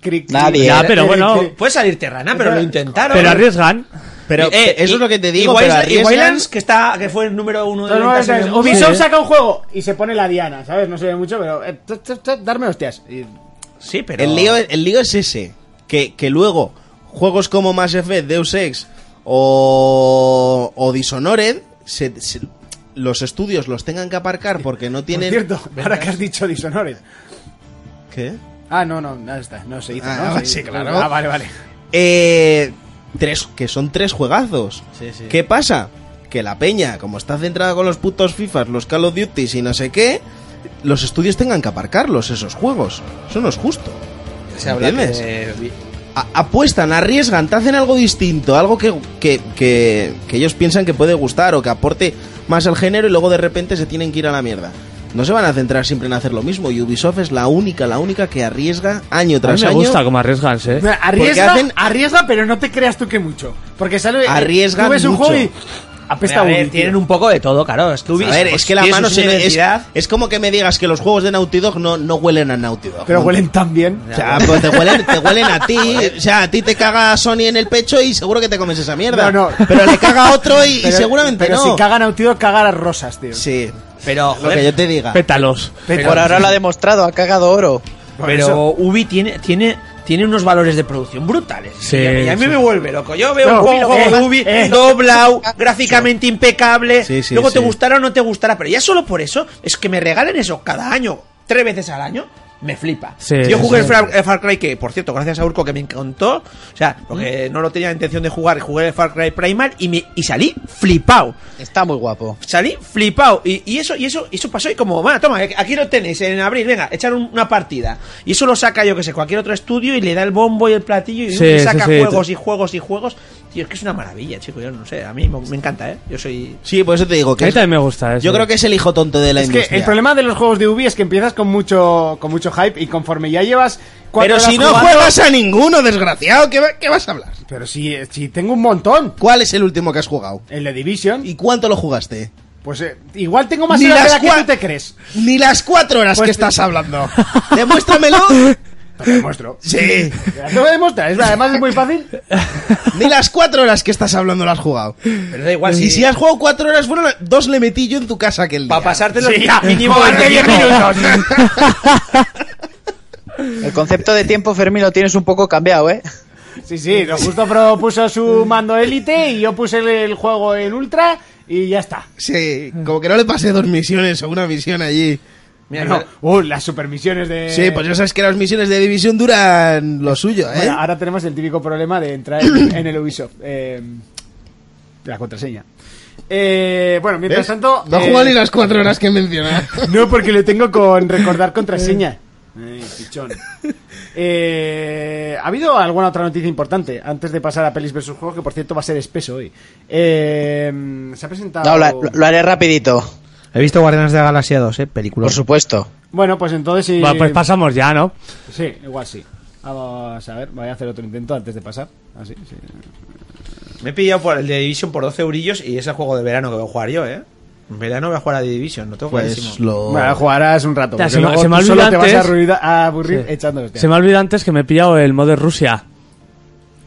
[SPEAKER 2] Cric, cric.
[SPEAKER 6] Nadie.
[SPEAKER 4] Ya,
[SPEAKER 2] Cric,
[SPEAKER 4] pero bueno,
[SPEAKER 2] cric.
[SPEAKER 3] Puede salir Terrana, pero lo intentaron.
[SPEAKER 4] Pero arriesgan.
[SPEAKER 5] Pero
[SPEAKER 3] Eh,
[SPEAKER 5] eso
[SPEAKER 3] y-
[SPEAKER 5] es lo que te digo,
[SPEAKER 3] Y,
[SPEAKER 5] pero
[SPEAKER 3] Wild- y
[SPEAKER 5] arriesgan-
[SPEAKER 3] Wildlands, que, está, que fue el número uno de
[SPEAKER 2] Entonces,
[SPEAKER 3] ventas
[SPEAKER 2] vamos a
[SPEAKER 3] en el
[SPEAKER 2] ver,
[SPEAKER 3] mundo.
[SPEAKER 2] Ubisoft
[SPEAKER 4] Sí.
[SPEAKER 2] saca un juego y se pone la diana, ¿sabes? No se ve mucho, pero... eh, t- t- t- darme hostias. Y-
[SPEAKER 3] Sí, pero...
[SPEAKER 5] el, lío, el lío es ese, que, que luego juegos como Mass Effect, Deus Ex o, o Dishonored se, se- los estudios los tengan que aparcar porque no
[SPEAKER 2] Por
[SPEAKER 5] tienen...
[SPEAKER 2] cierto, ahora que has dicho Dishonored.
[SPEAKER 5] ¿Qué?
[SPEAKER 2] Ah, no, no, nada está, no se hizo.
[SPEAKER 5] Ah,
[SPEAKER 2] ¿no? Se
[SPEAKER 5] sí,
[SPEAKER 2] hizo.
[SPEAKER 5] claro.
[SPEAKER 2] Ah, vale, vale.
[SPEAKER 5] Eh, tres, que son tres juegazos.
[SPEAKER 2] Sí, sí.
[SPEAKER 5] ¿Qué pasa? Que la peña, como está centrada con los putos FIFAs, los Call of Duty y no sé qué, los estudios tengan que aparcarlos, esos juegos. Eso no es justo.
[SPEAKER 3] Se habla
[SPEAKER 5] ¿Entiendes?
[SPEAKER 3] de-
[SPEAKER 5] A- apuestan, arriesgan, te hacen algo distinto, algo que, que, que- que ellos piensan que puede gustar o que aporte más al género y luego de repente se tienen que ir a la mierda. No se van a centrar siempre en hacer lo mismo. Ubisoft es la única, la única que arriesga año
[SPEAKER 4] A mí
[SPEAKER 5] tras
[SPEAKER 4] me
[SPEAKER 5] año.
[SPEAKER 4] gusta cómo arriesgas, ¿eh?
[SPEAKER 2] Arriesga,
[SPEAKER 5] hacen-
[SPEAKER 2] arriesga, pero no te creas tú que mucho. Porque sale. eh,
[SPEAKER 5] Arriesgan
[SPEAKER 2] tú ves un
[SPEAKER 5] mucho.
[SPEAKER 2] juego y. Apesta
[SPEAKER 3] a ver,
[SPEAKER 2] Ubi, tío.
[SPEAKER 3] tienen un poco de todo, claro. Es que Ubi-
[SPEAKER 5] A ver, es que la
[SPEAKER 3] tiene
[SPEAKER 5] mano
[SPEAKER 3] su
[SPEAKER 5] se me- pues, es,
[SPEAKER 3] identidad.
[SPEAKER 5] es como que me digas que los juegos de Naughty Dog no, no huelen a Naughty Dog.
[SPEAKER 2] Pero
[SPEAKER 5] ¿no?
[SPEAKER 2] huelen tan bien.
[SPEAKER 5] O sea, pues te huelen, te huelen a ti. O sea, a ti te caga Sony en el pecho y seguro que te comes esa mierda.
[SPEAKER 2] No, no.
[SPEAKER 5] Pero le caga a otro y, y
[SPEAKER 2] Pero-
[SPEAKER 5] seguramente
[SPEAKER 2] pero
[SPEAKER 5] no.
[SPEAKER 2] si cagan a un tío, cagan a las rosas, tío.
[SPEAKER 5] Sí,
[SPEAKER 3] Pero,
[SPEAKER 5] lo
[SPEAKER 3] joder,
[SPEAKER 5] que yo te diga.
[SPEAKER 4] Pétalos.
[SPEAKER 2] Pero-
[SPEAKER 6] Por ahora lo ha demostrado, ha cagado oro.
[SPEAKER 2] por
[SPEAKER 3] pero
[SPEAKER 2] eso.
[SPEAKER 3] Ubi tiene, tiene, tiene unos valores de producción brutales.
[SPEAKER 4] Sí,
[SPEAKER 3] y a mí, a mí
[SPEAKER 4] sí.
[SPEAKER 3] me vuelve loco. Yo veo
[SPEAKER 2] No,
[SPEAKER 3] un juego
[SPEAKER 2] eh,
[SPEAKER 3] de Ubi
[SPEAKER 2] eh.
[SPEAKER 3] doblado, gráficamente impecable.
[SPEAKER 5] Sí, sí,
[SPEAKER 3] luego te
[SPEAKER 5] sí.
[SPEAKER 3] gustará o no te gustará. Pero ya solo por eso es que me regalen eso cada año, tres veces al año. Me flipa.
[SPEAKER 4] Sí,
[SPEAKER 3] Yo jugué
[SPEAKER 4] sí.
[SPEAKER 3] el Far, el Far Cry, que por cierto, gracias a Urco que me encantó. O sea, porque no lo tenía intención de jugar, jugué el Far Cry Primal y, me, y salí flipado
[SPEAKER 6] Está muy guapo.
[SPEAKER 3] salí flipado. Y, y eso, y eso, y eso pasó. Y como, va, toma, aquí lo tenéis en abril, venga, echar un- una partida. Y eso lo saca, yo que sé, cualquier otro estudio y le da el bombo y el platillo y,
[SPEAKER 4] Sí,
[SPEAKER 3] y saca
[SPEAKER 4] sí, sí.
[SPEAKER 3] juegos y juegos y juegos. Tío, es que es una maravilla, chico. Yo no sé, a mí me, me encanta, ¿eh? Yo soy.
[SPEAKER 5] Sí, por eso te digo
[SPEAKER 4] A
[SPEAKER 5] que
[SPEAKER 4] mí
[SPEAKER 5] es-
[SPEAKER 4] también me gusta eh, eso.
[SPEAKER 5] yo creo que es el hijo tonto de la
[SPEAKER 2] Es que
[SPEAKER 5] industria.
[SPEAKER 2] el problema de los juegos de Ubi es que empiezas con mucho, con mucho hype y conforme ya llevas. cuatro
[SPEAKER 5] Pero si
[SPEAKER 2] horas
[SPEAKER 5] no
[SPEAKER 2] jugando-
[SPEAKER 5] juegas a ninguno, desgraciado, ¿qué, va- qué vas a hablar?
[SPEAKER 2] Pero si, eh, si tengo un montón.
[SPEAKER 5] ¿Cuál es el último que has jugado?
[SPEAKER 2] En la Division.
[SPEAKER 5] ¿Y cuánto lo jugaste?
[SPEAKER 2] Pues eh, igual tengo más
[SPEAKER 5] Ni
[SPEAKER 2] horas de
[SPEAKER 5] las
[SPEAKER 2] la que
[SPEAKER 5] cua-
[SPEAKER 2] tú te crees.
[SPEAKER 5] Ni las cuatro horas
[SPEAKER 2] Pues
[SPEAKER 5] que
[SPEAKER 2] te-
[SPEAKER 5] estás hablando. Demuéstramelo.
[SPEAKER 2] Te lo demuestro.
[SPEAKER 5] Sí.
[SPEAKER 2] Te lo demuestra, es- además es muy fácil.
[SPEAKER 5] Ni las cuatro horas que estás hablando lo has jugado.
[SPEAKER 3] Pero da igual
[SPEAKER 5] Y si has jugado cuatro horas, fueron las- dos le metí yo en tu casa aquel día.
[SPEAKER 3] Para pasártelo mínimo
[SPEAKER 2] Joder,
[SPEAKER 3] 10 minutos.
[SPEAKER 6] El concepto de tiempo, Fermín, lo tienes un poco cambiado, ¿eh?
[SPEAKER 2] Sí, sí, lo justo propuso su mando élite y yo puse el, el juego en ultra y ya está. Ah,
[SPEAKER 5] Sí, como que no le pasé dos misiones o una misión allí.
[SPEAKER 3] Mira,
[SPEAKER 2] No,
[SPEAKER 3] mira,
[SPEAKER 2] uh, las supermisiones de.
[SPEAKER 5] Sí, pues ya sabes que las misiones de división duran lo suyo, ¿eh?
[SPEAKER 2] Bueno, ahora tenemos el típico problema de entrar en, en el Ubisoft. eh, la contraseña. Eh, bueno, mientras
[SPEAKER 5] ¿Ves?
[SPEAKER 2] tanto.
[SPEAKER 5] No ha
[SPEAKER 2] eh,
[SPEAKER 5] jugado ni las cuatro horas que mencionas.
[SPEAKER 2] No, porque le tengo con recordar contraseña. Ay, pichón. Eh, ¿Ha habido alguna otra noticia importante antes de pasar a Pelis vs. Juegos? Que por cierto va a ser espeso hoy. Eh, se ha presentado.
[SPEAKER 6] No, lo, lo haré rapidito,
[SPEAKER 3] He visto Guardianes de la Galaxia 2, ¿eh? Película.
[SPEAKER 6] por supuesto.
[SPEAKER 2] Bueno, pues entonces. sí-
[SPEAKER 4] Va, pues pasamos ya, ¿no?
[SPEAKER 2] Sí, igual sí. Vamos a ver, voy a hacer otro intento antes de pasar. Así, sí.
[SPEAKER 3] Me he pillado por el de Division por 12 eurillos y es el juego de verano que voy a jugar yo, ¿eh? En verano voy a jugar a The Division, no tengo
[SPEAKER 5] Pues
[SPEAKER 3] clarísimo.
[SPEAKER 5] lo...
[SPEAKER 2] Bueno, jugarás un rato.
[SPEAKER 4] Ya,
[SPEAKER 2] porque
[SPEAKER 4] se me-
[SPEAKER 2] luego
[SPEAKER 4] se me
[SPEAKER 2] tú
[SPEAKER 4] ha
[SPEAKER 2] solo te
[SPEAKER 4] olvidado
[SPEAKER 2] vas a
[SPEAKER 4] antes.
[SPEAKER 2] arruida- a aburrir
[SPEAKER 4] Sí.
[SPEAKER 2] echando los
[SPEAKER 4] Se me ha olvidado antes que me he pillado el modo de Rusia.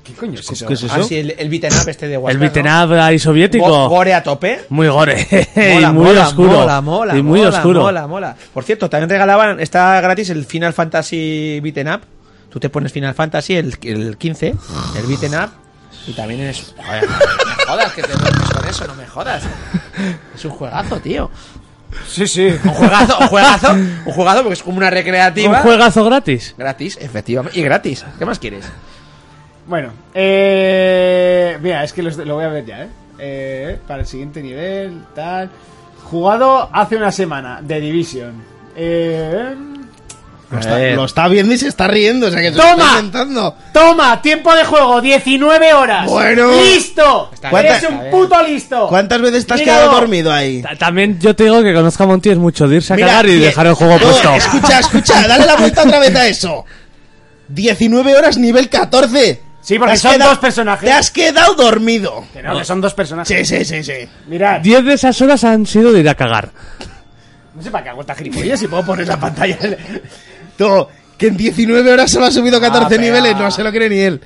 [SPEAKER 2] ¿Qué coño es eso?
[SPEAKER 5] ¿Qué es eso?
[SPEAKER 3] Ah, sí, el, el beaten up este de
[SPEAKER 4] El
[SPEAKER 3] Huáscar,
[SPEAKER 4] beaten
[SPEAKER 3] ¿no?
[SPEAKER 4] up ahí
[SPEAKER 3] Go-
[SPEAKER 4] soviético.
[SPEAKER 3] Gore a tope.
[SPEAKER 4] Muy gore.
[SPEAKER 3] Mola,
[SPEAKER 4] y muy
[SPEAKER 3] mola,
[SPEAKER 4] oscuro.
[SPEAKER 3] Mola, mola,
[SPEAKER 4] y muy
[SPEAKER 3] mola,
[SPEAKER 4] oscuro.
[SPEAKER 3] Mola, mola. Por cierto, también regalaban, está gratis el Final Fantasy Beaten Up. Tú te pones Final Fantasy, el, el 15, el Beaten Up. Y también es. Joder, no me jodas, que te duermes con eso, no me jodas. Es un juegazo, tío.
[SPEAKER 2] Sí, sí.
[SPEAKER 3] Un juegazo, un juegazo, un juegazo porque es como una
[SPEAKER 4] Un
[SPEAKER 3] recreativa.
[SPEAKER 4] juegazo gratis.
[SPEAKER 3] Gratis, efectivamente. Y gratis. ¿Qué más quieres?
[SPEAKER 2] Bueno, eh. Mira, es que los- lo voy a ver ya, ¿eh? Eh, Para el siguiente nivel, tal. Jugado hace una semana, de Division. Eh.
[SPEAKER 5] Lo está, lo está viendo y se está riendo, o sea que se
[SPEAKER 2] ¡Toma!
[SPEAKER 5] lo está inventando.
[SPEAKER 2] Toma, tiempo de juego, 19 horas.
[SPEAKER 5] Bueno.
[SPEAKER 2] ¡Listo!
[SPEAKER 3] Está
[SPEAKER 5] bien,
[SPEAKER 2] ¡Eres
[SPEAKER 5] está
[SPEAKER 2] un
[SPEAKER 3] bien.
[SPEAKER 2] puto listo!
[SPEAKER 5] ¿Cuántas veces te has
[SPEAKER 2] Mira,
[SPEAKER 5] quedado
[SPEAKER 2] no.
[SPEAKER 5] dormido ahí?
[SPEAKER 4] Ta- También yo te digo que conozco a Monty es mucho de irse a cagar y
[SPEAKER 5] die-
[SPEAKER 4] dejar el juego
[SPEAKER 5] No,
[SPEAKER 4] puesto.
[SPEAKER 5] Escucha, escucha, dale la vuelta otra vez a eso. 19 horas nivel 14.
[SPEAKER 2] Sí, porque
[SPEAKER 5] Te has
[SPEAKER 2] son
[SPEAKER 5] quedado-
[SPEAKER 2] dos personajes.
[SPEAKER 5] Te has quedado dormido.
[SPEAKER 2] Que no, que son dos personajes.
[SPEAKER 5] Sí, sí, sí, sí.
[SPEAKER 2] Mirad,
[SPEAKER 4] Diez de esas horas han sido de ir a cagar.
[SPEAKER 2] no sé para qué hago esta gilipollas si puedo poner la pantalla.
[SPEAKER 5] Tú, que en 19 horas solo ha
[SPEAKER 2] Ah,
[SPEAKER 5] subido 14 niveles, no se lo cree ni él.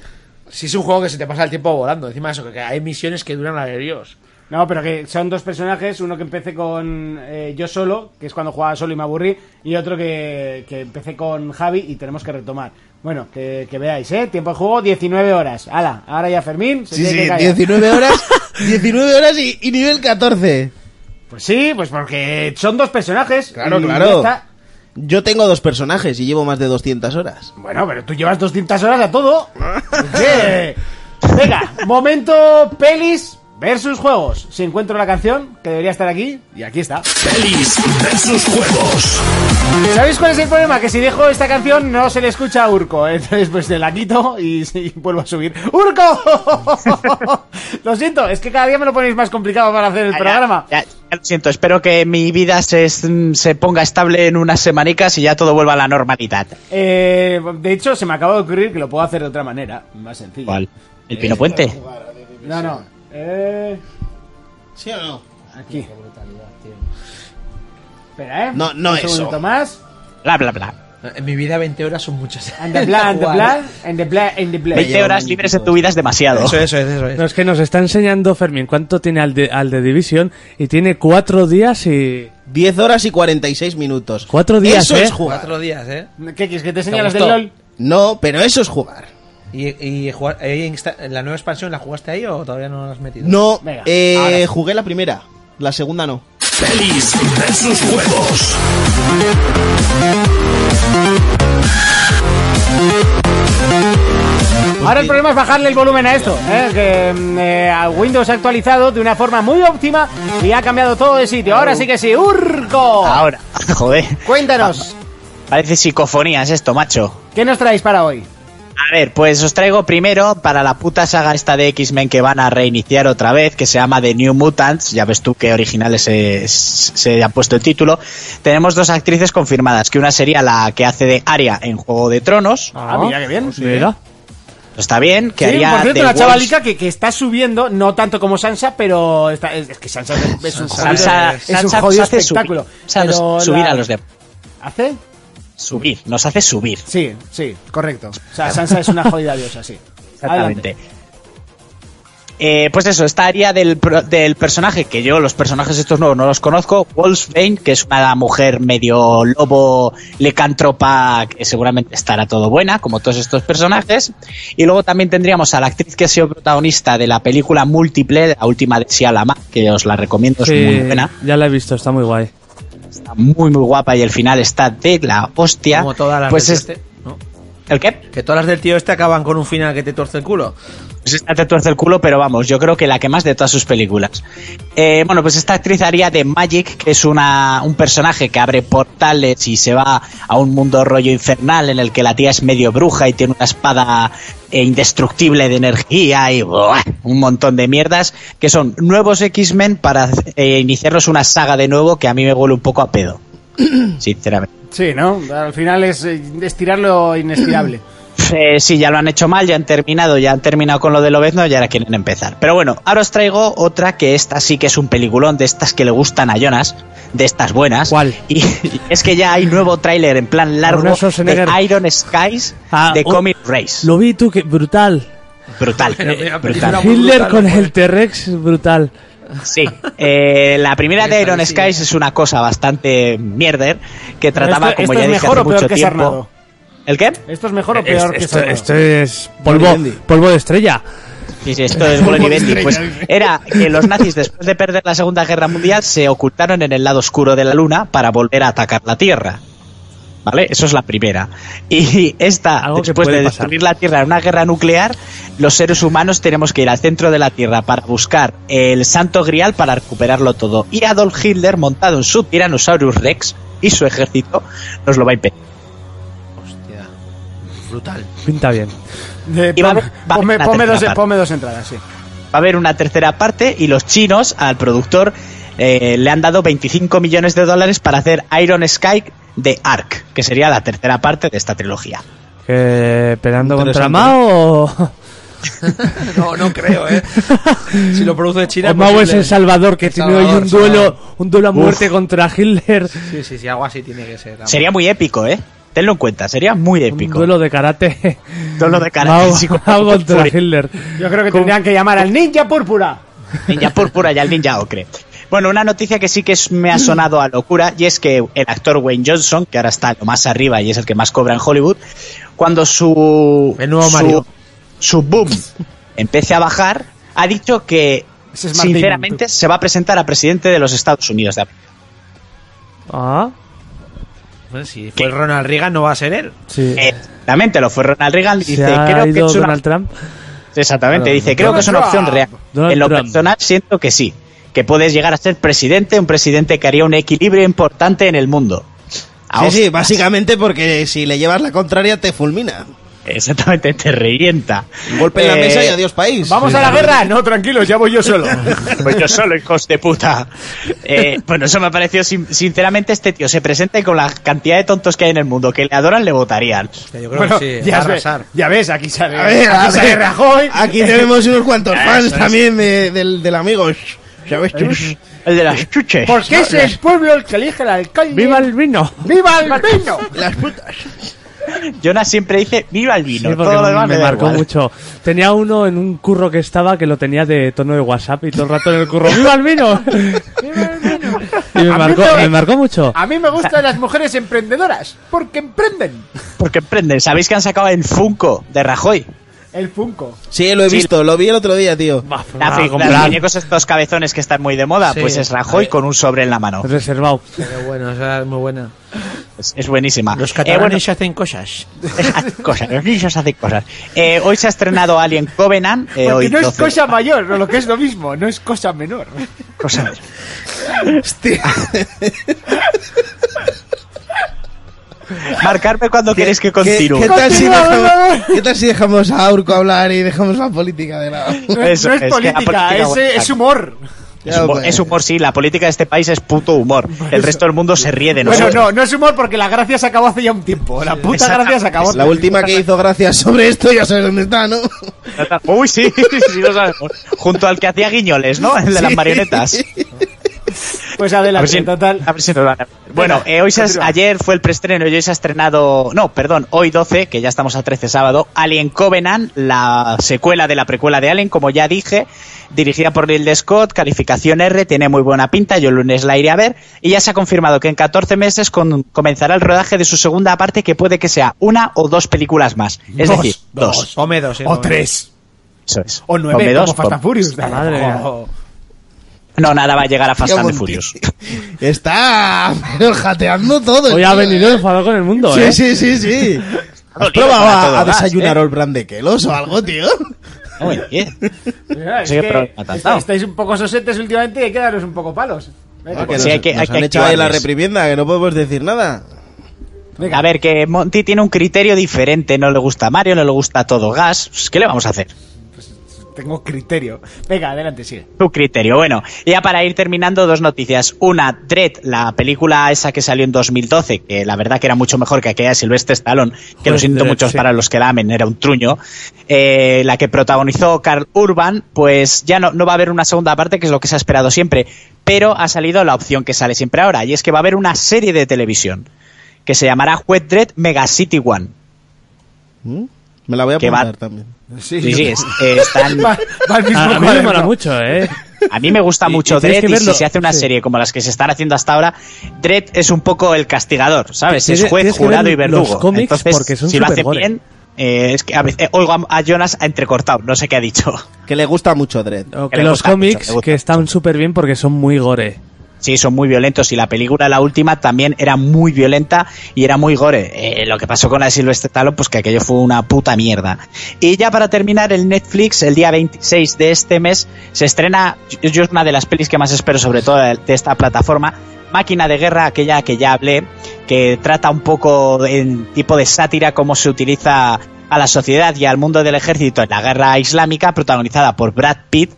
[SPEAKER 3] Si es un juego que se te pasa el tiempo volando. Encima de eso, que hay misiones que duran la de Dios.
[SPEAKER 2] No, pero que son dos personajes, uno que empecé con eh, yo solo, que es cuando jugaba solo y me aburrí, y otro que, que empecé con Javi y tenemos que retomar. Bueno, que, que veáis, ¿eh? Tiempo de juego, 19 horas. Ala, ahora ya Fermín se
[SPEAKER 5] Sí,
[SPEAKER 2] tiene
[SPEAKER 5] sí,
[SPEAKER 2] que callar.
[SPEAKER 5] 19 horas, 19 horas y, y nivel 14.
[SPEAKER 2] Pues sí, pues porque son dos personajes.
[SPEAKER 5] Claro,
[SPEAKER 2] y
[SPEAKER 5] claro.
[SPEAKER 2] ya está.
[SPEAKER 5] Mm, Yo tengo dos personajes y llevo más de 200 horas.
[SPEAKER 2] Bueno, pero tú llevas 200 horas a todo. Sí. Venga, momento pelis versus juegos. Si encuentro la canción, que debería estar aquí, y aquí está.
[SPEAKER 7] Pelis versus juegos.
[SPEAKER 2] ¿Sabéis cuál es el problema? Que si dejo esta canción no se le escucha a Urco. Entonces pues te la quito y, y vuelvo a subir. ¡Urco! lo siento, es que cada día me lo ponéis más complicado para hacer el
[SPEAKER 6] Ya,
[SPEAKER 2] programa.
[SPEAKER 6] ya, ya lo siento, espero que mi vida se, se ponga estable en unas semanicas y ya todo vuelva a la normalidad.
[SPEAKER 2] Eh, de hecho, se me acaba de ocurrir que lo puedo hacer de otra manera, más sencillo.
[SPEAKER 6] ¿Cuál? ¿El Pino Puente?
[SPEAKER 2] No, no. Eh,
[SPEAKER 5] ¿Sí o no?
[SPEAKER 2] aquí. Espera, ¿eh?
[SPEAKER 5] No, no
[SPEAKER 2] Un
[SPEAKER 5] eso.
[SPEAKER 2] segundito más.
[SPEAKER 6] Bla, bla, bla.
[SPEAKER 3] En mi vida 20 horas son muchas.
[SPEAKER 2] And the plan, and the plan, and the plan, and the plan.
[SPEAKER 6] 20 horas libres en tu vida es demasiado.
[SPEAKER 3] Eso, eso, eso, eso.
[SPEAKER 4] No, es que nos está enseñando Fermín cuánto tiene al de, al de Division y tiene cuatro días y...
[SPEAKER 5] 10 horas y 46 minutos.
[SPEAKER 4] Cuatro días,
[SPEAKER 5] Eso
[SPEAKER 4] ¿eh?
[SPEAKER 5] es jugar.
[SPEAKER 3] Cuatro días, ¿eh?
[SPEAKER 2] ¿Qué quieres que te señalas
[SPEAKER 3] ¿Te
[SPEAKER 2] del
[SPEAKER 3] gustó?
[SPEAKER 2] LOL?
[SPEAKER 5] No, pero eso es jugar.
[SPEAKER 3] ¿Y, y jugar- ahí en esta- la nueva expansión la jugaste ahí o todavía no la has metido?
[SPEAKER 5] No,
[SPEAKER 2] Venga,
[SPEAKER 5] eh,
[SPEAKER 2] ahora sí.
[SPEAKER 5] jugué la primera. La segunda no.
[SPEAKER 7] Pelis versus juegos.
[SPEAKER 2] Ahora el problema es bajarle el volumen a esto. ¿eh? Que, mm, eh, a Windows ha actualizado de una forma muy óptima y ha cambiado todo de sitio. Ahora sí que sí, Urco.
[SPEAKER 6] Ahora, joder.
[SPEAKER 2] Cuéntanos,
[SPEAKER 6] Parece psicofonías esto, macho.
[SPEAKER 2] ¿qué nos traéis para hoy?
[SPEAKER 6] A ver, pues os traigo primero para la puta saga esta de X-Men que van a reiniciar otra vez, que se llama The New Mutants, ya ves tú qué originales se, se han puesto el título. Tenemos dos actrices confirmadas, que una sería la que hace de Aria en Juego de Tronos,
[SPEAKER 2] Ah, mira, qué bien.
[SPEAKER 4] Mira.
[SPEAKER 6] está bien, que
[SPEAKER 2] Sí,
[SPEAKER 6] haría
[SPEAKER 2] por cierto,
[SPEAKER 6] pues, de
[SPEAKER 2] la
[SPEAKER 6] Walsh-
[SPEAKER 2] chavalica que, que está subiendo, no tanto como Sansa, pero está- es, es que Sansa es, es un jodido,
[SPEAKER 6] Sansa-
[SPEAKER 2] es un
[SPEAKER 6] Sansa nos
[SPEAKER 2] jodido
[SPEAKER 6] hace
[SPEAKER 2] espectáculo.
[SPEAKER 6] subir- Sansa nos-
[SPEAKER 2] Pero
[SPEAKER 6] subir
[SPEAKER 2] la-
[SPEAKER 6] a los de...
[SPEAKER 2] ¿Hace?
[SPEAKER 6] Subir, nos hace subir.
[SPEAKER 2] Sí, sí, correcto. O sea, Sansa es una jodida diosa, sí.
[SPEAKER 6] Exactamente. Eh, pues eso, esta área del, pro- del personaje, que yo los personajes estos nuevos no los conozco, Wolfsbane, que es una mujer medio lobo, lecántropa, que seguramente estará todo buena, como todos estos personajes. Y luego también tendríamos a la actriz que ha sido protagonista de la película múltiple, la última de Sialama, que os la recomiendo, es
[SPEAKER 4] Sí,
[SPEAKER 6] pues muy buena,
[SPEAKER 4] ya la he visto, está muy guay.
[SPEAKER 6] está muy muy guapa y el final está de la hostia.
[SPEAKER 3] Como todas las
[SPEAKER 6] pues
[SPEAKER 3] del
[SPEAKER 6] es-
[SPEAKER 3] tío este, ¿no?
[SPEAKER 6] ¿El qué?
[SPEAKER 3] Que todas las del tío este acaban con un final que te torce el culo.
[SPEAKER 6] Pues esta te tuerce el culo, pero vamos, yo creo que la que más de todas sus películas. Eh, bueno, pues esta actriz haría de Magic, que es una, un personaje que abre portales y se va a un mundo rollo infernal en el que la tía es medio bruja y tiene una espada eh, indestructible de energía y ¡buah! un montón de mierdas, que son nuevos X-Men para eh, iniciarnos una saga de nuevo que a mí me huele un poco a pedo, sinceramente.
[SPEAKER 2] Sí, ¿no? Al final es eh, estirar lo inestirable.
[SPEAKER 6] Eh, sí, ya lo han hecho mal, ya han terminado, ya han terminado con lo de Lobezno y ahora quieren empezar. Pero bueno, ahora os traigo otra que esta sí que es un peliculón de estas que le gustan a Jonas, de estas buenas.
[SPEAKER 4] ¿Cuál?
[SPEAKER 6] Y, y es que ya hay nuevo tráiler en plan largo
[SPEAKER 4] Arnold
[SPEAKER 6] de
[SPEAKER 4] Schwarzenegger.
[SPEAKER 6] Iron Skies
[SPEAKER 4] Ah,
[SPEAKER 6] de
[SPEAKER 4] oh.
[SPEAKER 6] Comic Race.
[SPEAKER 4] Lo vi tú, que brutal.
[SPEAKER 6] Brutal, eh, brutal.
[SPEAKER 4] Hitler con el T-Rex, brutal.
[SPEAKER 6] Sí, eh, la primera de Iron Skies es una cosa bastante mierder que trataba,
[SPEAKER 2] esto-
[SPEAKER 6] como
[SPEAKER 2] esto
[SPEAKER 6] ya
[SPEAKER 2] es
[SPEAKER 6] dije
[SPEAKER 2] mejor
[SPEAKER 6] hace
[SPEAKER 2] o peor
[SPEAKER 6] mucho
[SPEAKER 2] que Sarnado.
[SPEAKER 6] tiempo. ¿El qué?
[SPEAKER 2] ¿Esto es mejor o peor que
[SPEAKER 4] esto,
[SPEAKER 2] Sarnado?
[SPEAKER 4] esto es
[SPEAKER 5] Volvivendi.
[SPEAKER 4] polvo, polvo de estrella.
[SPEAKER 6] Sí, sí, esto es Golden Event. Pues era que los nazis, después de perder la Segunda Guerra Mundial, se ocultaron en el lado oscuro de la Luna para volver a atacar la Tierra. ¿Vale? Eso es la primera. Y esta,
[SPEAKER 4] Algo que
[SPEAKER 6] después
[SPEAKER 4] puede
[SPEAKER 6] de
[SPEAKER 4] pasar.
[SPEAKER 6] destruir la Tierra en una guerra nuclear, los seres humanos tenemos que ir al centro de la Tierra para buscar el santo grial para recuperarlo todo. Y Adolf Hitler, montado en su Tyrannosaurus Rex y su ejército, nos lo va a impedir.
[SPEAKER 4] Pinta bien.
[SPEAKER 2] Eh,
[SPEAKER 6] Y va-
[SPEAKER 2] pon-
[SPEAKER 6] va-
[SPEAKER 2] ponme,
[SPEAKER 6] la
[SPEAKER 2] ponme
[SPEAKER 6] tercera
[SPEAKER 2] dos, e-
[SPEAKER 6] parte.
[SPEAKER 2] ponme dos entradas, sí.
[SPEAKER 6] va a haber una tercera parte y los chinos al productor eh, le han dado 25 millones de dólares para hacer Iron Sky de Ark, que sería la tercera parte de esta trilogía.
[SPEAKER 4] ¿Que ¿Peleando contra
[SPEAKER 5] Interesante.
[SPEAKER 4] Mao o,
[SPEAKER 3] No, no creo, ¿eh? si lo produce China. pues
[SPEAKER 4] o
[SPEAKER 3] es
[SPEAKER 4] Mao es
[SPEAKER 3] posible.
[SPEAKER 4] El Salvador que
[SPEAKER 3] El
[SPEAKER 4] tiene hoy
[SPEAKER 3] Salvador,
[SPEAKER 4] un duelo,
[SPEAKER 3] Salvador.
[SPEAKER 4] un duelo a muerte contra Hitler?
[SPEAKER 3] Sí, sí, sí, algo así tiene que ser.
[SPEAKER 6] Sería muy épico, ¿eh? Tenlo en cuenta, sería muy
[SPEAKER 4] Un
[SPEAKER 6] épico.
[SPEAKER 4] duelo de karate.
[SPEAKER 6] Duelo de karate,
[SPEAKER 4] Mao,
[SPEAKER 6] sí, con-
[SPEAKER 4] Mao contra Hitler.
[SPEAKER 2] Yo creo que tendrían que llamar al ninja púrpura.
[SPEAKER 6] Ninja Púrpura y al Ninja Ocre. Bueno, una noticia que sí que es- me ha sonado a locura y es que el actor Wayne Johnson, que ahora está lo más arriba y es el que más cobra en Hollywood, cuando su
[SPEAKER 3] El nuevo
[SPEAKER 6] su,
[SPEAKER 3] Mario.
[SPEAKER 6] su boom empiece a bajar, ha dicho que
[SPEAKER 2] Es Smart Demon.
[SPEAKER 6] sinceramente, se va a presentar a presidente de los Estados Unidos de América.
[SPEAKER 4] Ah,
[SPEAKER 1] Bueno, si fue Ronald Reagan, no va a ser él.
[SPEAKER 4] sí.
[SPEAKER 6] Exactamente, Eh, lo fue Ronald Reagan. y Dice,
[SPEAKER 4] Se ha
[SPEAKER 6] creo que
[SPEAKER 4] ido
[SPEAKER 6] es una,
[SPEAKER 4] Donald Trump.
[SPEAKER 6] exactamente, dice, creo que es una opción real.
[SPEAKER 4] Donald
[SPEAKER 6] en lo
[SPEAKER 4] Trump.
[SPEAKER 6] personal, siento que sí. Que puedes llegar a ser presidente, un presidente que haría un equilibrio importante en el mundo. A
[SPEAKER 5] Sí, sí,
[SPEAKER 6] hostias.
[SPEAKER 5] básicamente porque si le llevas la contraria te fulmina.
[SPEAKER 6] Exactamente, te revienta.
[SPEAKER 5] Un golpe en la
[SPEAKER 6] Eh,
[SPEAKER 5] mesa y adiós país.
[SPEAKER 2] ¿Vamos a la guerra? No, tranquilo, ya voy yo solo.
[SPEAKER 6] Pues yo solo, hijos de puta. Eh, bueno, eso me ha parecido, sin- sinceramente, este tío se presenta y con la cantidad de tontos que hay en el mundo que le adoran, le votarían.
[SPEAKER 3] Yo creo
[SPEAKER 2] Bueno,
[SPEAKER 3] que sí,
[SPEAKER 2] ya,
[SPEAKER 3] va a
[SPEAKER 2] ve-
[SPEAKER 3] arrasar.
[SPEAKER 2] ya ves, aquí sale,
[SPEAKER 5] A ver, a
[SPEAKER 2] aquí sale
[SPEAKER 5] ver, Ah,
[SPEAKER 2] Rajoy.
[SPEAKER 5] Aquí tenemos unos cuantos fans también de- del, del amigo. ¿Sabes tú?
[SPEAKER 6] El de las chuches.
[SPEAKER 2] Porque es el pueblo el que elige al alcalde.
[SPEAKER 4] ¡Viva el vino!
[SPEAKER 2] ¡Viva el vino!
[SPEAKER 5] Las putas.
[SPEAKER 6] Jonas siempre dice, viva el vino.
[SPEAKER 4] Sí, porque
[SPEAKER 6] Todo lo demás
[SPEAKER 4] me
[SPEAKER 6] da
[SPEAKER 4] marcó
[SPEAKER 6] igual.
[SPEAKER 4] mucho. Tenía uno en un curro que estaba que lo tenía de tono de WhatsApp y todo el rato en el curro. ¡Viva el vino! y me
[SPEAKER 2] A mí
[SPEAKER 4] marcó,
[SPEAKER 2] me-
[SPEAKER 4] me marcó
[SPEAKER 6] Ah,
[SPEAKER 4] mucho.
[SPEAKER 2] A mí me gustan las mujeres emprendedoras, porque emprenden.
[SPEAKER 6] Porque emprenden. ¿Sabéis que han sacado el Funko de Rajoy?
[SPEAKER 2] El Funko.
[SPEAKER 5] Sí, lo he visto, lo vi el otro día, tío.
[SPEAKER 6] La fi- los muñecos estos cabezones que están muy de moda,
[SPEAKER 3] Pues Sí.
[SPEAKER 6] pues es Rajoy con un sobre en la mano.
[SPEAKER 4] Reservado.
[SPEAKER 3] Pero bueno, esa es muy buena.
[SPEAKER 6] Es, es buenísima.
[SPEAKER 3] Los
[SPEAKER 6] Eh, bueno,
[SPEAKER 3] catalanes hacen cosas.
[SPEAKER 6] hacen cosas, los niños hacen cosas. Eh, hoy se ha estrenado Alien Covenant. eh,
[SPEAKER 2] Porque
[SPEAKER 6] hoy
[SPEAKER 2] no es
[SPEAKER 6] 12.
[SPEAKER 2] cosa mayor, o lo que es lo mismo, no es cosa menor.
[SPEAKER 6] Cosa- Marcarme cuando queréis que
[SPEAKER 5] ¿Qué,
[SPEAKER 6] continúe.
[SPEAKER 5] qué tal si
[SPEAKER 2] Continúa, por
[SPEAKER 5] dejamos,
[SPEAKER 2] favor.
[SPEAKER 5] ¿Qué tal si dejamos a Urco hablar y dejamos la política de lado?
[SPEAKER 2] No es,
[SPEAKER 6] Eso,
[SPEAKER 2] no es
[SPEAKER 6] es que la
[SPEAKER 2] política,
[SPEAKER 6] política
[SPEAKER 2] es,
[SPEAKER 6] guarda.
[SPEAKER 2] eh, es humor.
[SPEAKER 6] Es humor, es humor, sí. La política de este país es puto humor. El resto del mundo se ríe de
[SPEAKER 2] Bueno,
[SPEAKER 6] nosotros.
[SPEAKER 2] no, no es humor porque la gracia se acabó hace ya un tiempo. La puta
[SPEAKER 6] Exacta-
[SPEAKER 2] gracia se acabó.
[SPEAKER 5] La última que hizo gracias sobre esto, ya sabes dónde está, ¿no?
[SPEAKER 6] Uy, sí, sí lo sabemos. Junto al que hacía guiñoles, ¿no? El de las marionetas.
[SPEAKER 2] Pues
[SPEAKER 6] A ver
[SPEAKER 2] adelante,
[SPEAKER 6] si-
[SPEAKER 2] total.
[SPEAKER 6] a ver si nos van a- Bueno, eh, hoy se ha-
[SPEAKER 2] continúa.
[SPEAKER 6] ayer fue el preestreno y hoy se ha estrenado. No, perdón, hoy 12, que ya estamos a 13 sábado. Alien Covenant, la secuela de la precuela de Alien, como ya dije, dirigida por Neil Scott, calificación R, tiene muy buena pinta. Yo el lunes la iré a ver. Y ya se ha confirmado que en 14 meses con- comenzará el rodaje de su segunda parte, que puede que sea una o dos películas más. Es
[SPEAKER 2] Dos,
[SPEAKER 6] decir, dos.
[SPEAKER 3] Come dos, eh,
[SPEAKER 2] O
[SPEAKER 3] come
[SPEAKER 2] tres.
[SPEAKER 6] Eso es.
[SPEAKER 2] O nueve,
[SPEAKER 6] Ponme dos,
[SPEAKER 2] como Fast
[SPEAKER 6] pon-
[SPEAKER 2] and Furious.
[SPEAKER 4] madre mía.
[SPEAKER 2] Oh.
[SPEAKER 6] No, nada va a llegar a Fast
[SPEAKER 5] Tío,
[SPEAKER 6] and the
[SPEAKER 5] Monti-
[SPEAKER 6] Furious.
[SPEAKER 5] Está pero jateando todo.
[SPEAKER 4] Hoy ha
[SPEAKER 5] tío,
[SPEAKER 4] venido
[SPEAKER 5] ¿eh?
[SPEAKER 4] enfadado con el mundo,
[SPEAKER 5] Sí,
[SPEAKER 4] ¿eh?
[SPEAKER 5] sí, sí, sí. ¿Has
[SPEAKER 6] dolido
[SPEAKER 5] probado
[SPEAKER 6] para
[SPEAKER 5] a,
[SPEAKER 6] todo
[SPEAKER 5] a
[SPEAKER 6] gas,
[SPEAKER 5] desayunar
[SPEAKER 6] eh?
[SPEAKER 5] el brand de Kelos o algo, tío?
[SPEAKER 6] Muy bien.
[SPEAKER 2] Mira, es
[SPEAKER 6] Sí,
[SPEAKER 2] que
[SPEAKER 6] pero ha tardado.
[SPEAKER 2] estáis un poco sosetes últimamente y hay que daros un poco palos. Venga,
[SPEAKER 6] que Sí, hay que-
[SPEAKER 5] Ah, nos
[SPEAKER 6] hay que
[SPEAKER 5] han echado ahí la
[SPEAKER 6] activarles.
[SPEAKER 5] reprimienda, que no podemos decir nada.
[SPEAKER 2] venga.
[SPEAKER 6] A ver, que Monty tiene un criterio diferente, no le gusta Mario, no le gusta todo gas. Pues, ¿Qué le vamos a hacer?
[SPEAKER 2] Tengo criterio. Venga, adelante, sigue.
[SPEAKER 6] Tu criterio. Bueno, ya para ir terminando, dos noticias. Una, Dread, la película esa que salió en 2012, que la verdad que era mucho mejor que aquella de Silvestre Stallone, que lo
[SPEAKER 4] Joder,
[SPEAKER 6] siento
[SPEAKER 4] Dredd,
[SPEAKER 6] mucho
[SPEAKER 4] sí.
[SPEAKER 6] para los que la amen, era un truño. eh, la que protagonizó Carl Urban, pues ya no, no va a haber una segunda parte, que es lo que se ha esperado siempre. Pero ha salido la opción que sale siempre ahora, y es que va a haber una serie de televisión que se llamará Juez Dread Mega City One.
[SPEAKER 5] ¿Mm? Me la voy a
[SPEAKER 6] Que va-
[SPEAKER 5] apuntar también.
[SPEAKER 6] Sí, sí, es- eh, están-
[SPEAKER 2] Va- va al mismo
[SPEAKER 4] A, a mí me
[SPEAKER 2] cuaderno.
[SPEAKER 4] mola mucho, ¿eh?
[SPEAKER 6] a mí me gusta
[SPEAKER 4] Y-
[SPEAKER 6] mucho
[SPEAKER 4] y tienes
[SPEAKER 6] Dredd
[SPEAKER 4] que
[SPEAKER 6] y si
[SPEAKER 4] verlo,
[SPEAKER 6] se hace una
[SPEAKER 4] sí.
[SPEAKER 6] serie como las que se están haciendo hasta ahora, Dredd es un poco el castigador, ¿sabes?
[SPEAKER 4] Tienes-
[SPEAKER 6] es juez,
[SPEAKER 4] tienes que ver
[SPEAKER 6] jurado y
[SPEAKER 4] los
[SPEAKER 6] verdugo.
[SPEAKER 4] cómics
[SPEAKER 6] Entonces,
[SPEAKER 4] porque son
[SPEAKER 6] si lo hace
[SPEAKER 4] supergores.
[SPEAKER 6] bien, eh, es que a veces- eh, oigo a, a Jonas entrecortado, no sé qué ha dicho.
[SPEAKER 5] Que le gusta mucho Dredd.
[SPEAKER 4] O
[SPEAKER 6] Que
[SPEAKER 4] que
[SPEAKER 6] le
[SPEAKER 4] los
[SPEAKER 6] gusta
[SPEAKER 4] cómics
[SPEAKER 6] mucho, le gusta
[SPEAKER 4] que están súper bien porque son muy gore.
[SPEAKER 6] Sí, son muy violentos y la película, la última, también era muy violenta y era muy gore. Eh, lo que pasó con la de Silvestre Stallone, pues que aquello fue una puta mierda. Y ya para terminar, el Netflix, el día 26 de este mes, se estrena, yo- yo es una de las pelis que más espero, sobre todo de de esta plataforma, Máquina de Guerra, aquella que ya hablé, que trata un poco en tipo de sátira cómo se utiliza a la sociedad y al mundo del ejército en la guerra islámica, protagonizada por Brad Pitt,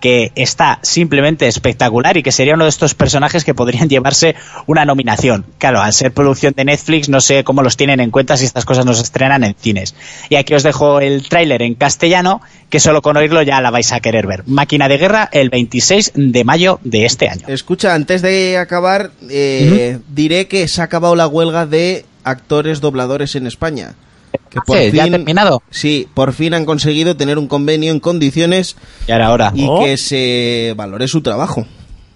[SPEAKER 6] que está simplemente espectacular y que sería uno de estos personajes que podrían llevarse una nominación. Claro, al ser producción de Netflix, no sé cómo los tienen en cuenta si estas cosas nos estrenan en cines. Y aquí os dejo el tráiler en castellano, que solo con oírlo ya la vais a querer ver. Máquina de Guerra, el 26 de mayo de este año.
[SPEAKER 5] Escucha, antes de acabar, eh, diré que se ha acabado la huelga de actores dobladores en España. Que
[SPEAKER 6] Entonces, ¿ya ha terminado?
[SPEAKER 5] Sí, por fin han conseguido tener un convenio en condiciones
[SPEAKER 6] Y ahora, ahora.
[SPEAKER 5] y
[SPEAKER 4] Oh.
[SPEAKER 5] que se valore su trabajo.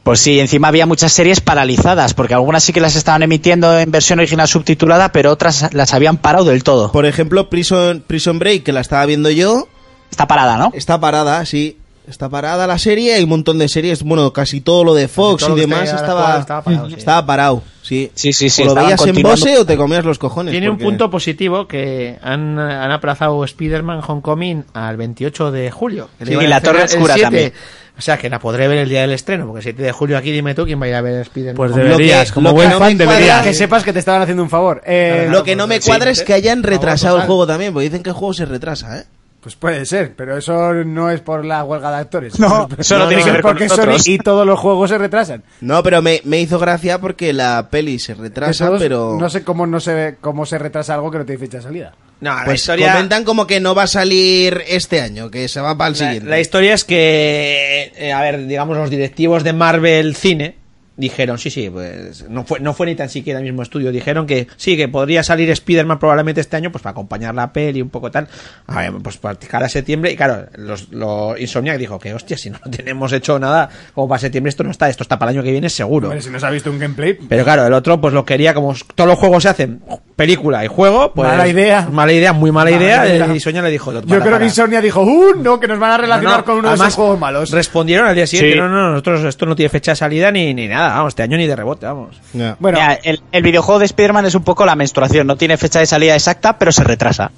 [SPEAKER 6] Pues sí, encima había muchas series paralizadas, porque algunas sí que las estaban emitiendo en versión original subtitulada, pero otras las habían parado del todo.
[SPEAKER 5] Por ejemplo, Prison, Prison Break, que la estaba viendo yo,
[SPEAKER 6] Está parada, ¿no?
[SPEAKER 5] está parada, sí. Está parada la serie, hay un montón de series, bueno, casi todo lo de Fox
[SPEAKER 2] todo lo
[SPEAKER 5] y
[SPEAKER 2] que
[SPEAKER 5] demás
[SPEAKER 2] esté
[SPEAKER 5] estaba, Mm,
[SPEAKER 2] actual estaba parado, sí.
[SPEAKER 5] estaba parado, sí.
[SPEAKER 6] Sí, sí, sí,
[SPEAKER 5] O lo
[SPEAKER 6] estaban
[SPEAKER 5] veías en
[SPEAKER 6] continuando.
[SPEAKER 5] Bose o te comías los cojones.
[SPEAKER 2] Tiene un
[SPEAKER 5] porque-
[SPEAKER 2] punto positivo que han, han aplazado Spider-Man Homecoming al 28 de julio. que le
[SPEAKER 6] Sí,
[SPEAKER 2] iban
[SPEAKER 6] y
[SPEAKER 2] a
[SPEAKER 6] la
[SPEAKER 2] estrenar
[SPEAKER 6] Torre
[SPEAKER 2] el
[SPEAKER 6] Oscura
[SPEAKER 2] 7.
[SPEAKER 6] también.
[SPEAKER 2] O sea, que la podré ver el día del estreno, porque el 7 de julio aquí dime tú quién va a ir a ver Spider-Man.
[SPEAKER 4] Pues
[SPEAKER 2] Homecoming.
[SPEAKER 5] Lo que-
[SPEAKER 4] deberías, como
[SPEAKER 5] lo que
[SPEAKER 4] buen
[SPEAKER 5] no me
[SPEAKER 4] fan
[SPEAKER 5] cuadra-
[SPEAKER 4] deberías.
[SPEAKER 2] que sepas que te estaban haciendo un favor. Eh,
[SPEAKER 5] Lo que no me cuadra es que hayan retrasado el
[SPEAKER 2] total.
[SPEAKER 5] juego también, porque dicen que el juego se retrasa, ¿eh?
[SPEAKER 2] Pues puede ser, pero eso no es por la huelga de actores.
[SPEAKER 6] No, eso no tiene que
[SPEAKER 2] es
[SPEAKER 6] ver con
[SPEAKER 2] porque
[SPEAKER 6] nosotros.
[SPEAKER 2] Sony y todos los juegos se retrasan.
[SPEAKER 5] No, pero me, me hizo gracia porque la peli se retrasa,
[SPEAKER 2] Todos-
[SPEAKER 5] pero...
[SPEAKER 2] No sé cómo no se cómo se retrasa algo que no tiene fecha de salida.
[SPEAKER 3] No, la
[SPEAKER 5] Pues
[SPEAKER 3] historia.
[SPEAKER 5] comentan como que no va a salir este año, que se va para el
[SPEAKER 3] la,
[SPEAKER 5] siguiente.
[SPEAKER 3] la historia es que, eh, a ver, digamos, los directivos de Marvel Cine dijeron, sí, sí, pues no fue, no fue ni tan siquiera el mismo estudio, dijeron que sí, que podría salir Spider-Man probablemente este año, pues para acompañar la peli un poco tal, a ver, pues para cara a septiembre, y claro, los, lo- Insomniac dijo que, hostia, si no tenemos hecho nada, como para septiembre esto no está, esto está para el año que viene seguro.
[SPEAKER 2] Hombre, si no se ha visto un gameplay,
[SPEAKER 3] Pero claro, el otro pues lo quería como todos los juegos se hacen película y juego, pues
[SPEAKER 2] Mala idea.
[SPEAKER 3] mala idea, muy mala,
[SPEAKER 2] Mala
[SPEAKER 3] idea,
[SPEAKER 2] idea.
[SPEAKER 3] y Sonia le dijo,
[SPEAKER 2] yo creo que Insomnia dijo, ¡uh! No, que nos van a relacionar
[SPEAKER 3] no,
[SPEAKER 2] con uno de
[SPEAKER 3] además,
[SPEAKER 2] esos juegos malos.
[SPEAKER 3] Respondieron al día siguiente,
[SPEAKER 6] Sí.
[SPEAKER 3] no, no, nosotros esto no tiene fecha de salida ni, ni nada, vamos, este año ni de rebote, vamos.
[SPEAKER 5] Ya.
[SPEAKER 2] Bueno,
[SPEAKER 6] Mira, el, el videojuego de Spider-Man es un poco la menstruación. No tiene fecha de salida exacta, pero se retrasa.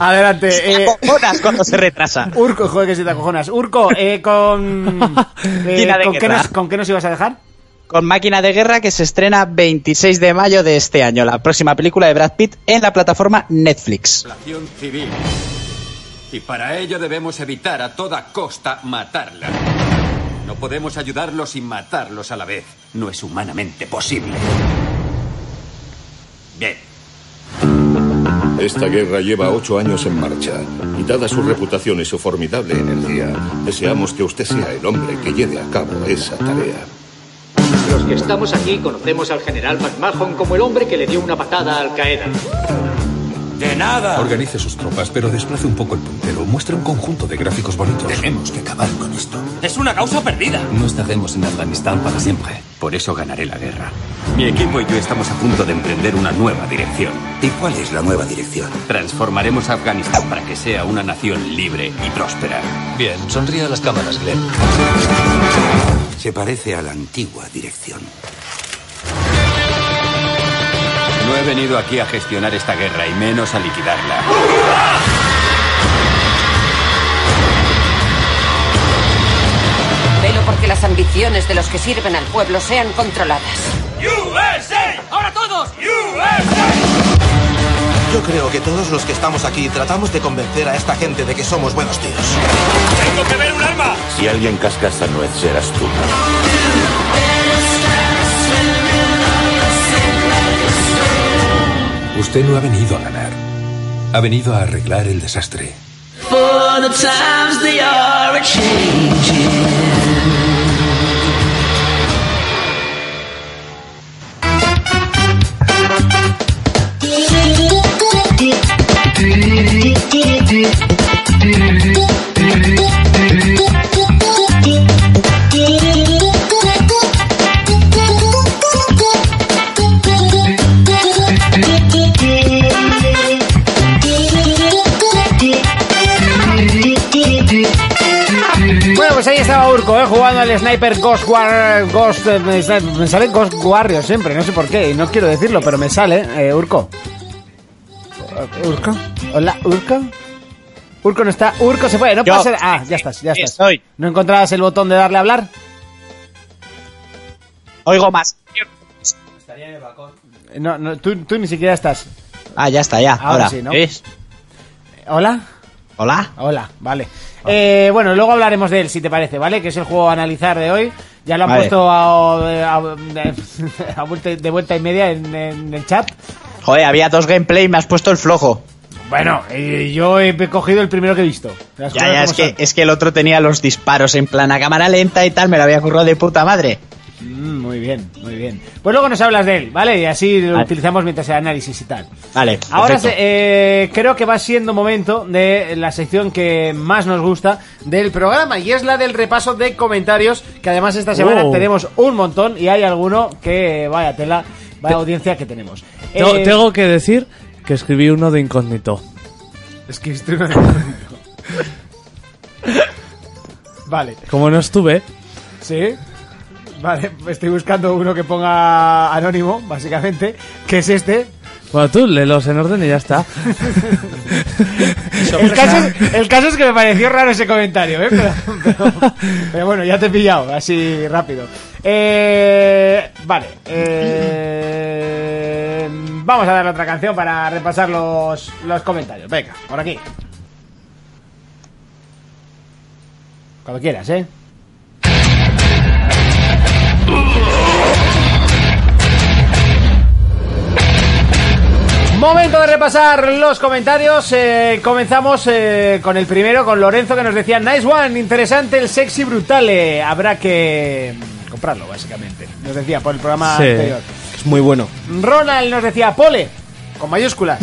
[SPEAKER 2] adelante.
[SPEAKER 6] Te
[SPEAKER 2] eh,
[SPEAKER 6] acojonas cuando se retrasa.
[SPEAKER 2] Urco, joder, que si te acojonas. Urco, eh, con, eh,
[SPEAKER 6] Tira de
[SPEAKER 2] ¿con, qué
[SPEAKER 6] guerra.
[SPEAKER 2] nos, ¿con qué nos ibas a dejar?
[SPEAKER 6] Con Máquina de Guerra que se estrena 26 de mayo de este año, la próxima película de Brad Pitt en la plataforma Netflix.
[SPEAKER 8] población civil. Y para ello debemos evitar a toda costa matarla. No podemos ayudarlos sin matarlos a la vez. No es humanamente posible. Bien.
[SPEAKER 7] Esta guerra lleva ocho años en marcha y dada su reputación y su formidable energía, deseamos que usted sea el hombre que lleve a cabo esa tarea.
[SPEAKER 9] Los que estamos aquí conocemos al general McMahon como el hombre que le dio una patada a Al Qaeda.
[SPEAKER 8] De nada.
[SPEAKER 7] Organice sus tropas, pero desplace un poco el puntero. Muestre un conjunto de gráficos bonitos. Tenemos que acabar con esto.
[SPEAKER 8] Es una causa perdida.
[SPEAKER 10] No estaremos en Afganistán para siempre.
[SPEAKER 8] Por eso ganaré la guerra. Mi equipo y yo estamos a punto de emprender una nueva dirección.
[SPEAKER 10] ¿Y cuál es la nueva dirección?
[SPEAKER 8] Transformaremos Afganistán para que sea una nación libre y próspera.
[SPEAKER 10] Bien, sonríe a las cámaras, Glenn. Se parece a la antigua dirección.
[SPEAKER 8] No he venido aquí a gestionar esta guerra y menos a liquidarla.
[SPEAKER 11] Velo porque las ambiciones de los que sirven al pueblo sean controladas.
[SPEAKER 10] Yo creo que todos los que estamos aquí tratamos de convencer a esta gente de que somos buenos tíos.
[SPEAKER 7] Si alguien casca esa nuez, serás tú.
[SPEAKER 10] Usted no ha venido a ganar. Ha venido a arreglar el desastre.
[SPEAKER 2] Bueno, pues ahí estaba Urco, eh, jugando al Sniper Ghost War... Ghost... eh, me sa- me sale Ghost Warrior siempre, no sé por qué. y No quiero decirlo, pero me sale, eh, Urco. Eh, ¿Urco? Hola, Urco. Urco no está... Urco se puede, no
[SPEAKER 6] Yo.
[SPEAKER 2] pasa... nada. Ah, ya estás, ya
[SPEAKER 6] Sí,
[SPEAKER 2] estás.
[SPEAKER 6] soy.
[SPEAKER 2] ¿No encontrabas el botón de darle a hablar?
[SPEAKER 6] Oigo más.
[SPEAKER 2] No, no, tú, tú ni siquiera estás.
[SPEAKER 6] Ah, ya está, ya.
[SPEAKER 2] Ahora
[SPEAKER 6] Ahora,
[SPEAKER 2] sí, ¿no?
[SPEAKER 6] ¿Ves?
[SPEAKER 2] ¿Hola?
[SPEAKER 6] Hola.
[SPEAKER 2] Hola, vale. Eh, bueno, luego hablaremos de él, si te parece, ¿vale? Que es el juego a analizar de hoy. Ya lo han
[SPEAKER 6] Vale.
[SPEAKER 2] puesto a, a- a vuelta- de vuelta y media en, en el chat.
[SPEAKER 6] Joder, había dos gameplay y me has puesto el flojo.
[SPEAKER 2] Bueno, eh, yo he cogido el primero que he visto. Las
[SPEAKER 6] Ya,
[SPEAKER 2] cosas
[SPEAKER 6] ya,
[SPEAKER 2] como
[SPEAKER 6] es que,
[SPEAKER 2] son.
[SPEAKER 6] es que el otro tenía los disparos en plana cámara lenta y tal, me lo había currado de puta madre.
[SPEAKER 2] Mm, muy bien, muy bien. Pues luego nos hablas de él, ¿vale? Y así lo
[SPEAKER 6] Vale.
[SPEAKER 2] utilizamos mientras el análisis y tal.
[SPEAKER 6] Vale.
[SPEAKER 2] Ahora
[SPEAKER 6] Ah. perfecto.
[SPEAKER 2] se- eh, creo que va siendo momento de la sección que más nos gusta del programa y es la del repaso de comentarios que además esta semana
[SPEAKER 4] Oh.
[SPEAKER 2] tenemos un montón y hay alguno que vaya tela, vaya audiencia que tenemos.
[SPEAKER 4] Tengo,
[SPEAKER 2] Eh,
[SPEAKER 4] tengo que decir que escribí uno de incógnito.
[SPEAKER 2] Es que estoy- Vale.
[SPEAKER 4] Como no estuve,
[SPEAKER 2] ¿Sí? Vale, estoy buscando uno que ponga anónimo, básicamente, que es este.
[SPEAKER 4] bueno, tú léelos en orden y ya está.
[SPEAKER 2] El caso, es, el caso es que me pareció raro ese comentario, ¿eh? Pero, pero- pero bueno, ya te he pillado, así rápido. Eh, vale. eh, vamos a darle otra canción para repasar los, los comentarios. Venga, por aquí. Cuando quieras, ¿eh? Momento de repasar los comentarios. Eh, comenzamos eh, con el primero, con Lorenzo que nos decía Nice One, interesante, el sexy brutal. eh, habrá que mm, comprarlo, básicamente. Nos decía por el programa
[SPEAKER 5] Sí.
[SPEAKER 2] anterior.
[SPEAKER 5] Es muy bueno.
[SPEAKER 2] Ronald nos decía Pole, con mayúsculas.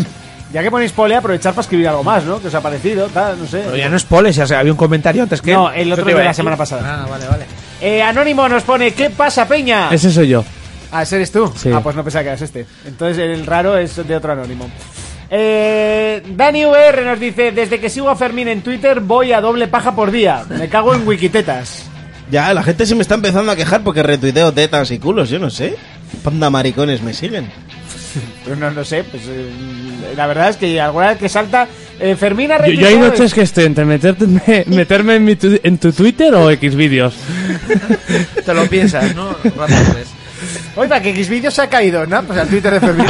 [SPEAKER 2] Ya que ponéis pole, aprovechar para escribir algo más, ¿no? Que os ha parecido, tal, no sé.
[SPEAKER 3] Pero ya no es pole, si había un comentario antes que.
[SPEAKER 2] No, el
[SPEAKER 3] Yo
[SPEAKER 2] otro
[SPEAKER 3] te
[SPEAKER 2] de
[SPEAKER 3] iba a
[SPEAKER 2] la
[SPEAKER 3] decir.
[SPEAKER 2] semana pasada.
[SPEAKER 3] Ah, vale, vale.
[SPEAKER 2] Eh, Anónimo nos pone, ¿qué pasa, Peña?
[SPEAKER 4] Ese soy yo.
[SPEAKER 2] Ah, ¿ese eres tú?
[SPEAKER 4] Sí.
[SPEAKER 2] Ah, pues no pensaba que eras este. Entonces el raro es de otro anónimo. Eh, Dani VR nos dice, desde que sigo a Fermín en Twitter voy a doble paja por día. Me cago en wikitetas.
[SPEAKER 5] Ya, la gente se me está empezando a quejar porque retuiteo tetas y culos, yo no sé. Panda maricones me siguen.
[SPEAKER 2] Pero no lo sé, pues eh, la verdad es que alguna vez que salta... eh, Fermín ha
[SPEAKER 4] Yo, yo hay
[SPEAKER 2] retuiteado-
[SPEAKER 4] noches que estoy entre meterme, meterme en, mi tu- en tu Twitter o X vídeos.
[SPEAKER 3] Te lo piensas, ¿no? Rapaces.
[SPEAKER 2] Oiga, que Xvideos se ha caído, ¿no? Pues al Twitter de Fermín.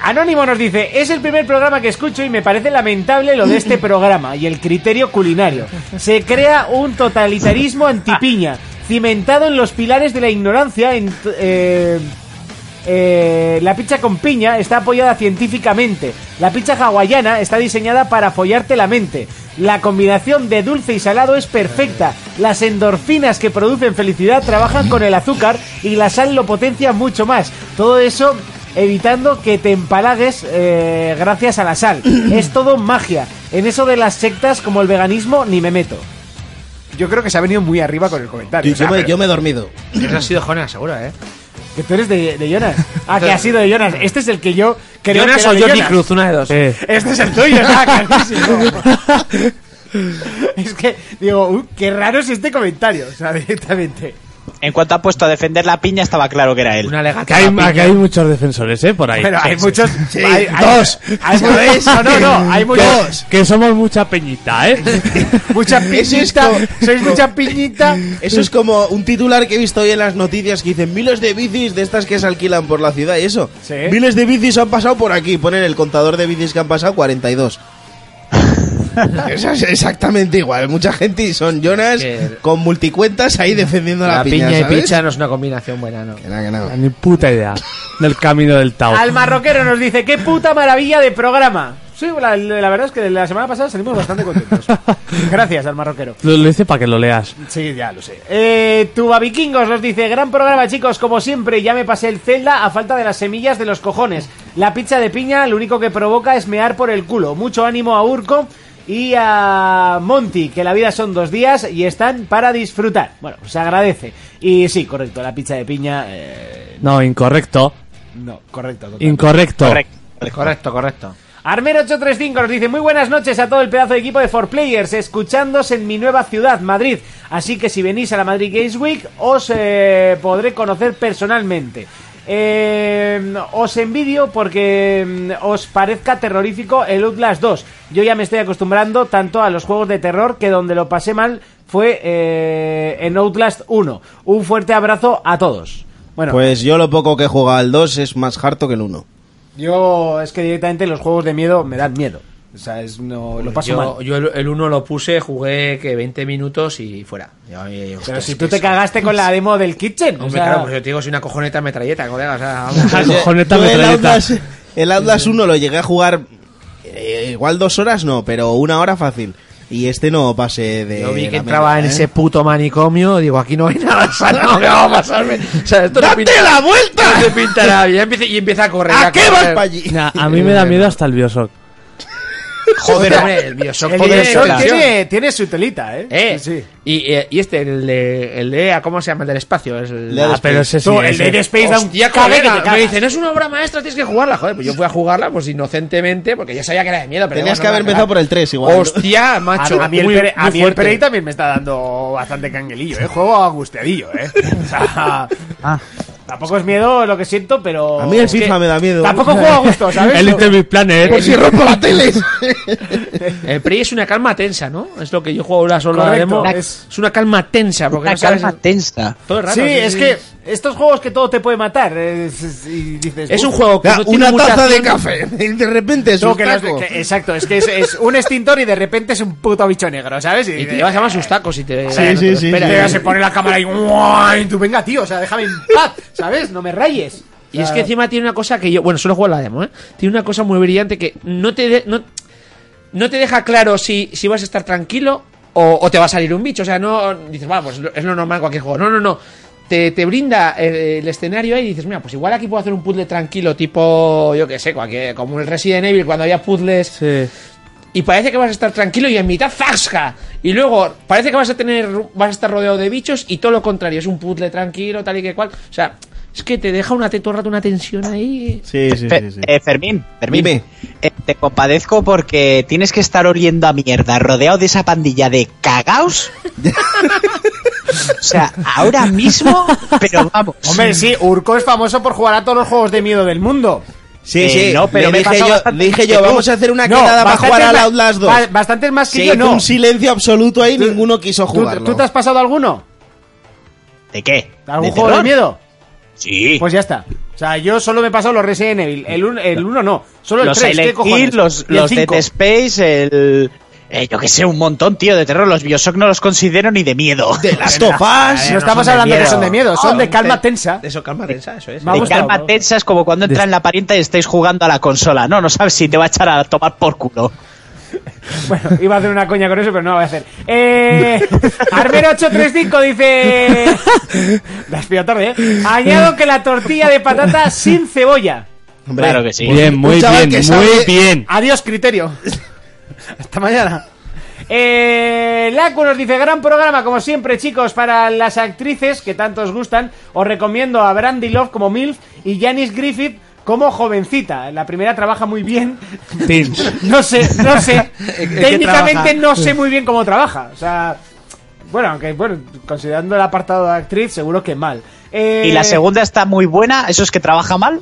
[SPEAKER 2] Anónimo nos dice, es el primer programa que escucho y me parece lamentable lo de este programa y el criterio culinario. Se crea un totalitarismo antipiña, cimentado en los pilares de la ignorancia. en- eh, eh, la pizza con piña está apoyada científicamente. La pizza hawaiana está diseñada para follarte la mente. La combinación de dulce y salado es perfecta. Las endorfinas que producen felicidad trabajan con el azúcar y la sal lo potencia mucho más. Todo eso evitando que te empalagues eh, gracias a la sal. es todo magia. En eso de las sectas como el veganismo ni me meto. Yo creo que se ha venido muy arriba con el comentario.
[SPEAKER 5] Yo, yo me, yo me he dormido.
[SPEAKER 3] Eso ha sido Jonas, seguro, ¿eh?
[SPEAKER 2] Que tú eres de, de Jonas. Ah, que ha sido de Jonas. Este es el que yo creo que
[SPEAKER 3] Jonas
[SPEAKER 2] era
[SPEAKER 3] o
[SPEAKER 2] de
[SPEAKER 3] Jordi
[SPEAKER 2] Jonas.
[SPEAKER 3] Cruz, una de dos.
[SPEAKER 4] Eh,
[SPEAKER 2] Este es el tuyo, está clarísimo. es que, digo, "Uh, qué raro es este comentario, o sea, directamente.
[SPEAKER 6] En cuanto ha puesto a defender la piña, estaba claro que era él.
[SPEAKER 3] Una
[SPEAKER 4] Que
[SPEAKER 3] legata.
[SPEAKER 4] hay, que hay muchos defensores, ¿eh? Por ahí.
[SPEAKER 2] Pero hay muchos. hay, hay-
[SPEAKER 4] Dos.
[SPEAKER 2] hay mu- no, no, no, hay muchos.
[SPEAKER 4] Que somos mucha peñita, ¿eh?
[SPEAKER 2] Mucha
[SPEAKER 5] Eso es
[SPEAKER 2] piñita,
[SPEAKER 5] co-
[SPEAKER 2] sois
[SPEAKER 5] co-
[SPEAKER 2] mucha piñita.
[SPEAKER 5] Eso es como un titular que he visto hoy en las noticias que dicen miles de bicis de estas que se alquilan por la ciudad y eso.
[SPEAKER 2] Sí.
[SPEAKER 5] Miles de bicis han pasado por aquí. Ponen el contador de bicis que han pasado 42. Eso es exactamente igual. Mucha gente y son Jonas
[SPEAKER 3] Que-
[SPEAKER 5] con multicuentas ahí defendiendo la,
[SPEAKER 3] La piña, y
[SPEAKER 5] ¿sabes?
[SPEAKER 3] picha no es una combinación buena, ¿no?
[SPEAKER 5] Que no, que no.
[SPEAKER 4] Ni puta idea del camino del Tao.
[SPEAKER 2] Al marroquero nos dice, qué puta maravilla de programa. Sí, la, la verdad es que la semana pasada salimos bastante contentos. Gracias al marroquero.
[SPEAKER 4] Lo, lo hice para que lo leas.
[SPEAKER 2] Sí, ya lo sé. Eh, Tuba Vikingos nos dice, gran programa chicos, como siempre, ya me pasé el Zelda a falta de las semillas de los cojones. La pizza de piña lo único que provoca es mear por el culo. Mucho ánimo a Urco y a Monty, que la vida son dos días y están para disfrutar. Bueno, se agradece. Y sí, correcto, la pizza de piña... eh,
[SPEAKER 4] No, incorrecto.
[SPEAKER 2] no, correcto. totalmente.
[SPEAKER 4] Incorrecto.
[SPEAKER 6] Correcto.
[SPEAKER 3] Correcto, correcto.
[SPEAKER 2] Armero835 nos dice Muy buenas noches a todo el pedazo de equipo de 4Players Escuchándos en mi nueva ciudad, Madrid Así que si venís a la Madrid Games Week Os eh, podré conocer personalmente Eh, Os envidio porque mm, Os parezca terrorífico el Outlast 2 Yo ya me estoy acostumbrando Tanto a los juegos de terror que donde lo pasé mal Fue eh, en Outlast 1 Un fuerte abrazo a todos Bueno,
[SPEAKER 5] Pues yo lo poco que he jugado al 2 es más harto que el 1.
[SPEAKER 2] yo es que directamente los juegos de miedo me dan miedo o sea, es, no, lo paso
[SPEAKER 3] yo,
[SPEAKER 2] mal.
[SPEAKER 3] yo el- el 1 lo puse, jugué que 20 minutos y fuera. Y, ay, ay,
[SPEAKER 2] Pero
[SPEAKER 3] hostias,
[SPEAKER 2] si
[SPEAKER 3] es
[SPEAKER 2] tú
[SPEAKER 3] que
[SPEAKER 2] te
[SPEAKER 3] es-
[SPEAKER 2] cagaste con la demo del kitchen. o
[SPEAKER 3] Hombre,
[SPEAKER 2] sea,
[SPEAKER 3] claro, pues yo te digo, soy una cojoneta metralleta, colega. O sea, vamos.
[SPEAKER 4] Ah, cojoneta,
[SPEAKER 5] Yo el
[SPEAKER 4] metralleta.
[SPEAKER 5] Outlast, el Outlast 1 lo llegué a jugar eh, igual dos horas no, pero una hora fácil. Y este no pase de.
[SPEAKER 3] Yo vi que
[SPEAKER 5] la
[SPEAKER 3] entraba en
[SPEAKER 5] media,
[SPEAKER 3] ese
[SPEAKER 5] ¿eh?
[SPEAKER 3] puto manicomio, digo, aquí no hay nada sano, ¿qué va a pasarme? O sea, esto no
[SPEAKER 5] ¡Date
[SPEAKER 3] pinta,
[SPEAKER 5] la vuelta!
[SPEAKER 3] no te pinta nada bien. Y empieza, y empieza a correr.
[SPEAKER 5] ¿A qué vas
[SPEAKER 3] correr.
[SPEAKER 5] para allí?
[SPEAKER 4] Nah, a mí me da miedo hasta el Bioshock.
[SPEAKER 3] Joder, hombre, el Bioshock
[SPEAKER 2] El
[SPEAKER 3] joder,
[SPEAKER 2] Bioshock
[SPEAKER 3] la-
[SPEAKER 2] tiene, tiene su telita, ¿eh?
[SPEAKER 3] Eh,
[SPEAKER 2] Sí, sí.
[SPEAKER 3] Y, eh, y este, el de, el de- ¿Cómo se llama? El del espacio. Es el,
[SPEAKER 2] Dead Ah, pero Space. ese sí, No, el ese. Dead Space da un
[SPEAKER 3] Hostia,
[SPEAKER 2] cague
[SPEAKER 3] colega,
[SPEAKER 2] que te
[SPEAKER 3] Me
[SPEAKER 2] cagas.
[SPEAKER 3] dicen, es una obra maestra, tienes que jugarla. Joder, pues yo fui a jugarla, pues inocentemente, porque ya sabía que era de miedo. Pero
[SPEAKER 5] Tenías
[SPEAKER 3] bueno,
[SPEAKER 5] que haber
[SPEAKER 3] no me
[SPEAKER 5] empezado por el 3 igual.
[SPEAKER 3] Hostia, macho.
[SPEAKER 2] A, a mí el,
[SPEAKER 3] muy-
[SPEAKER 2] Pere- a
[SPEAKER 3] muy
[SPEAKER 2] mí el
[SPEAKER 3] fuerte.
[SPEAKER 2] Perey también me está dando bastante canguelillo, ¿eh? Juego agusteadillo, ¿eh? O sea, tampoco es miedo lo que siento, pero...
[SPEAKER 5] Ah. A mí el
[SPEAKER 2] es que
[SPEAKER 5] FIFA me da miedo.
[SPEAKER 2] Tampoco juego a gusto, ¿sabes?
[SPEAKER 4] El Little Big Planet.
[SPEAKER 3] Por si
[SPEAKER 5] rompo la tele.
[SPEAKER 3] El Prey Eh, es una calma tensa, ¿no? Es lo que yo juego la sola
[SPEAKER 2] Correcto,
[SPEAKER 3] demo.
[SPEAKER 2] es-
[SPEAKER 3] Es... una calma tensa. Porque
[SPEAKER 6] Una
[SPEAKER 3] no sabes-
[SPEAKER 6] calma tensa.
[SPEAKER 3] Todo el rato,
[SPEAKER 2] sí, es
[SPEAKER 3] sí.
[SPEAKER 2] que estos juegos que todo te puede matar. es- es- y dices,
[SPEAKER 3] Es un
[SPEAKER 2] "Uf".
[SPEAKER 3] juego que
[SPEAKER 5] Da
[SPEAKER 3] no tiene
[SPEAKER 5] una
[SPEAKER 3] mucha
[SPEAKER 5] taza de
[SPEAKER 3] acción.
[SPEAKER 5] café. De repente es
[SPEAKER 2] No,
[SPEAKER 5] un
[SPEAKER 2] que las-
[SPEAKER 5] taco.
[SPEAKER 2] que- exacto, es que es, es un extintor y de repente es un puto bicho negro, ¿sabes?
[SPEAKER 3] Y te
[SPEAKER 2] dices,
[SPEAKER 3] llevas a más sus tacos y te.
[SPEAKER 5] Sí,
[SPEAKER 3] no te
[SPEAKER 5] sí,
[SPEAKER 3] lo
[SPEAKER 5] sí,
[SPEAKER 3] esperas.
[SPEAKER 5] sí.
[SPEAKER 2] Llega, se pone la cámara y, ¡guau! y tú, venga, tío, o sea, déjame en paz, ¿sabes? No me rayes.
[SPEAKER 3] Y es que encima tiene una cosa que yo. Bueno, solo juego la demo, ¿eh? Tiene una cosa muy brillante que no te. de- no, no te deja claro si, si vas a estar tranquilo o, o te va a salir un bicho. O sea, no. Dices, va, pues es lo normal en cualquier juego. No, no, no. Te, te brinda eh, el escenario ahí y dices, mira, pues igual aquí puedo hacer un puzzle tranquilo, tipo, yo qué sé, cualquier, como el Resident Evil, cuando había puzzles
[SPEAKER 4] Sí.
[SPEAKER 3] y parece que vas a estar tranquilo y en mitad ¡zasca! Y luego parece que vas a tener vas a estar rodeado de bichos y todo lo contrario, es un puzzle tranquilo, tal y que cual. O sea, es que te deja una te- todo el rato una tensión ahí.
[SPEAKER 5] Sí, sí,
[SPEAKER 6] Fe-
[SPEAKER 5] sí. sí.
[SPEAKER 6] eh, Fermín, Fermín.
[SPEAKER 5] Dime.
[SPEAKER 6] Eh, te compadezco porque tienes que estar oliendo a mierda rodeado de esa pandilla de cagaos. o sea, ahora mismo, pero vamos.
[SPEAKER 2] Hombre, sí, Urco es famoso por jugar a todos los juegos de miedo del mundo.
[SPEAKER 5] Sí,
[SPEAKER 6] Eh,
[SPEAKER 5] sí.
[SPEAKER 6] no, pero
[SPEAKER 5] Le
[SPEAKER 6] me
[SPEAKER 5] dije
[SPEAKER 6] pasó
[SPEAKER 5] yo,
[SPEAKER 6] bastante
[SPEAKER 5] le dije yo,
[SPEAKER 6] que tú.
[SPEAKER 5] vamos a hacer una
[SPEAKER 2] No,
[SPEAKER 5] quedada para
[SPEAKER 2] bastantes
[SPEAKER 5] jugar al
[SPEAKER 2] ma-
[SPEAKER 5] Outlast 2.
[SPEAKER 2] ba- bastantes más que
[SPEAKER 5] Se
[SPEAKER 2] yo
[SPEAKER 5] hizo
[SPEAKER 2] no.
[SPEAKER 5] un silencio absoluto ahí,
[SPEAKER 2] Tú-
[SPEAKER 5] ninguno quiso
[SPEAKER 2] ¿Tú,
[SPEAKER 5] jugarlo.
[SPEAKER 2] tú te has pasado alguno?
[SPEAKER 6] ¿De qué?
[SPEAKER 2] ¿Algún
[SPEAKER 6] ¿De
[SPEAKER 2] juego de
[SPEAKER 6] terror?
[SPEAKER 2] miedo?
[SPEAKER 6] Sí.
[SPEAKER 2] Pues ya está. O sea, yo solo me he pasado los Resident Evil. El 1 el uno no. Solo el
[SPEAKER 6] los
[SPEAKER 2] 3. ¿Qué
[SPEAKER 6] Silent
[SPEAKER 2] cojones?
[SPEAKER 6] Hill, los,
[SPEAKER 2] Y el
[SPEAKER 6] los Dead
[SPEAKER 2] cinco.
[SPEAKER 6] Space, el. eh, yo que sé, un montón, tío, de terror. Los Bioshock no los considero ni de miedo.
[SPEAKER 5] De las tofás.
[SPEAKER 2] No estamos hablando que son de miedo, son de calma
[SPEAKER 1] te-
[SPEAKER 2] tensa.
[SPEAKER 1] Eso, calma tensa,
[SPEAKER 3] eh.
[SPEAKER 5] ¿eh?
[SPEAKER 1] eso es.
[SPEAKER 2] Me ha
[SPEAKER 6] De
[SPEAKER 2] gustado,
[SPEAKER 6] calma
[SPEAKER 2] me ha
[SPEAKER 6] tensa es como cuando entra en la parienta y estáis jugando a la consola, ¿no? No sabes si te va a echar a tomar por culo.
[SPEAKER 2] Bueno, iba a hacer una coña con eso, pero no la voy a hacer. Eh, Armero835 dice... La has pillado tarde, ¿eh? Añado que la tortilla de patata sin cebolla.
[SPEAKER 5] Hombre,
[SPEAKER 6] Claro que sí.
[SPEAKER 4] Bien, muy
[SPEAKER 5] Un chaval
[SPEAKER 4] bien,
[SPEAKER 5] que
[SPEAKER 4] muy
[SPEAKER 5] sabe-
[SPEAKER 4] bien.
[SPEAKER 2] Adiós, criterio. Hasta mañana. Eh, Lacu nos dice, gran programa como siempre chicos para las actrices que tanto os gustan. Os recomiendo a Brandy Love como MILF y Janice Griffith como jovencita. La primera trabaja muy bien. No sé, no sé. Técnicamente no sé muy bien cómo trabaja. O sea, bueno, aunque bueno, considerando el apartado de actriz, seguro que mal. Eh,
[SPEAKER 6] Y la segunda está muy buena, eso es que trabaja mal.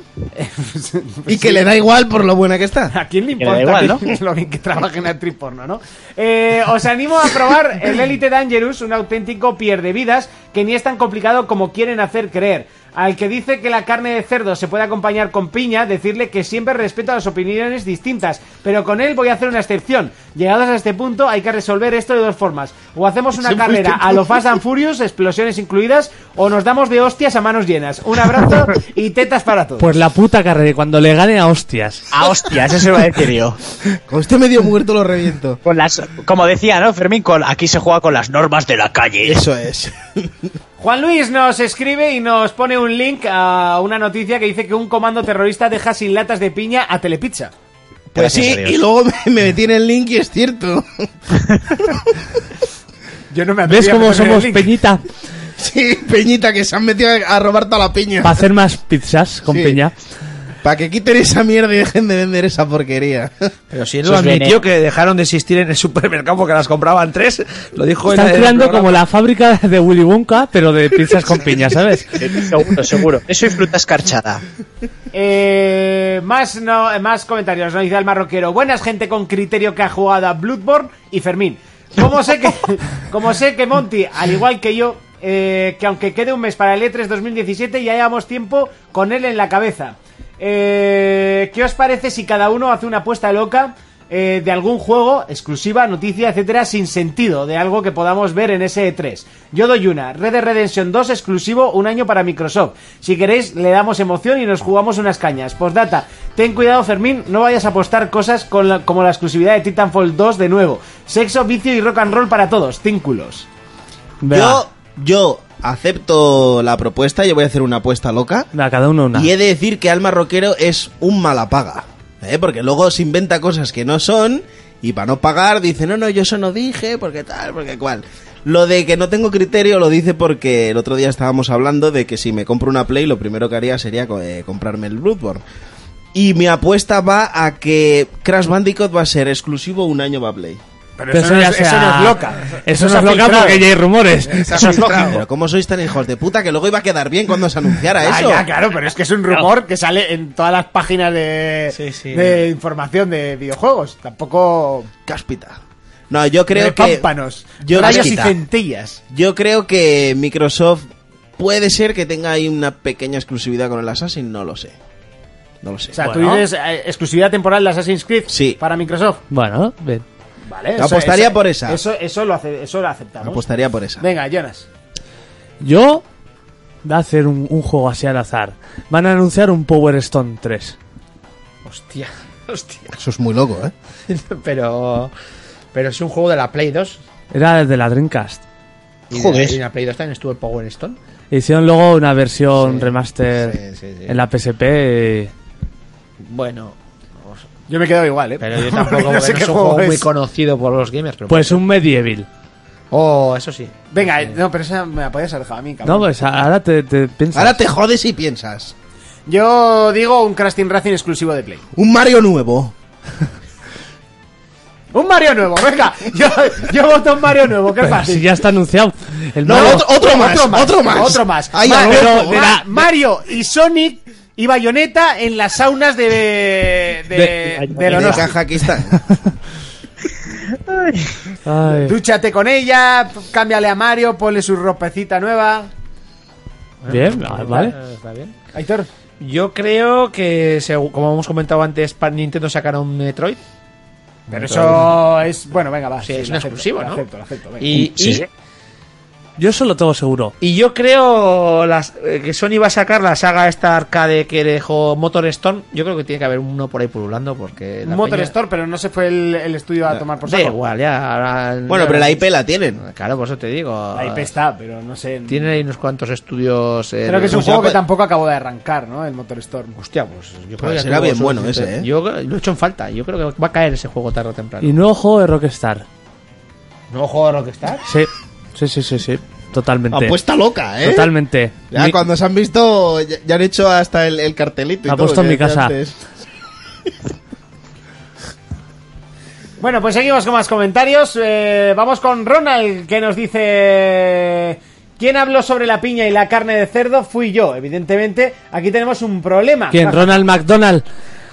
[SPEAKER 5] Y que le da igual por lo buena que está.
[SPEAKER 2] ¿A quién le
[SPEAKER 6] Que le da
[SPEAKER 2] importa
[SPEAKER 6] igual,
[SPEAKER 2] que- lo bien que trabaje en actriz porno, no? Eh, os animo a probar el Elite Dangerous, un auténtico pierde vidas que ni es tan complicado como quieren hacer creer. Al que dice que la carne de cerdo se puede acompañar con piña, decirle que siempre respeta las opiniones distintas, pero con él voy a hacer una excepción. Llegados a este punto, hay que resolver esto de dos formas: o hacemos una carrera a lo Fast and Furious, explosiones incluidas, o nos damos de hostias a manos llenas. Un abrazo y tetas para todos.
[SPEAKER 4] Pues la puta carrera, cuando le gane a hostias.
[SPEAKER 6] Ah, hostias, eso iba a decir yo.
[SPEAKER 5] Con este medio muerto lo reviento.
[SPEAKER 6] Con las, como decía, ¿no, Fermín? Con, aquí se juega con las normas de la calle.
[SPEAKER 5] Eso es.
[SPEAKER 2] Juan Luis nos escribe y nos pone un link a una noticia que dice que un comando terrorista deja sin latas de piña a Telepizza.
[SPEAKER 5] Pues sí, y luego me, me metí en el link y es cierto.
[SPEAKER 2] Yo no me
[SPEAKER 4] ¿Ves cómo somos peñita?
[SPEAKER 5] Sí, Peñita, que se han metido a robar toda la piña.
[SPEAKER 4] Para hacer más pizzas con
[SPEAKER 5] Sí.
[SPEAKER 4] peña.
[SPEAKER 5] Para que quiten esa mierda y dejen de vender esa porquería.
[SPEAKER 1] Pero si él
[SPEAKER 6] Eso
[SPEAKER 1] lo
[SPEAKER 6] es
[SPEAKER 1] admitió
[SPEAKER 6] veneno.
[SPEAKER 1] que dejaron de existir en el supermercado porque las compraban tres, lo dijo en
[SPEAKER 4] Están
[SPEAKER 1] el
[SPEAKER 4] creando
[SPEAKER 1] programa.
[SPEAKER 4] como la fábrica de Willy Wonka, pero de pizzas con piña, ¿sabes?
[SPEAKER 6] Seguro, seguro. Eso y fruta escarchada.
[SPEAKER 2] Eh, más, no, eh, más comentarios, nos dice el marroquero. Buenas gente con criterio que ha jugado a Bloodborne y Fermín. Como sé que, como sé que Monty, al igual que yo, eh, que aunque quede un mes para el E E3 2017, ya llevamos tiempo con él en la cabeza. Eh, ¿Qué os parece si cada uno hace una apuesta loca eh, de algún juego, exclusiva, noticia, etcétera, sin sentido, de algo que podamos ver en ese E3. Yo doy una, Red Dead Redemption 2 exclusivo, un año para Microsoft. Si queréis, le damos emoción y nos jugamos unas cañas. Postdata, ten cuidado Fermín, no vayas a apostar cosas con la- como la exclusividad de Titanfall 2 de nuevo. Sexo, vicio y rock and roll para todos, cínculos.
[SPEAKER 5] Yo, yo acepto la propuesta, yo voy a hacer una apuesta loca.
[SPEAKER 4] Nada, cada uno una.
[SPEAKER 5] Y he de decir que Alma Roquero es un malapaga. ¿eh? Porque luego se inventa cosas que no son Y para no pagar dice, no, no, yo eso no dije, porque tal, porque cual. Lo de que no tengo criterio lo dice porque el otro día estábamos hablando de que si me compro una Play, lo primero que haría sería co- eh, comprarme el Bloodborne. Y mi apuesta va a que Crash Bandicoot va a ser exclusivo un año para Play.
[SPEAKER 2] Pero eso, no, es- eso no es loca.
[SPEAKER 4] Eso
[SPEAKER 2] se
[SPEAKER 4] no
[SPEAKER 2] ha
[SPEAKER 4] es loca
[SPEAKER 2] filtrado.
[SPEAKER 4] porque ya hay rumores.
[SPEAKER 2] Se ha filtrado.
[SPEAKER 5] Pero ¿cómo sois tan hijos de puta que luego iba a quedar bien cuando se anunciara
[SPEAKER 2] Ah,
[SPEAKER 5] eso?
[SPEAKER 2] ya, claro, pero es que es un rumor que sale en todas las páginas de,
[SPEAKER 5] sí.
[SPEAKER 2] de información de videojuegos. Tampoco.
[SPEAKER 5] Cáspita. No, yo creo
[SPEAKER 2] de
[SPEAKER 5] que...
[SPEAKER 2] Pámpanos.
[SPEAKER 5] yo-
[SPEAKER 2] rayos y
[SPEAKER 5] Quita.
[SPEAKER 2] centellas.
[SPEAKER 5] Yo creo que Microsoft puede ser que tenga ahí una pequeña exclusividad con el Assassin, no lo sé. No lo sé.
[SPEAKER 2] O sea,
[SPEAKER 5] Bueno,
[SPEAKER 2] tú dices eh, exclusividad temporal de Assassin's Creed
[SPEAKER 5] Sí.
[SPEAKER 2] para Microsoft.
[SPEAKER 4] Bueno, bien.
[SPEAKER 2] Vale.
[SPEAKER 5] Yo apostaría por esa.
[SPEAKER 2] Eso, eso, lo, ace- eso lo aceptamos.
[SPEAKER 5] apostaría por esa.
[SPEAKER 2] Venga, Jonas.
[SPEAKER 4] Yo va a hacer un, un juego así al azar. Van a anunciar un Power Stone 3.
[SPEAKER 3] Hostia, hostia.
[SPEAKER 5] Eso es muy loco, ¿eh?
[SPEAKER 3] Pero. Pero es un juego de la Play 2.
[SPEAKER 4] Era desde la Dreamcast.
[SPEAKER 3] Y de-
[SPEAKER 6] Joder.
[SPEAKER 3] y en la Play 2 también estuvo el Power Stone.
[SPEAKER 4] Hicieron luego una versión remaster
[SPEAKER 3] sí, sí, sí.
[SPEAKER 4] en la PSP. y-
[SPEAKER 3] Bueno,
[SPEAKER 2] Yo me he quedado igual, ¿eh?
[SPEAKER 3] pero yo tampoco
[SPEAKER 2] No
[SPEAKER 3] no,
[SPEAKER 2] sé
[SPEAKER 3] no
[SPEAKER 2] qué
[SPEAKER 3] es un
[SPEAKER 2] juego
[SPEAKER 3] juego muy
[SPEAKER 2] es.
[SPEAKER 3] conocido por los gamers. Pero
[SPEAKER 4] Pues un medieval.
[SPEAKER 3] Oh, eso sí.
[SPEAKER 2] Venga, eh, no, pero esa me la podías haber dejado a mí, cabrón.
[SPEAKER 4] No, pues a- ahora te, te piensas.
[SPEAKER 5] Ahora te jodes y piensas.
[SPEAKER 2] Yo digo un Crash Team Racing exclusivo de Play.
[SPEAKER 5] Un Mario nuevo.
[SPEAKER 2] Un Mario nuevo, venga. Yo, yo voto un Mario nuevo, qué
[SPEAKER 4] Pero
[SPEAKER 2] fácil.
[SPEAKER 4] si Ah, ya está anunciado. El
[SPEAKER 5] No,
[SPEAKER 4] nuevo-
[SPEAKER 5] otro, otro más, otro más. Otro más.
[SPEAKER 2] Otro más.
[SPEAKER 5] Ay,
[SPEAKER 2] Ma-
[SPEAKER 5] Alberto,
[SPEAKER 2] pero de
[SPEAKER 5] ma-
[SPEAKER 2] la- Mario y Sonic y Bayonetta en las saunas de. de. de,
[SPEAKER 5] de
[SPEAKER 2] Donosti.
[SPEAKER 5] caja aquí está.
[SPEAKER 4] Ay.
[SPEAKER 2] Dúchate con ella, cámbiale a Mario, ponle su ropecita nueva.
[SPEAKER 4] Bien, ah, vale.
[SPEAKER 3] Eh, Está bien.
[SPEAKER 2] Aitor.
[SPEAKER 3] Yo creo que, segu- como hemos comentado antes, para Nintendo sacará un Metroid.
[SPEAKER 2] Pero eso es. Bueno, venga, va.
[SPEAKER 3] Sí, es
[SPEAKER 2] lo
[SPEAKER 3] un
[SPEAKER 2] acepto,
[SPEAKER 3] exclusivo,
[SPEAKER 2] lo
[SPEAKER 3] ¿no?
[SPEAKER 2] acepto, lo acepto, venga.
[SPEAKER 3] Y, y-
[SPEAKER 10] Sí.
[SPEAKER 4] Yo eso lo tengo seguro.
[SPEAKER 3] y yo creo las- eh, que Sony va a sacar la saga esta arcade que dejó Motor Storm. Yo creo que tiene que haber uno por ahí pululando porque. la
[SPEAKER 2] Motor
[SPEAKER 3] peña-
[SPEAKER 2] Store, pero no se fue el, el estudio a tomar por
[SPEAKER 3] Da
[SPEAKER 2] saco.
[SPEAKER 3] igual, ya. ahora-
[SPEAKER 5] Bueno,
[SPEAKER 3] ya-
[SPEAKER 5] pero la IP la tienen.
[SPEAKER 3] Claro, por eso te digo.
[SPEAKER 2] La IP está, pero no sé.
[SPEAKER 3] Tiene ahí unos cuantos estudios. eh,
[SPEAKER 2] Creo que es un
[SPEAKER 5] Pues ya
[SPEAKER 2] juego que
[SPEAKER 5] pa-
[SPEAKER 2] tampoco acabó de arrancar, ¿no? El Motor Storm.
[SPEAKER 3] Hostia, pues yo creo
[SPEAKER 5] Pues
[SPEAKER 3] que
[SPEAKER 5] será
[SPEAKER 3] tuvo
[SPEAKER 5] bien
[SPEAKER 3] su-
[SPEAKER 5] bueno ese, ¿eh?
[SPEAKER 3] Yo lo he hecho en falta. Yo creo que va a caer ese juego tarde o temprano.
[SPEAKER 4] Y nuevo juego de Rockstar.
[SPEAKER 3] ¿No juego de Rockstar?
[SPEAKER 4] Sí, sí, sí, sí, sí. Totalmente.
[SPEAKER 5] Apuesta loca, ¿eh?
[SPEAKER 4] Totalmente.
[SPEAKER 5] Ya
[SPEAKER 4] Mi-
[SPEAKER 5] cuando se han visto, ya, ya han hecho hasta el, el cartelito. y
[SPEAKER 4] La
[SPEAKER 5] todo
[SPEAKER 4] apuesto
[SPEAKER 5] que
[SPEAKER 4] en mi
[SPEAKER 5] decía
[SPEAKER 4] casa.
[SPEAKER 5] antes.
[SPEAKER 2] Bueno, pues seguimos con más comentarios. Eh, vamos con Ronald, que nos dice... ¿Quién habló sobre la piña y la carne de cerdo? Fui yo, evidentemente. Aquí tenemos un problema.
[SPEAKER 4] ¿Quién? Ronald McDonald.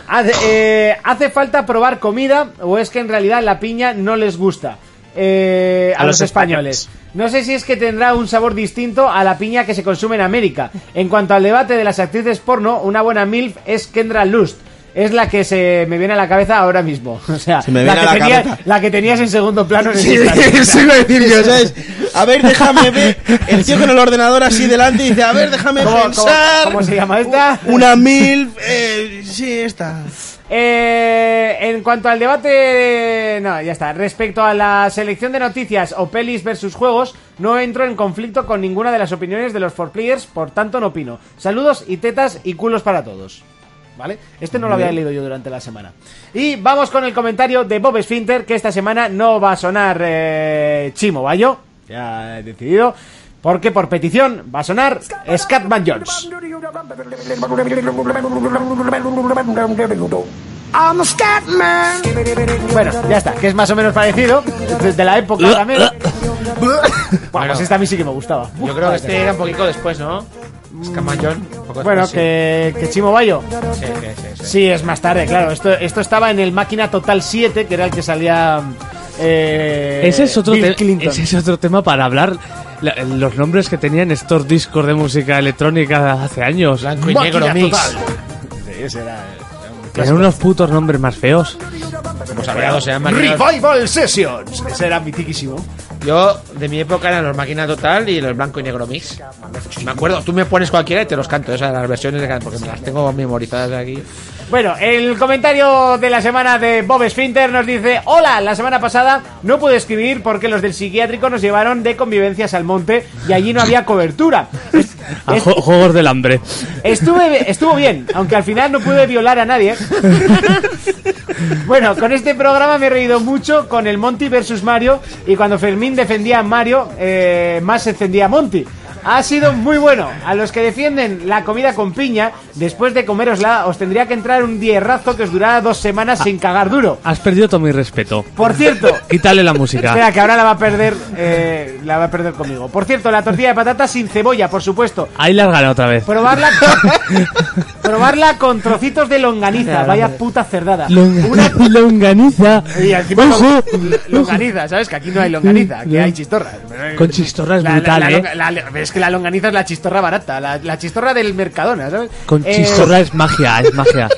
[SPEAKER 2] Hace, eh, ¿hace falta probar comida o es que en realidad la piña no les gusta? Eh, a,
[SPEAKER 6] A
[SPEAKER 2] los,
[SPEAKER 6] los
[SPEAKER 2] españoles. No sé si es que tendrá un sabor distinto a la piña que se consume en América. En cuanto al debate de las actrices porno, una buena MILF es Kendra Lust. Es la que se me viene a la cabeza ahora mismo. O sea,
[SPEAKER 5] Se me
[SPEAKER 2] la,
[SPEAKER 5] viene
[SPEAKER 2] que
[SPEAKER 5] a la
[SPEAKER 2] tenía-
[SPEAKER 5] cabeza.
[SPEAKER 2] la que tenías en segundo plano. en
[SPEAKER 5] Sí,
[SPEAKER 2] ese instante.
[SPEAKER 5] eso iba a decir yo, ¿sabes? A ver, déjame ver. El tío con el ordenador así delante dice, a ver, déjame
[SPEAKER 2] ¿Cómo- cómo-
[SPEAKER 5] pensar.
[SPEAKER 2] cómo se llama esta?
[SPEAKER 5] Una mil... eh, sí, esta.
[SPEAKER 2] Eh, en cuanto al debate, no, ya está. Respecto a la selección de noticias o pelis versus juegos, no entro en conflicto con ninguna de las opiniones de los four players, por tanto no opino. Saludos y tetas y culos para todos. ¿Vale? Este no lo había leído yo durante la semana. Y vamos con el comentario de Bob Sfinter, que esta semana no va a sonar eh, Chimo Bayo. Ya he decidido. Porque por petición va a sonar Scatman Jones. Bueno, ya está, que es más o menos parecido. Desde la época también. Bueno, pues esta a mí sí que me gustaba.
[SPEAKER 3] Yo creo que este era un poquito después, ¿no? Scamallón.
[SPEAKER 2] Bueno, que, que Chimo Bayo.
[SPEAKER 3] Sí, sí, sí, sí.
[SPEAKER 2] Sí, es más tarde, claro. Esto, esto estaba en el Máquina Total 7, que era el que salía. eh,
[SPEAKER 4] Ese es, otro
[SPEAKER 2] Bill
[SPEAKER 4] te-
[SPEAKER 2] Clinton.
[SPEAKER 4] ese es otro tema para hablar. La- los nombres que tenían estos discos de música electrónica hace años.
[SPEAKER 3] Blanco y negro mix.
[SPEAKER 4] Tenían unos putos nombres más feos.
[SPEAKER 3] Pues había dos, eran máquinas-
[SPEAKER 2] Revival Sessions. Ese era mitiquísimo.
[SPEAKER 3] Yo, de mi época, eran los máquina total y los blanco y negro mix. Me acuerdo, tú me pones cualquiera y te los canto. Esas eran las versiones de can- porque me las tengo memorizadas aquí.
[SPEAKER 2] Bueno, el comentario de la semana de Bob Sfinter nos dice: Hola, la semana pasada no pude escribir porque los del psiquiátrico nos llevaron de convivencias al monte y allí no había cobertura. Es-
[SPEAKER 4] A
[SPEAKER 2] es-
[SPEAKER 4] ju- juegos del hambre.
[SPEAKER 2] Estuve, estuvo bien, aunque al final no pude violar a nadie. Bueno, con este programa me he reído mucho con el Monty versus Mario y cuando Fermín defendía a Mario, eh, más se encendía a Monty. Ha sido muy bueno. A los que defienden la comida con piña, después de comerosla, os tendría que entrar un dierrazo que os durara dos semanas sin cagar duro.
[SPEAKER 4] Has perdido todo mi respeto.
[SPEAKER 2] Por cierto,
[SPEAKER 4] Quítale la música.
[SPEAKER 2] Espera, que ahora la va a perder. eh, la va a perder conmigo. Por cierto, la tortilla de patata sin cebolla, por supuesto.
[SPEAKER 4] Ahí la has ganado otra vez.
[SPEAKER 2] Probarla con, probarla con trocitos de longaniza. Vaya puta cerdada.
[SPEAKER 4] Longa- longaniza.
[SPEAKER 2] Y encima
[SPEAKER 4] Ojo.
[SPEAKER 2] con- longaniza, ¿sabes? Que aquí no hay longaniza, aquí hay chistorra.
[SPEAKER 4] Con chistorra es
[SPEAKER 2] La- la-
[SPEAKER 4] brutal,
[SPEAKER 2] la
[SPEAKER 4] eh.
[SPEAKER 2] longa- la- es que la longaniza es la chistorra barata, la, la chistorra del Mercadona, ¿sabes?
[SPEAKER 4] Con
[SPEAKER 2] Eh,
[SPEAKER 4] chistorra es magia, es magia.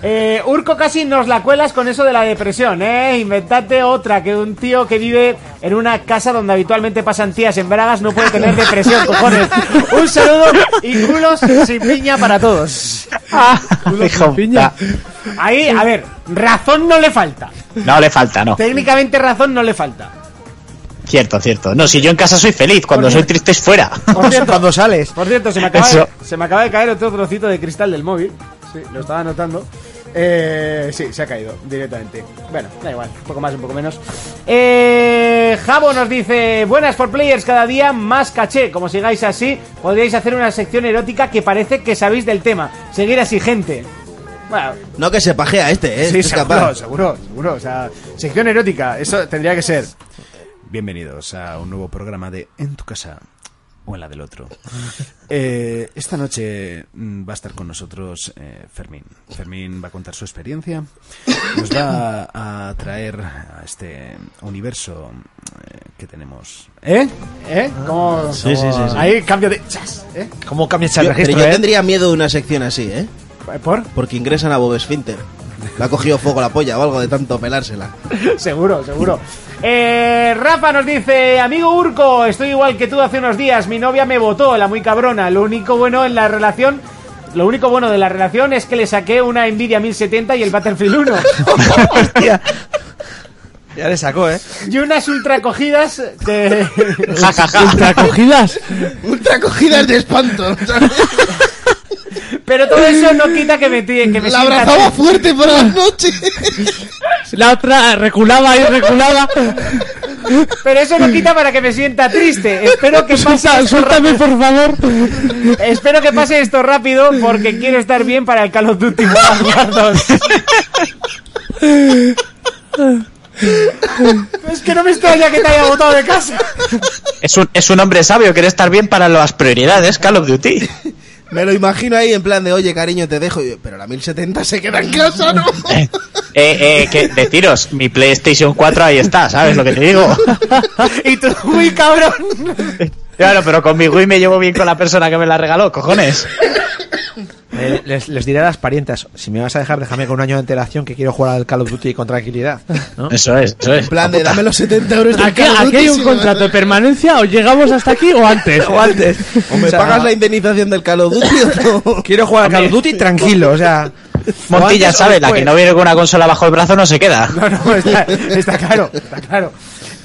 [SPEAKER 2] eh, Urco casi nos la cuelas con eso de la depresión, ¿eh? Inventate otra, que un tío que vive en una casa donde habitualmente pasan tías en bragas no puede tener depresión, cojones. Un saludo y culos sin piña para todos.
[SPEAKER 6] Ah, Hijo puta.
[SPEAKER 2] Ahí, a ver, razón no le falta.
[SPEAKER 6] No le falta, no.
[SPEAKER 2] Técnicamente razón no le falta.
[SPEAKER 6] Cierto, cierto. No, si yo en casa soy feliz, cuando soy triste es fuera.
[SPEAKER 2] Por cierto,
[SPEAKER 1] Cuando sales.
[SPEAKER 2] por cierto, se me acaba,
[SPEAKER 6] Eso.
[SPEAKER 2] se me acaba de caer otro trocito de cristal del móvil. Sí, lo estaba anotando. Eh, sí, se ha caído directamente. Bueno, da igual, un poco más, un poco menos. Eh, Jabo nos dice: Buenas for players, cada día más caché. Como sigáis así, podríais hacer una sección erótica que parece que sabéis del tema. Seguir así, gente. Bueno,
[SPEAKER 5] No que se pajea este, ¿eh?
[SPEAKER 2] sí,
[SPEAKER 5] Este es
[SPEAKER 2] seguro,
[SPEAKER 5] capaz.
[SPEAKER 2] seguro, seguro. O sea, sección erótica, eso tendría que ser.
[SPEAKER 12] Bienvenidos a un nuevo programa de En tu casa o en la del otro. Eh, esta noche mm, va a estar con nosotros eh, Fermín. Fermín va a contar su experiencia, nos va a, a traer a este universo eh, que tenemos.
[SPEAKER 2] ¿Eh? ¿Eh? ¿Cómo?
[SPEAKER 1] Sí, sí, sí, sí.
[SPEAKER 2] Ahí cambio de. ¡Chas! ¿Eh?
[SPEAKER 1] ¿Cómo cambias el
[SPEAKER 5] Yo, pero
[SPEAKER 1] registro,
[SPEAKER 5] yo
[SPEAKER 1] eh?
[SPEAKER 5] tendría miedo de una sección así, ¿eh?
[SPEAKER 2] ¿Por?
[SPEAKER 5] Porque ingresan a Bob Esfinter. Le ha cogido fuego la polla o algo de tanto pelársela.
[SPEAKER 2] Seguro, seguro. Eh, Rafa nos dice, amigo Urco, estoy igual que tú hace unos días, mi novia me votó, la muy cabrona, lo único bueno en la relación... Lo único bueno de la relación es que le saqué una Nvidia 1070 y el Battlefield 1
[SPEAKER 1] Ya le sacó, eh.
[SPEAKER 2] y unas ultracogidas de...
[SPEAKER 6] Ja, ja, ja.
[SPEAKER 4] ¿Ultracogidas?
[SPEAKER 5] Ultra cogidas de espanto.
[SPEAKER 2] Pero todo eso no quita que me, tie- que me sienta-
[SPEAKER 5] La abrazaba fuerte por la noche.
[SPEAKER 4] La otra reculaba y reculaba.
[SPEAKER 2] Pero eso no quita para que me sienta triste. Espero que pase
[SPEAKER 4] Suelta- suéltame, por favor.
[SPEAKER 2] Espero que pase esto rápido porque quiero estar bien para el Call of Duty World War 2. Es que no me extraña que te haya botado de casa.
[SPEAKER 6] Es un, es un hombre sabio, quiere estar bien para las prioridades, Call of Duty.
[SPEAKER 5] Me lo imagino ahí en plan de, oye, cariño, te dejo. Y yo, Pero la 1070 se queda en casa, ¿no?
[SPEAKER 6] Eh, eh, que deciros, mi PlayStation 4 ahí está, ¿sabes lo que te digo?
[SPEAKER 2] Y tú, uy, cabrón.
[SPEAKER 6] Claro, pero con mi Wii me llevo bien con la persona que me la regaló, cojones.
[SPEAKER 1] Eh, les, les diré a las parientas, si me vas a dejar, déjame con un año de antelación que quiero jugar al Call of Duty con tranquilidad. ¿no?
[SPEAKER 6] Eso es, eso es.
[SPEAKER 5] En plan de, dame los 70 euros de
[SPEAKER 4] Aquí,
[SPEAKER 5] Call of
[SPEAKER 4] aquí hay
[SPEAKER 5] Duty,
[SPEAKER 4] un
[SPEAKER 5] sí,
[SPEAKER 4] contrato de permanencia o llegamos hasta aquí o antes.
[SPEAKER 1] O antes.
[SPEAKER 5] ¿O me
[SPEAKER 1] O sea,
[SPEAKER 5] pagas la indemnización del Call of Duty o no?
[SPEAKER 1] Quiero jugar al Call of Duty tranquilo, o sea.
[SPEAKER 6] Montilla sabe, la que no viene con una consola bajo el brazo no se queda.
[SPEAKER 2] pues. No, no, está, está claro, está claro.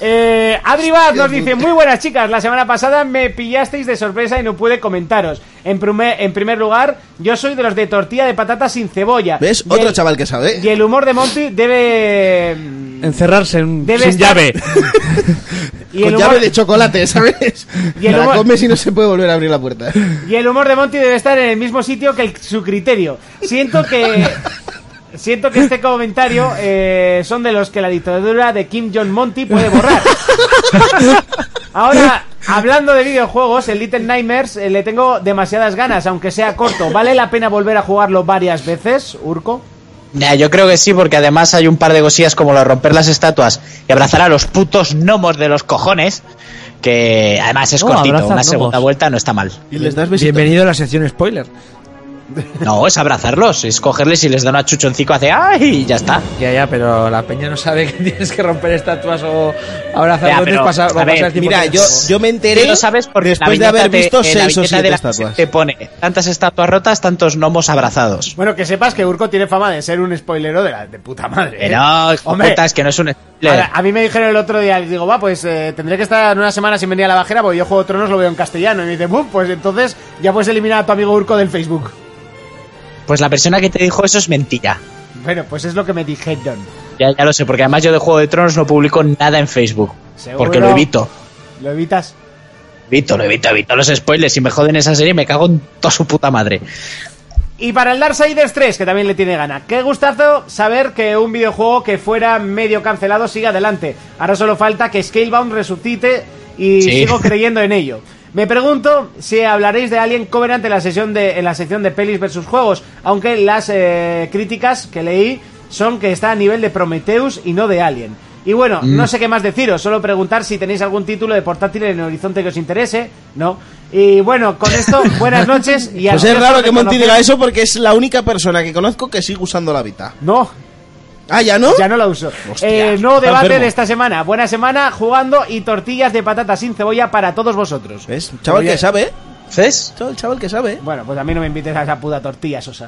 [SPEAKER 2] Eh, Adri Vaz nos dice, muy buenas chicas, la semana pasada me pillasteis de sorpresa y no pude comentaros. En, prime- en primer lugar, yo soy de los de tortilla de patata sin cebolla.
[SPEAKER 5] ¿Ves?
[SPEAKER 2] Y
[SPEAKER 5] Otro
[SPEAKER 2] el-
[SPEAKER 5] chaval que sabe.
[SPEAKER 2] Y el humor de Monty debe... mm,
[SPEAKER 4] Encerrarse en,
[SPEAKER 2] Debe
[SPEAKER 4] sin
[SPEAKER 2] estar-
[SPEAKER 4] llave.
[SPEAKER 2] Y
[SPEAKER 5] con
[SPEAKER 2] el,
[SPEAKER 5] llave
[SPEAKER 2] humor,
[SPEAKER 5] de chocolate, ¿sabes?
[SPEAKER 2] Y el
[SPEAKER 5] la
[SPEAKER 2] humor-
[SPEAKER 5] comes y no se puede volver a abrir la puerta.
[SPEAKER 2] y el humor de Monty debe estar en el mismo sitio que el- su criterio. Siento que. Siento que este comentario eh, son de los que la dictadura de Kim Jong Monty puede borrar. Ahora, hablando de videojuegos, el Little Nightmares eh, le tengo demasiadas ganas, aunque sea corto. ¿Vale la pena volver a jugarlo varias veces, Urco?
[SPEAKER 6] Ya, yo creo que sí, porque además hay un par de cosillas como lo de romper las estatuas y abrazar a los putos gnomos de los cojones, que además es
[SPEAKER 4] No,
[SPEAKER 6] cortito,
[SPEAKER 4] abrazar
[SPEAKER 6] una segunda
[SPEAKER 4] gnomos.
[SPEAKER 6] vuelta no está mal.
[SPEAKER 5] Y les das besitos.
[SPEAKER 1] Bienvenido a la sección spoiler.
[SPEAKER 6] No, es abrazarlos, es cogerles y les da una chuchoncico hace ¡ay! y ya está.
[SPEAKER 3] Ya, ya, pero la peña no sabe que tienes que romper estatuas o abrazar
[SPEAKER 6] Ya,
[SPEAKER 3] antes
[SPEAKER 6] pero,
[SPEAKER 3] pasa- va
[SPEAKER 6] a
[SPEAKER 3] a pasar
[SPEAKER 6] ver,
[SPEAKER 3] tiempo
[SPEAKER 5] Mira,
[SPEAKER 3] que-
[SPEAKER 5] yo, yo me enteré
[SPEAKER 6] Tú lo sabes porque
[SPEAKER 5] después
[SPEAKER 6] en
[SPEAKER 5] de
[SPEAKER 6] la
[SPEAKER 5] haber
[SPEAKER 6] viñeta
[SPEAKER 5] visto
[SPEAKER 6] te- en la
[SPEAKER 5] 6 o
[SPEAKER 6] viñeta
[SPEAKER 5] 7
[SPEAKER 6] de la-
[SPEAKER 5] estatuas.
[SPEAKER 6] Te pone tantas estatuas rotas, tantos gnomos abrazados.
[SPEAKER 2] Bueno, que sepas que Urco tiene fama de ser un spoilero de, la, de puta madre. ¿eh?
[SPEAKER 6] Pero, no, hijo de
[SPEAKER 2] Hombre.
[SPEAKER 6] puta, es que no es un spoiler.
[SPEAKER 2] Ahora, a mí me dijeron el otro día, digo, va, pues eh, tendré que estar una semana sin venir a la bajera porque yo juego Tronos, lo veo en castellano. Y me dicen, "Buf, pues entonces ya puedes eliminar a tu amigo Urco del Facebook.
[SPEAKER 6] Pues la persona que te dijo eso es mentira.
[SPEAKER 2] Bueno, pues es lo que me dijeron.
[SPEAKER 6] Ya, ya lo sé, porque además yo de Juego de Tronos no publico nada en Facebook.
[SPEAKER 2] Seguro.
[SPEAKER 6] Porque lo evito.
[SPEAKER 2] ¿Lo evitas?
[SPEAKER 6] Evito, lo evito, evito los spoilers. Si me joden esa serie, me cago en toda su puta madre.
[SPEAKER 2] Y para el Darksiders 3, que también le tiene gana. Qué gustazo saber que un videojuego que fuera medio cancelado siga adelante. Ahora solo falta que Scalebound resucite y
[SPEAKER 6] Sí.
[SPEAKER 2] sigo creyendo en ello. Me pregunto si hablaréis de Alien Covenant en la, sesión de, en la sección de pelis versus juegos, aunque las eh, críticas que leí son que está a nivel de Prometheus y no de Alien. Y bueno,
[SPEAKER 6] Mm.
[SPEAKER 2] no sé qué más deciros, solo preguntar si tenéis algún título de portátil en el horizonte que os interese, ¿no? Y bueno, con esto, buenas noches y a
[SPEAKER 5] Pues
[SPEAKER 2] los
[SPEAKER 5] es
[SPEAKER 2] restos
[SPEAKER 5] raro
[SPEAKER 2] de
[SPEAKER 5] que Monty
[SPEAKER 2] conocer-
[SPEAKER 5] diga eso porque es la única persona que conozco que sigue usando la Vita.
[SPEAKER 2] No.
[SPEAKER 5] Ah, ¿ya no?
[SPEAKER 2] Ya no la uso.
[SPEAKER 5] Hostia,
[SPEAKER 2] Eh, nuevo
[SPEAKER 5] está
[SPEAKER 2] debate
[SPEAKER 5] enfermo.
[SPEAKER 2] de esta semana. Buena semana jugando y tortillas de patata sin cebolla para todos vosotros.
[SPEAKER 5] ¿Ves? Chaval
[SPEAKER 2] Oye.
[SPEAKER 5] que sabe, ¿eh?
[SPEAKER 6] ¿Ves?
[SPEAKER 5] Chaval, chaval que sabe. ¿eh?
[SPEAKER 2] Bueno, pues a mí no me invites a esa puta tortilla, Sosa.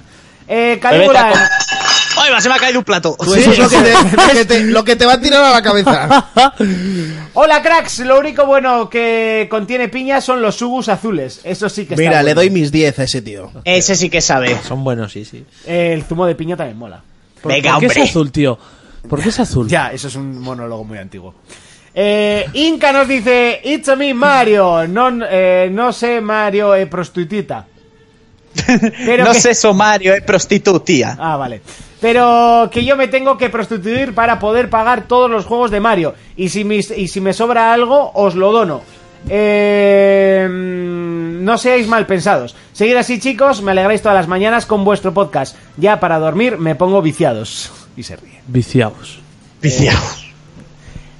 [SPEAKER 2] Eh,
[SPEAKER 6] Bebé,
[SPEAKER 2] Calígula.
[SPEAKER 6] ¡Ay, va, se me ha caído un plato!
[SPEAKER 5] Tú eso es lo que, te, lo, que te, lo que te va a tirar a la cabeza.
[SPEAKER 2] Hola, cracks. Lo único bueno que contiene piña son los subus azules. Eso sí que está
[SPEAKER 5] Mira, le
[SPEAKER 2] bueno.
[SPEAKER 5] doy mis 10 a ese tío.
[SPEAKER 6] Ese sí que sabe.
[SPEAKER 3] Son buenos, sí, sí.
[SPEAKER 2] Eh, el zumo de piña también mola.
[SPEAKER 4] ¿Por,
[SPEAKER 6] Venga,
[SPEAKER 4] por qué
[SPEAKER 6] hombre.
[SPEAKER 4] es azul, tío? ¿Por qué es azul?
[SPEAKER 2] Ya, eso es un monólogo muy antiguo. Eh, Inca nos dice: It's a me, Mario. Non, eh, no sé, Mario, eh, prostituta. Pero
[SPEAKER 6] no
[SPEAKER 2] que-
[SPEAKER 6] sé, Somario, es prostitutía.
[SPEAKER 2] Ah, vale. Pero que yo me tengo que prostituir para poder pagar todos los juegos de Mario. Y si, mis- y si me sobra algo, os lo dono. Eh, mm, no seáis mal pensados. Seguid así, chicos. Me alegráis todas las mañanas con vuestro podcast. Ya para dormir me pongo viciados. Y se ríe.
[SPEAKER 4] Viciados.
[SPEAKER 6] Viciado.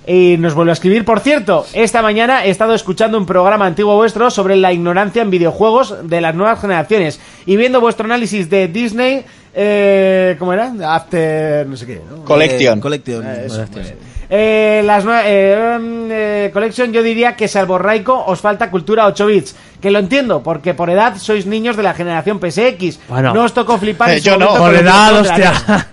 [SPEAKER 2] Y nos vuelve a escribir. Por cierto, esta mañana he estado escuchando un programa antiguo vuestro sobre la ignorancia en videojuegos de las nuevas generaciones. Y viendo vuestro análisis de Disney. Eh, ¿Cómo era? After. No sé qué. ¿no?
[SPEAKER 6] Collection.
[SPEAKER 5] Eh, Collection.
[SPEAKER 2] Eh, eso, pues. Eh, las nue- eh, em, eh, Collection, yo diría que salvo Raiko, os falta cultura 8 bits. Que lo entiendo, porque por edad sois niños de la generación PSX.
[SPEAKER 4] Bueno.
[SPEAKER 2] no os tocó flipar. en
[SPEAKER 6] Eh,
[SPEAKER 2] su
[SPEAKER 6] yo no.
[SPEAKER 2] momento con
[SPEAKER 4] Por
[SPEAKER 2] los
[SPEAKER 4] edad,
[SPEAKER 2] videojuegos de la
[SPEAKER 4] hostia.
[SPEAKER 2] NES.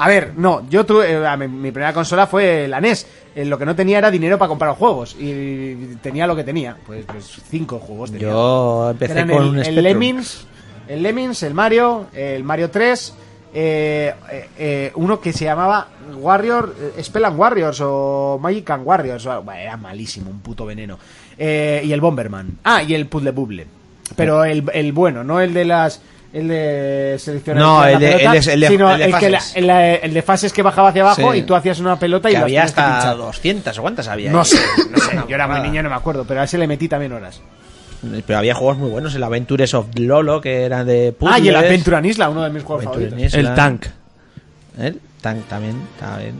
[SPEAKER 2] A ver, no, yo tuve. eh, a mi, mi primera consola fue la NES. Eh, lo que no tenía era dinero para comprar juegos. Y tenía lo que tenía. Pues, pues cinco juegos tenía.
[SPEAKER 3] Yo
[SPEAKER 2] Que
[SPEAKER 3] empecé
[SPEAKER 2] eran
[SPEAKER 3] con
[SPEAKER 2] el,
[SPEAKER 3] un
[SPEAKER 2] el
[SPEAKER 3] Spectrum.
[SPEAKER 2] Lemmings, el Lemmings, el Mario, el Mario 3, eh, eh, eh, uno que se llamaba Warrior, eh, Spell and Warriors o Magic and Warriors, o algo. Bueno, era malísimo, un puto veneno. Eh, y el Bomberman. Ah, y el Puzzle Bubble. Pero el, el bueno, no el de las... El de seleccionar
[SPEAKER 1] No,
[SPEAKER 2] la
[SPEAKER 1] el de-
[SPEAKER 2] pelota,
[SPEAKER 1] el de- el de-
[SPEAKER 2] sino
[SPEAKER 1] el de
[SPEAKER 2] que la-
[SPEAKER 1] fases.
[SPEAKER 2] el, el de fases que bajaba hacia abajo
[SPEAKER 1] Sí.
[SPEAKER 2] y tú hacías una pelota y
[SPEAKER 3] Que
[SPEAKER 2] las
[SPEAKER 3] había
[SPEAKER 2] tenías que
[SPEAKER 3] hasta
[SPEAKER 2] pinchar.
[SPEAKER 3] 200 o cuántas había.
[SPEAKER 2] No
[SPEAKER 3] ahí?
[SPEAKER 2] sé, no sé,
[SPEAKER 3] Una
[SPEAKER 2] yo era muy
[SPEAKER 3] burrada.
[SPEAKER 2] niño, no me acuerdo, pero a ese le metí también horas.
[SPEAKER 3] Pero había juegos muy buenos. El Aventures of Lolo, que era de
[SPEAKER 2] ah, y el
[SPEAKER 3] puzzles.
[SPEAKER 2] Adventure and Isla, uno de mis juegos
[SPEAKER 3] Adventure
[SPEAKER 2] favoritos.
[SPEAKER 3] in Island.
[SPEAKER 4] El tank.
[SPEAKER 3] El tank ¿Eh? también, también.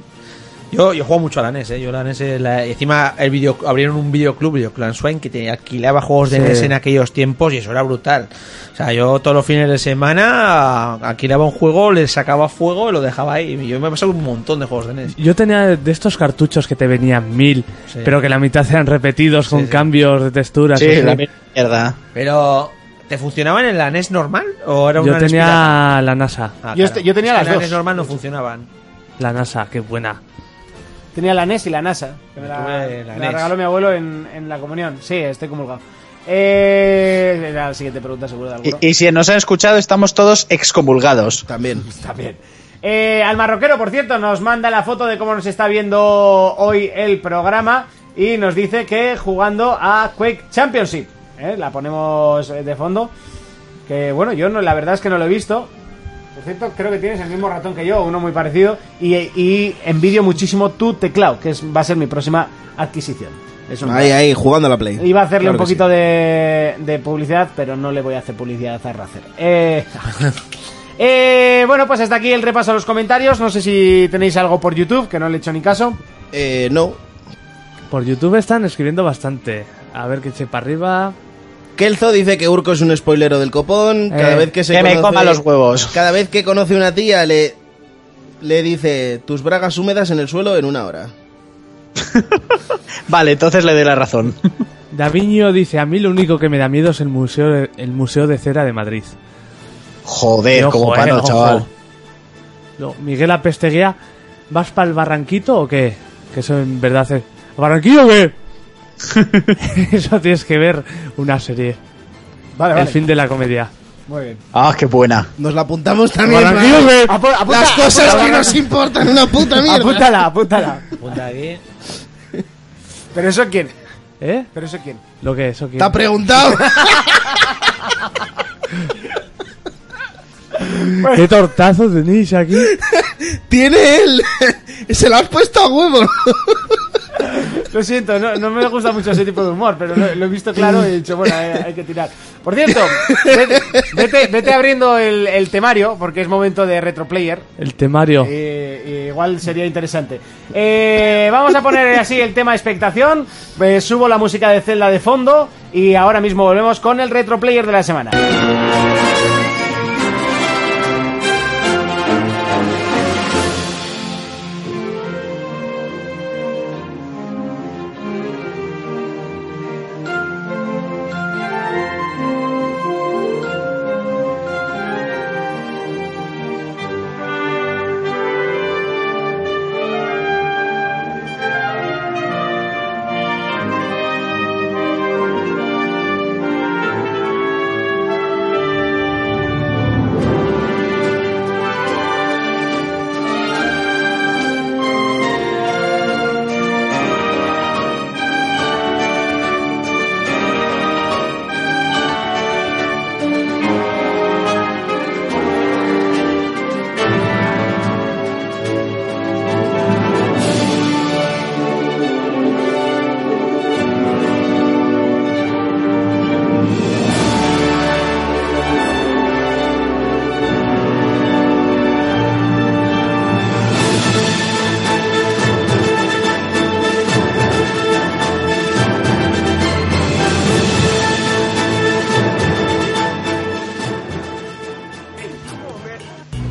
[SPEAKER 3] Yo, yo juego mucho a la NES, ¿eh? Yo la NES, eh, la- y encima el video, abrieron un videoclub, Videoclan Swain, que te alquilaba juegos de
[SPEAKER 4] Sí.
[SPEAKER 3] NES en aquellos tiempos y eso era brutal. O sea, yo todos los fines de semana alquilaba un juego, le sacaba fuego y lo dejaba ahí. Y yo me he pasado un montón de juegos de E NES.
[SPEAKER 4] Yo tenía de estos cartuchos que te venían mil,
[SPEAKER 3] Sí.
[SPEAKER 4] pero que la mitad eran repetidos con
[SPEAKER 3] Sí, sí.
[SPEAKER 4] cambios de texturas. o
[SPEAKER 6] Sí,
[SPEAKER 4] sea,
[SPEAKER 6] la misma mierda.
[SPEAKER 3] Pero, ¿te funcionaban en la NES normal o era una
[SPEAKER 4] yo
[SPEAKER 3] NES pirata?
[SPEAKER 4] tenía la NASA.
[SPEAKER 3] Ah,
[SPEAKER 2] Yo
[SPEAKER 3] claro.
[SPEAKER 2] este- yo tenía
[SPEAKER 3] Es que
[SPEAKER 2] las
[SPEAKER 3] en la
[SPEAKER 2] dos.
[SPEAKER 3] NES normal no funcionaban.
[SPEAKER 4] La NASA, qué buena.
[SPEAKER 2] Tenía la NES y la NASA. Que me la,
[SPEAKER 3] Tuve la E
[SPEAKER 2] me la
[SPEAKER 3] NES.
[SPEAKER 2] regaló mi abuelo en, en la comunión. Sí, estoy comulgado. Eh, era la siguiente pregunta, seguro de alguno.
[SPEAKER 6] Y, y si nos han escuchado, estamos todos excomulgados.
[SPEAKER 5] También.
[SPEAKER 2] Está bien. Eh, al marroquero, por cierto, nos manda la foto de cómo nos está viendo hoy el programa y nos dice que jugando a Quake Championship. Eh, La ponemos eh, de fondo. Que bueno, yo no, la verdad es que no lo he visto. Por cierto, creo que tienes el mismo ratón que yo, uno muy parecido. Y, y envidio muchísimo tu teclado, que es, va a ser mi próxima adquisición. Es un
[SPEAKER 5] Ahí, ahí, jugando a la Play.
[SPEAKER 2] Iba a hacerle
[SPEAKER 5] Claro
[SPEAKER 2] un
[SPEAKER 5] que
[SPEAKER 2] poquito
[SPEAKER 5] sí.
[SPEAKER 2] de, de publicidad, pero no le voy a hacer publicidad a Racer. Eh, eh, bueno, pues hasta aquí el repaso a los comentarios. No sé si tenéis algo por YouTube, que no le he hecho ni caso.
[SPEAKER 5] Eh, no.
[SPEAKER 4] Por YouTube están escribiendo bastante. A ver, que eche para arriba.
[SPEAKER 5] Kelzo dice que Urco es un spoilero del copón. Cada
[SPEAKER 6] Eh,
[SPEAKER 5] vez que se
[SPEAKER 6] que me
[SPEAKER 5] conoce-
[SPEAKER 6] coma los huevos.
[SPEAKER 5] Cada vez que conoce una tía le, le dice tus bragas húmedas en el suelo en una hora.
[SPEAKER 6] Vale, entonces le doy la razón.
[SPEAKER 4] Daviño dice, a mí lo único que me da miedo es el museo, de- el museo de cera de Madrid.
[SPEAKER 6] Joder,
[SPEAKER 4] Ojo,
[SPEAKER 6] como
[SPEAKER 4] eh,
[SPEAKER 6] pano,
[SPEAKER 4] ojo.
[SPEAKER 6] chaval.
[SPEAKER 4] No, Miguel Apesteguía, ¿vas para el barranquito o qué? Que eso en verdad es... ¿Barranquillo o qué? eso tienes que ver una serie.
[SPEAKER 2] Vale,
[SPEAKER 4] El
[SPEAKER 2] vale.
[SPEAKER 4] fin de la comedia.
[SPEAKER 2] Muy bien.
[SPEAKER 6] Ah, qué buena.
[SPEAKER 5] Nos la apuntamos también.
[SPEAKER 4] Barranquillo,
[SPEAKER 5] ¿vale?
[SPEAKER 4] ¿qué?
[SPEAKER 2] Apu- apunta,
[SPEAKER 5] Las cosas
[SPEAKER 2] apunta,
[SPEAKER 5] que
[SPEAKER 2] apunta.
[SPEAKER 5] nos importan, una puta mierda.
[SPEAKER 2] Apúntala, apúntala.
[SPEAKER 3] Apunta aquí.
[SPEAKER 2] ¿Pero eso quién?
[SPEAKER 4] ¿Eh?
[SPEAKER 2] ¿Pero eso quién?
[SPEAKER 4] ¿Lo que es? ¿O quién?
[SPEAKER 5] ¿Te ha preguntado?
[SPEAKER 4] ¿Qué tortazos tenéis aquí?
[SPEAKER 5] Tiene él. Se lo has puesto a huevo.
[SPEAKER 2] Lo siento, no, no me gusta mucho ese tipo de humor, pero lo, lo he visto claro y he dicho, bueno, eh, hay que tirar. Por cierto, vete, vete- vete abriendo el, el temario, porque es momento de retroplayer.
[SPEAKER 4] El temario.
[SPEAKER 2] Eh, igual sería interesante. Eh, vamos a poner así el tema expectación. Eh, subo la música de Zelda de fondo y ahora mismo volvemos con el retroplayer de la semana.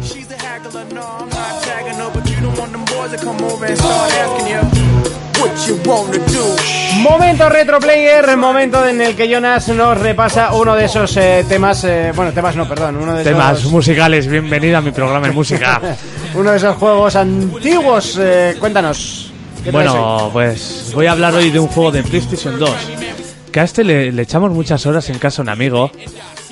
[SPEAKER 13] She's a haggler, no, I'm not tagging her, but you don't want them boys to come over and start asking you what you wanna do.
[SPEAKER 2] Momento retroplayer, momento en el que Jonas nos repasa uno de esos eh, temas, eh, bueno, temas no, perdón, uno de
[SPEAKER 4] Temas
[SPEAKER 2] esos...
[SPEAKER 4] musicales, bienvenida a mi programa de música.
[SPEAKER 2] Uno de esos juegos antiguos, eh, cuéntanos. ¿qué traes hoy?
[SPEAKER 4] Bueno, pues voy a hablar hoy de un juego de PlayStation 2. Que a este le, le echamos muchas horas en casa a un amigo,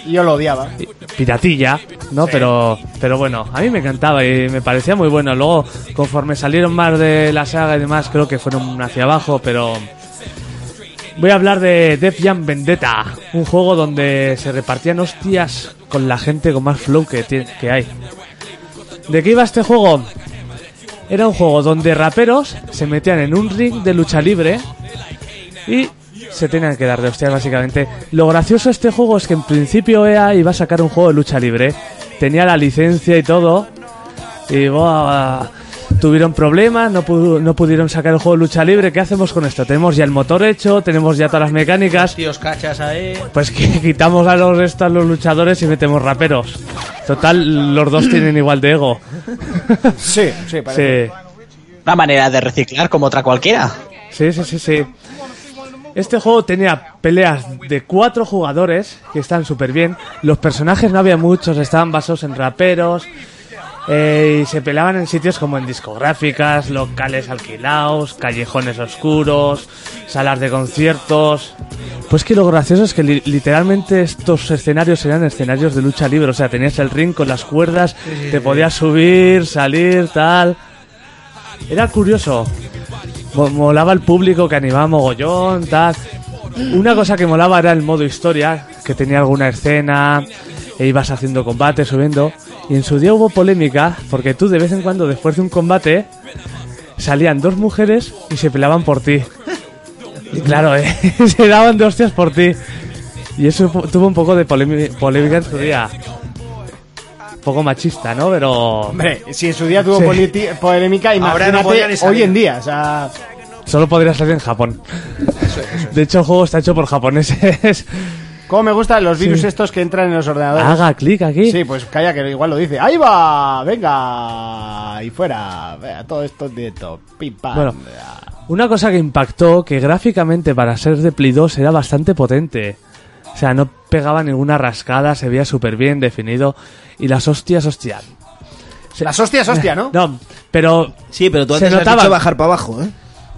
[SPEAKER 2] yo lo odiaba.
[SPEAKER 4] piratilla, ¿no?
[SPEAKER 2] Sí.
[SPEAKER 4] Pero, pero bueno, a mí me encantaba y me parecía muy bueno. Luego, conforme salieron más de la saga y demás, creo que fueron hacia abajo, pero... Voy a hablar de Def Jam Vendetta, un juego donde se repartían hostias con la gente con más flow que, tie- que hay. ¿De qué iba este juego? Era un juego donde raperos se metían en un ring de lucha libre y se tenían que dar de hostias básicamente. Lo gracioso de este juego es que en principio EA iba a sacar un juego de lucha libre. Tenía la licencia y todo. Y buah, tuvieron problemas, no, pu- no pudieron sacar el juego de lucha libre. ¿Qué hacemos con esto? Tenemos ya el motor hecho, tenemos ya todas las mecánicas.
[SPEAKER 3] Tíos cachas ahí.
[SPEAKER 4] Pues que quitamos a los estos los luchadores y metemos raperos. Total, los dos tienen igual de ego.
[SPEAKER 2] Sí, sí,
[SPEAKER 4] Sí.
[SPEAKER 6] Una manera de reciclar como otra cualquiera.
[SPEAKER 4] Sí, sí, sí, sí. Este juego tenía peleas de cuatro jugadores que están súper bien. Los personajes no había muchos, estaban basados en raperos. eh, y se peleaban en sitios como en discográficas, locales alquilados, callejones oscuros, salas de conciertos. Pues que lo gracioso es que li- literalmente estos escenarios eran escenarios de lucha libre. O sea, tenías el ring con las cuerdas, te podías subir, salir, tal. Era curioso. Mo- Molaba el público que animaba mogollón, tal. Una cosa que molaba era el modo historia, que tenía alguna escena, e ibas haciendo combate, subiendo. Y en su día hubo polémica, porque tú de vez en cuando, después de un combate, salían dos mujeres y se peleaban por ti. Y claro, eh, se daban de hostias por ti. Y eso fu- tuvo un poco de polémi- polémica en su día. Un poco machista, ¿no? Pero
[SPEAKER 2] Hombre, si en su día tuvo
[SPEAKER 4] Sí.
[SPEAKER 2] politi- polémica,
[SPEAKER 3] Ahora no
[SPEAKER 2] imagínate
[SPEAKER 3] podía ni salir.
[SPEAKER 2] hoy en día, o sea...
[SPEAKER 4] solo podría salir en Japón. De hecho, el juego está hecho por japoneses.
[SPEAKER 2] ¿Cómo me gustan los virus
[SPEAKER 4] Sí.
[SPEAKER 2] estos que entran en los ordenadores?
[SPEAKER 4] Haga clic aquí.
[SPEAKER 2] Sí, pues calla, que igual lo dice. ¡Ahí va! ¡Venga! Y fuera. Vea, todo esto en directo. Pim, pam.
[SPEAKER 4] Bueno, una cosa que impactó, que gráficamente para ser de Play 2 era bastante potente. O sea, no pegaba ninguna rascada, se veía súper bien definido. Y las hostias, hostia.
[SPEAKER 2] Las hostias, hostia, ¿no?
[SPEAKER 4] No, pero.
[SPEAKER 5] Sí, pero
[SPEAKER 1] tú antes has dicho bajar
[SPEAKER 5] para abajo, ¿eh?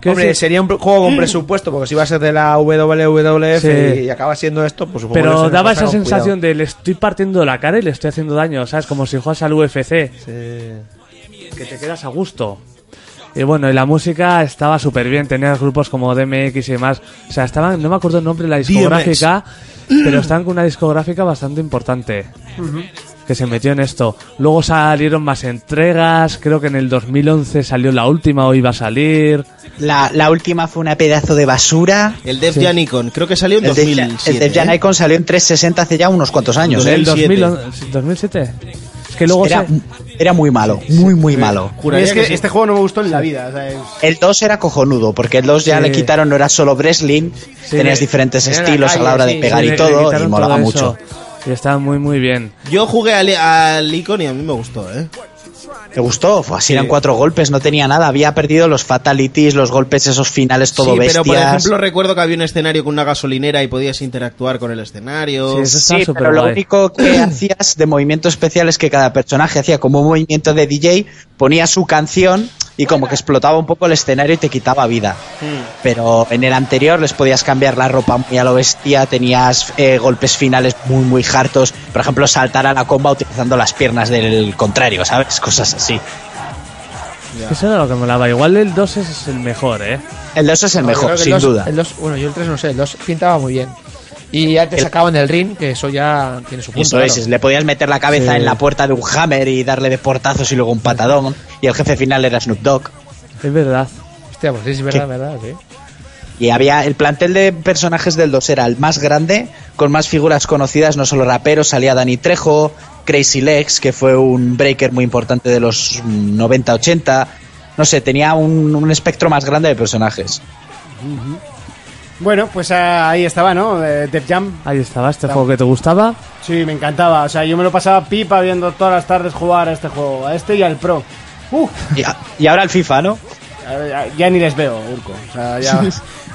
[SPEAKER 1] Hombre, sería un juego
[SPEAKER 3] Mm.
[SPEAKER 1] con presupuesto, porque si va a ser de la WWF
[SPEAKER 4] Sí.
[SPEAKER 1] y acaba siendo esto, pues supongo que se
[SPEAKER 4] Pero
[SPEAKER 1] nos
[SPEAKER 4] daba
[SPEAKER 1] pasa
[SPEAKER 4] esa
[SPEAKER 1] con
[SPEAKER 4] sensación de le estoy partiendo la cara y le estoy haciendo daño, ¿sabes? Como si juegas al UFC. Que te quedas a gusto. Y bueno, y la música estaba súper bien, tenías grupos como DMX y demás. O sea, estaban, no me acuerdo el nombre de la discográfica, pero estaban con una discográfica bastante importante que se metió en esto. Luego salieron más entregas, creo que en el 2011 salió la última o iba a salir.
[SPEAKER 6] La, la última fue una pedazo de basura.
[SPEAKER 5] El Def Jam Icon, creo que salió en
[SPEAKER 6] El Def-
[SPEAKER 5] 2007.
[SPEAKER 4] ¿eh?
[SPEAKER 6] el Def Jam Icon salió en 360 hace ya unos cuantos años. ¿eh?
[SPEAKER 4] el 2011, 2007. Es que luego
[SPEAKER 6] Era,
[SPEAKER 4] se-
[SPEAKER 6] era muy malo, muy, muy malo.
[SPEAKER 2] es que, este juego no me gustó en la vida. o sea, es-
[SPEAKER 6] El 2 era cojonudo, porque el 2 ya
[SPEAKER 2] Sí.
[SPEAKER 6] le quitaron, no era solo wrestling, tenías diferentes
[SPEAKER 5] Era la
[SPEAKER 6] estilos a
[SPEAKER 5] calle,
[SPEAKER 6] la hora
[SPEAKER 5] sí,
[SPEAKER 6] de pegar
[SPEAKER 5] sí,
[SPEAKER 6] y
[SPEAKER 5] le- le
[SPEAKER 6] todo, y
[SPEAKER 5] quitaron
[SPEAKER 6] molaba
[SPEAKER 5] todo
[SPEAKER 6] mucho.
[SPEAKER 4] Y estaba muy, muy bien.
[SPEAKER 5] Yo jugué al, al Icon y a mí me gustó, ¿eh?
[SPEAKER 6] ¿Te gustó? Fue así eran cuatro golpes, no tenía nada. Había perdido los fatalities, los golpes esos finales todo
[SPEAKER 5] sí, pero
[SPEAKER 6] bestias.
[SPEAKER 5] por ejemplo recuerdo que había un escenario con una gasolinera y podías interactuar con el escenario.
[SPEAKER 6] Sí, pero lo único que hacías de movimientos especiales que cada personaje hacía como un movimiento de DJ, ponía su canción y como que explotaba un poco el escenario y te quitaba vida.
[SPEAKER 3] Hmm.
[SPEAKER 6] Pero en el anterior les podías cambiar la ropa muy a lo bestia, tenías eh, golpes finales muy, muy hartos. Por ejemplo, saltar a la comba utilizando las piernas del contrario, ¿sabes? Cosas así.
[SPEAKER 4] Eso era lo que molaba. Igual el 2 es es el mejor, ¿eh?
[SPEAKER 6] El 2 es el
[SPEAKER 4] No,
[SPEAKER 3] Creo
[SPEAKER 6] mejor,
[SPEAKER 3] que el
[SPEAKER 6] sin
[SPEAKER 3] dos-
[SPEAKER 6] duda.
[SPEAKER 3] El 2, bueno, yo el 3 no sé, el 2 pintaba muy bien. Y ya te sacaban del ring, que eso ya tiene su punto.
[SPEAKER 6] Eso es,
[SPEAKER 3] claro.
[SPEAKER 6] le podías meter la cabeza
[SPEAKER 3] Sí.
[SPEAKER 6] en la puerta de un hammer y darle de portazos y luego un patadón. Y el jefe final era Snoop Dogg.
[SPEAKER 4] Es verdad.
[SPEAKER 3] Hostia, pues es verdad, verdad, sí.
[SPEAKER 6] Y había el plantel de personajes del 2 era el más grande, con más figuras conocidas, no solo raperos, salía Dani Trejo, Crazy Legs, que fue un breaker muy importante de los mm, 90-80. No sé, tenía un, un espectro más grande de personajes.
[SPEAKER 2] Bueno, pues ah, ahí estaba, ¿no? Eh, Def Jam.
[SPEAKER 4] Ahí estaba este juego que te gustaba.
[SPEAKER 2] Sí, me encantaba. O sea, yo me lo pasaba pipa viendo todas las tardes jugar a este juego, a este y al pro. Uh,
[SPEAKER 6] Y, a- y ahora el FIFA, ¿no?
[SPEAKER 2] ya, ya- ya ni les veo, Urco. O sea, ya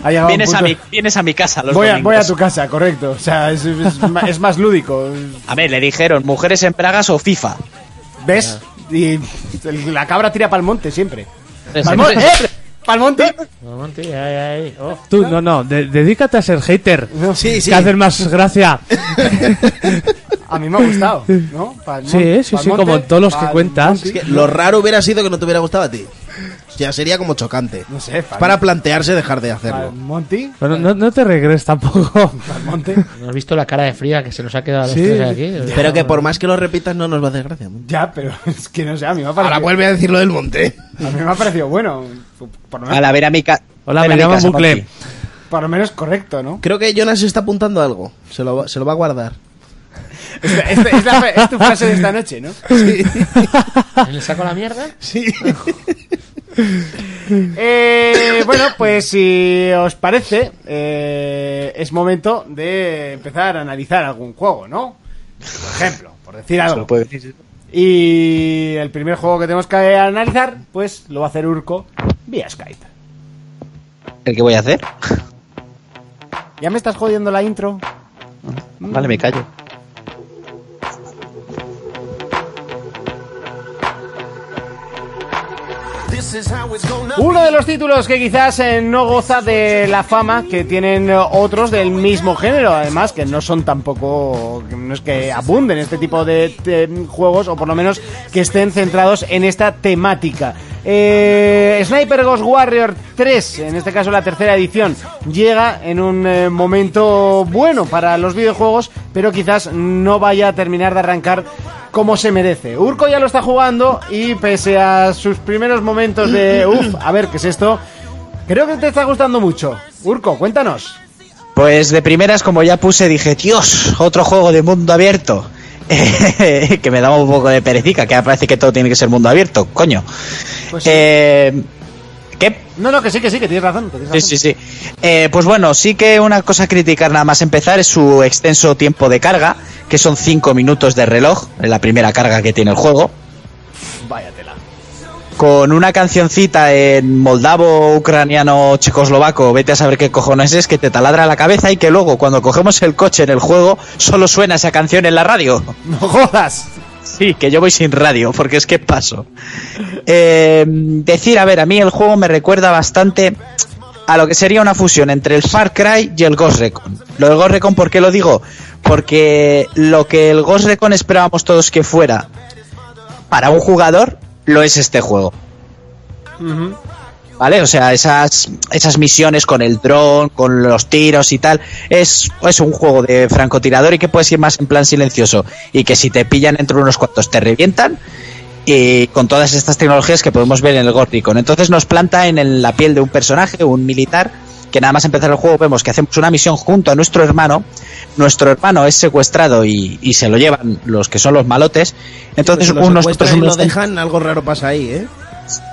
[SPEAKER 2] ha llegado un
[SPEAKER 6] Vienes a,
[SPEAKER 2] punto-
[SPEAKER 6] mi, vienes a mi casa los
[SPEAKER 2] Voy a,
[SPEAKER 6] domingos.
[SPEAKER 2] voy a tu casa, correcto. O sea, es, es ma- es más lúdico.
[SPEAKER 6] A ver, le dijeron, ¿mujeres en Pragas o FIFA?
[SPEAKER 2] ¿Ves? Y el- la cabra tira pa'l monte siempre.
[SPEAKER 6] Siempre,
[SPEAKER 2] ¡Pa'l monte!
[SPEAKER 6] siempre.
[SPEAKER 2] ¡Eh! ¡Pa'l monte!
[SPEAKER 4] Tú, no, no, de- dedícate a ser hater.
[SPEAKER 5] Sí, sí.
[SPEAKER 4] Que haces más gracia.
[SPEAKER 2] A mí me ha gustado, ¿no? Pa'l
[SPEAKER 4] Sí,
[SPEAKER 2] mon-
[SPEAKER 4] sí,
[SPEAKER 2] pa'l
[SPEAKER 4] sí,
[SPEAKER 2] monte,
[SPEAKER 4] como todos los que
[SPEAKER 2] pa'l
[SPEAKER 4] cuentas.
[SPEAKER 2] monte.
[SPEAKER 5] Es que lo raro hubiera sido que no te hubiera gustado a ti. Ya sería como chocante.
[SPEAKER 2] No sé, pa'l-
[SPEAKER 5] Para plantearse dejar de
[SPEAKER 2] pa'l
[SPEAKER 5] hacerlo.
[SPEAKER 2] monte,
[SPEAKER 4] Pero no, no te regres tampoco.
[SPEAKER 2] pa'l monte.
[SPEAKER 3] ¿No has visto la cara de fría que se nos ha quedado a los
[SPEAKER 4] Sí.
[SPEAKER 3] tres aquí?
[SPEAKER 5] Pero que por más que lo repitas no nos va a hacer gracia.
[SPEAKER 2] Ya, pero es que no sé, a mí me ha
[SPEAKER 5] Ahora
[SPEAKER 2] parecido,
[SPEAKER 5] vuelve a decirlo del monte.
[SPEAKER 2] a mí me ha parecido bueno. Por lo,
[SPEAKER 6] Al
[SPEAKER 2] menos,
[SPEAKER 6] haber a mi casa.
[SPEAKER 4] Hola, me llaman Bucle.
[SPEAKER 2] por lo menos correcto, ¿no?
[SPEAKER 5] Creo que Jonas está apuntando a algo. Se lo, va- se lo va a guardar.
[SPEAKER 2] Es, es- es la- es tu frase de esta noche, ¿no?
[SPEAKER 3] ¿Le saco la mierda?
[SPEAKER 5] Sí.
[SPEAKER 2] Eh, bueno, pues si os parece, eh, es momento de empezar a analizar algún juego, ¿no? Por ejemplo, por decir algo. Y el primer juego que tenemos que analizar, pues lo va a hacer Urco vía Skype.
[SPEAKER 6] ¿El que voy a hacer?
[SPEAKER 2] ¿Ya me estás jodiendo la intro?
[SPEAKER 6] Vale, me callo.
[SPEAKER 2] Uno de los títulos que quizás eh, no goza de la fama que tienen eh, otros del mismo género, además que no son tampoco, que no es que abunden este tipo de, de juegos o por lo menos que estén centrados en esta temática. Eh, Sniper Ghost Warrior 3, en este caso la tercera edición, llega en un eh, momento bueno para los videojuegos, pero quizás no vaya a terminar de arrancar como se merece. Urco ya lo está jugando y pese a sus primeros momentos de uff, a ver qué es esto, creo que te está gustando mucho. Urco, cuéntanos.
[SPEAKER 6] Pues de primeras, como ya puse, dije, Dios, otro juego de mundo abierto. que me daba un
[SPEAKER 2] Pues
[SPEAKER 6] poco de perecica, que ahora parece que todo tiene que ser mundo abierto, coño. Eh, ¿Qué?
[SPEAKER 2] No, no, que sí, que sí, que tienes razón. que tienes
[SPEAKER 6] Sí,
[SPEAKER 2] razón.
[SPEAKER 6] sí, sí. Eh, pues bueno, sí que una cosa a criticar nada más empezar es su extenso tiempo de carga, que son 5 minutos de reloj, en la primera carga que tiene el juego.
[SPEAKER 2] Váyatela.
[SPEAKER 6] Con una cancioncita en moldavo, ucraniano, checoslovaco, vete a saber qué cojones es, que te taladra la cabeza y que luego cuando cogemos el coche en el juego solo suena esa canción en la radio.
[SPEAKER 2] No jodas.
[SPEAKER 6] Sí, que yo voy sin radio, porque es que paso. Eh, decir, a ver, a mí el juego me recuerda bastante a lo que sería una fusión entre el Far Cry y el Ghost Recon. Lo del Ghost Recon, ¿por qué lo digo? Porque lo que el Ghost Recon esperábamos todos que fuera para un jugador, lo es este juego. ¿Vale? O sea, esas, esas misiones con el dron, con los tiros y tal, es, es un juego de francotirador y que puedes ir más en plan silencioso. Y que si te pillan entre unos cuantos te revientan. Y con todas estas tecnologías que podemos ver en el Gorticon. Entonces nos planta en el- la piel de un personaje, un militar, que nada más empezar el juego vemos que hacemos una misión junto a nuestro hermano. Nuestro hermano es secuestrado y, y se lo llevan los que son los malotes. Entonces
[SPEAKER 5] Si lo
[SPEAKER 6] unos
[SPEAKER 5] secuestran y
[SPEAKER 6] unos-
[SPEAKER 5] lo dejan, algo raro pasa ahí, ¿eh?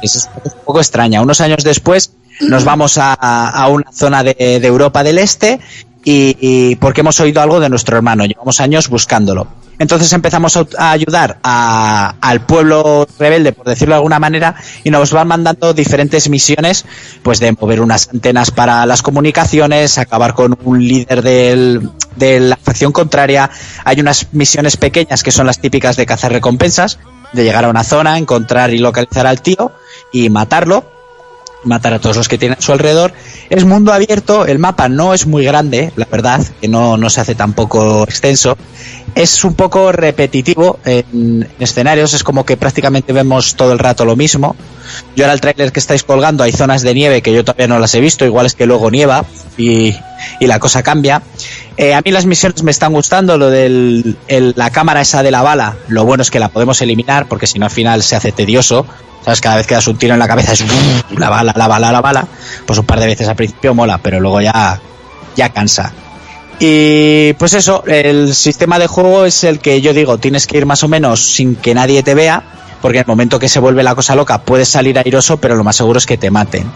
[SPEAKER 6] eso es un poco extraña. Unos años después nos vamos a, a una zona de, de Europa del Este y, y porque hemos oído algo de nuestro hermano, llevamos años buscándolo. Entonces empezamos a, a ayudar a- al pueblo rebelde, por decirlo de alguna manera, y nos van mandando diferentes misiones, pues de mover unas antenas para las comunicaciones, acabar con un líder del- de la facción contraria. Hay unas misiones pequeñas que son las típicas de cazar recompensas, de llegar a una zona, encontrar y localizar al tío y matarlo, matar a todos los que tienen a su alrededor. Es mundo abierto, el mapa no es muy grande, la verdad, que no, no se hace tampoco extenso. Es un poco repetitivo en, en escenarios, es como que prácticamente vemos todo el rato lo mismo. Yo ahora el tráiler que estáis colgando hay zonas de nieve que yo todavía no las he visto, igual es que luego nieva y, y la cosa cambia. Eh, a mí las misiones me están gustando, lo de la cámara esa de la bala, lo bueno es que la podemos eliminar porque si no al final se hace tedioso. ¿Sabes? Cada vez que das un tiro en la cabeza es ¡bum! la bala, la bala, la bala. Pues un par de veces al principio mola, pero luego ya, ya cansa. Y pues eso, el sistema de juego es el que yo digo, tienes que ir más o menos sin que nadie te vea, porque en el momento que se vuelve la cosa loca puedes salir airoso, pero lo más seguro es que te maten.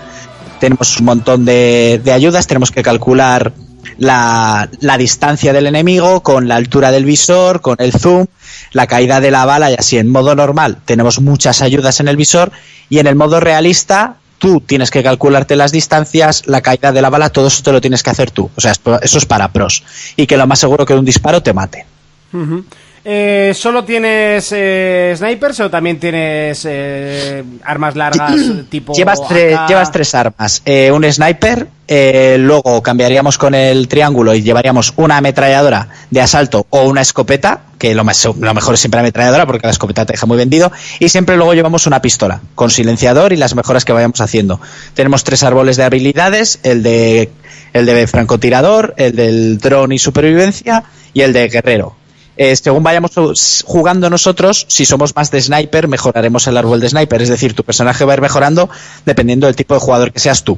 [SPEAKER 6] Tenemos un montón de, de ayudas, tenemos que calcular la, la distancia del enemigo con la altura del visor, con el zoom, la caída de la bala y así. En modo normal tenemos muchas ayudas en el visor y en el modo realista tú tienes que calcularte las distancias, la caída de la bala, todo eso te lo tienes que hacer tú. O sea, esto- eso es para pros. Y que lo más seguro que de un disparo te mate.
[SPEAKER 2] Ujú. Eh, ¿Solo tienes eh, snipers o también tienes eh, armas largas tipo...
[SPEAKER 6] Llevas, tres,
[SPEAKER 2] AK?
[SPEAKER 6] llevas tres armas. Eh, un sniper, eh, luego cambiaríamos con el triángulo y llevaríamos una ametralladora de asalto o una escopeta, que lo, más, lo mejor es siempre la ametralladora porque la escopeta te deja muy vendido. Y siempre luego llevamos una pistola con silenciador y las mejoras que vayamos haciendo. Tenemos tres árboles de habilidades, el de, el de francotirador, el del dron y supervivencia y el de guerrero. Eh, según vayamos uh, jugando nosotros, si somos más de sniper, mejoraremos el árbol de sniper. Es decir, tu personaje va a ir mejorando dependiendo del tipo de jugador que seas tú.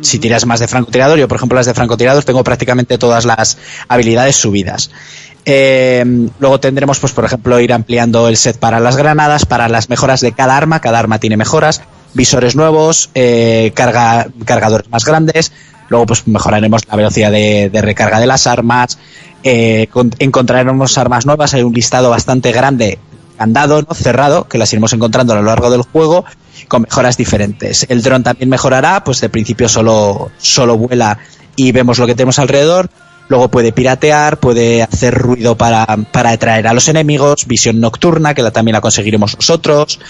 [SPEAKER 6] Si tiras más de francotirador, yo por ejemplo las de francotirador tengo prácticamente todas las habilidades subidas. Eh, luego tendremos, pues por ejemplo, ir ampliando el set para las granadas, para las mejoras de cada arma. Cada arma tiene mejoras, visores nuevos, eh, carga- cargadores más grandes. Luego, pues mejoraremos la velocidad de, de recarga de las armas. eh, con- encontraremos armas nuevas. Hay un listado bastante grande, andado, ¿no? cerrado, que las iremos encontrando a lo largo del juego con mejoras diferentes. El dron también mejorará, pues de principio solo, solo vuela y vemos lo que tenemos alrededor. Luego puede piratear, puede hacer ruido para, para atraer a los enemigos, visión nocturna, que la, también la conseguiremos nosotros.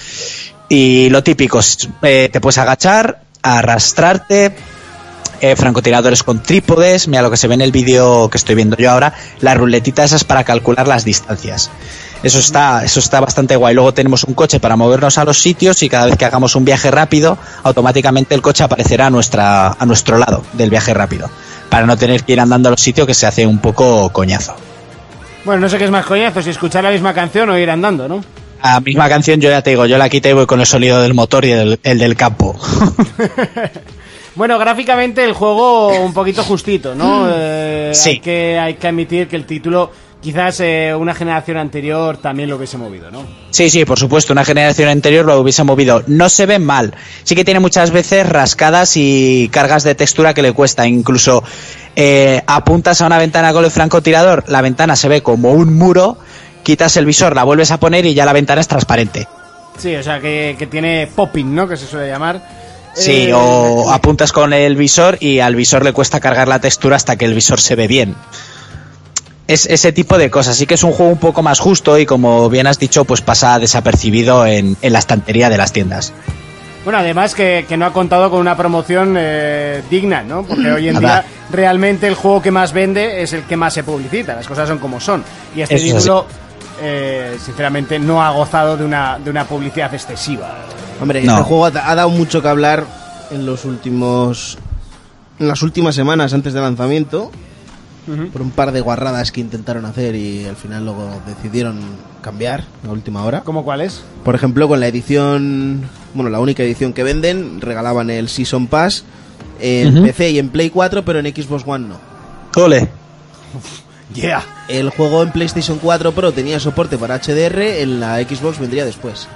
[SPEAKER 6] Y lo típico, es, eh, te puedes agachar, arrastrarte, eh, francotiradores con trípodes, mira lo que se ve en el vídeo que estoy viendo yo ahora, la ruletita esas para calcular las distancias. Eso está, eso está bastante guay. Luego tenemos un coche para movernos a los sitios y cada vez que hagamos un viaje rápido, automáticamente el coche aparecerá a, nuestra, a nuestro lado del viaje rápido. Para no tener que ir andando a los sitios que se hace un poco coñazo.
[SPEAKER 2] Bueno, no sé qué es más coñazo, si escuchar la misma canción o ir andando, ¿no?
[SPEAKER 6] La misma canción yo ya te digo, yo la quité y voy con el sonido del motor y el, el del campo.
[SPEAKER 2] Bueno,
[SPEAKER 6] Mm.
[SPEAKER 2] gráficamente el juego un poquito justito, ¿no? Eh, Hay que, hay que admitir que el título quizás eh, una generación anterior también lo hubiese movido, ¿no?
[SPEAKER 6] Sí, sí, por supuesto, una generación anterior lo hubiese movido. No se ve mal. Sí que tiene muchas veces rascadas y cargas de textura que le cuesta. Incluso eh, apuntas a una ventana con el francotirador, la ventana se ve como un muro, quitas el visor, la vuelves a poner y ya la ventana es transparente.
[SPEAKER 2] Sí, o sea, que, que tiene popping, ¿no? Que se suele llamar.
[SPEAKER 6] Sí,
[SPEAKER 2] Eh,
[SPEAKER 6] o apuntas con el visor y al visor le cuesta cargar la textura hasta que el visor se ve bien. Es ese tipo de cosas. Sí que es un juego un poco más justo y como bien has dicho, pues pasa desapercibido en, en la estantería de las tiendas.
[SPEAKER 2] Bueno, además que, que no ha contado con una promoción eh, digna, ¿no? Porque hoy en día
[SPEAKER 6] Nada.
[SPEAKER 2] realmente el juego que más vende es el que más se publicita, las cosas son como son. Y este
[SPEAKER 6] Eso es
[SPEAKER 2] título, eh, sinceramente, no ha gozado de una, de una publicidad excesiva.
[SPEAKER 5] Hombre,
[SPEAKER 2] No.
[SPEAKER 5] este juego ha, ha dado mucho que hablar en los últimos. En las últimas semanas antes del lanzamiento. Por un par de guarradas que intentaron hacer y al final luego decidieron cambiar a última hora.
[SPEAKER 2] ¿Cómo cuál es?
[SPEAKER 5] Por ejemplo, con la edición. Bueno, la única edición que venden, regalaban el Season Pass en
[SPEAKER 6] Ujú.
[SPEAKER 5] PC y en Play 4, pero en Xbox One no.
[SPEAKER 6] Ole.
[SPEAKER 5] Yeah. El juego en PlayStation 4 Pro tenía soporte para HDR, en la Xbox vendría después.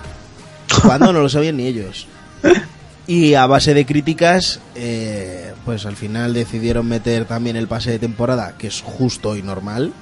[SPEAKER 5] Cuando no lo sabían ni ellos. Y a base de críticas, eh, pues al final decidieron meter también el pase de temporada, que es justo y normal.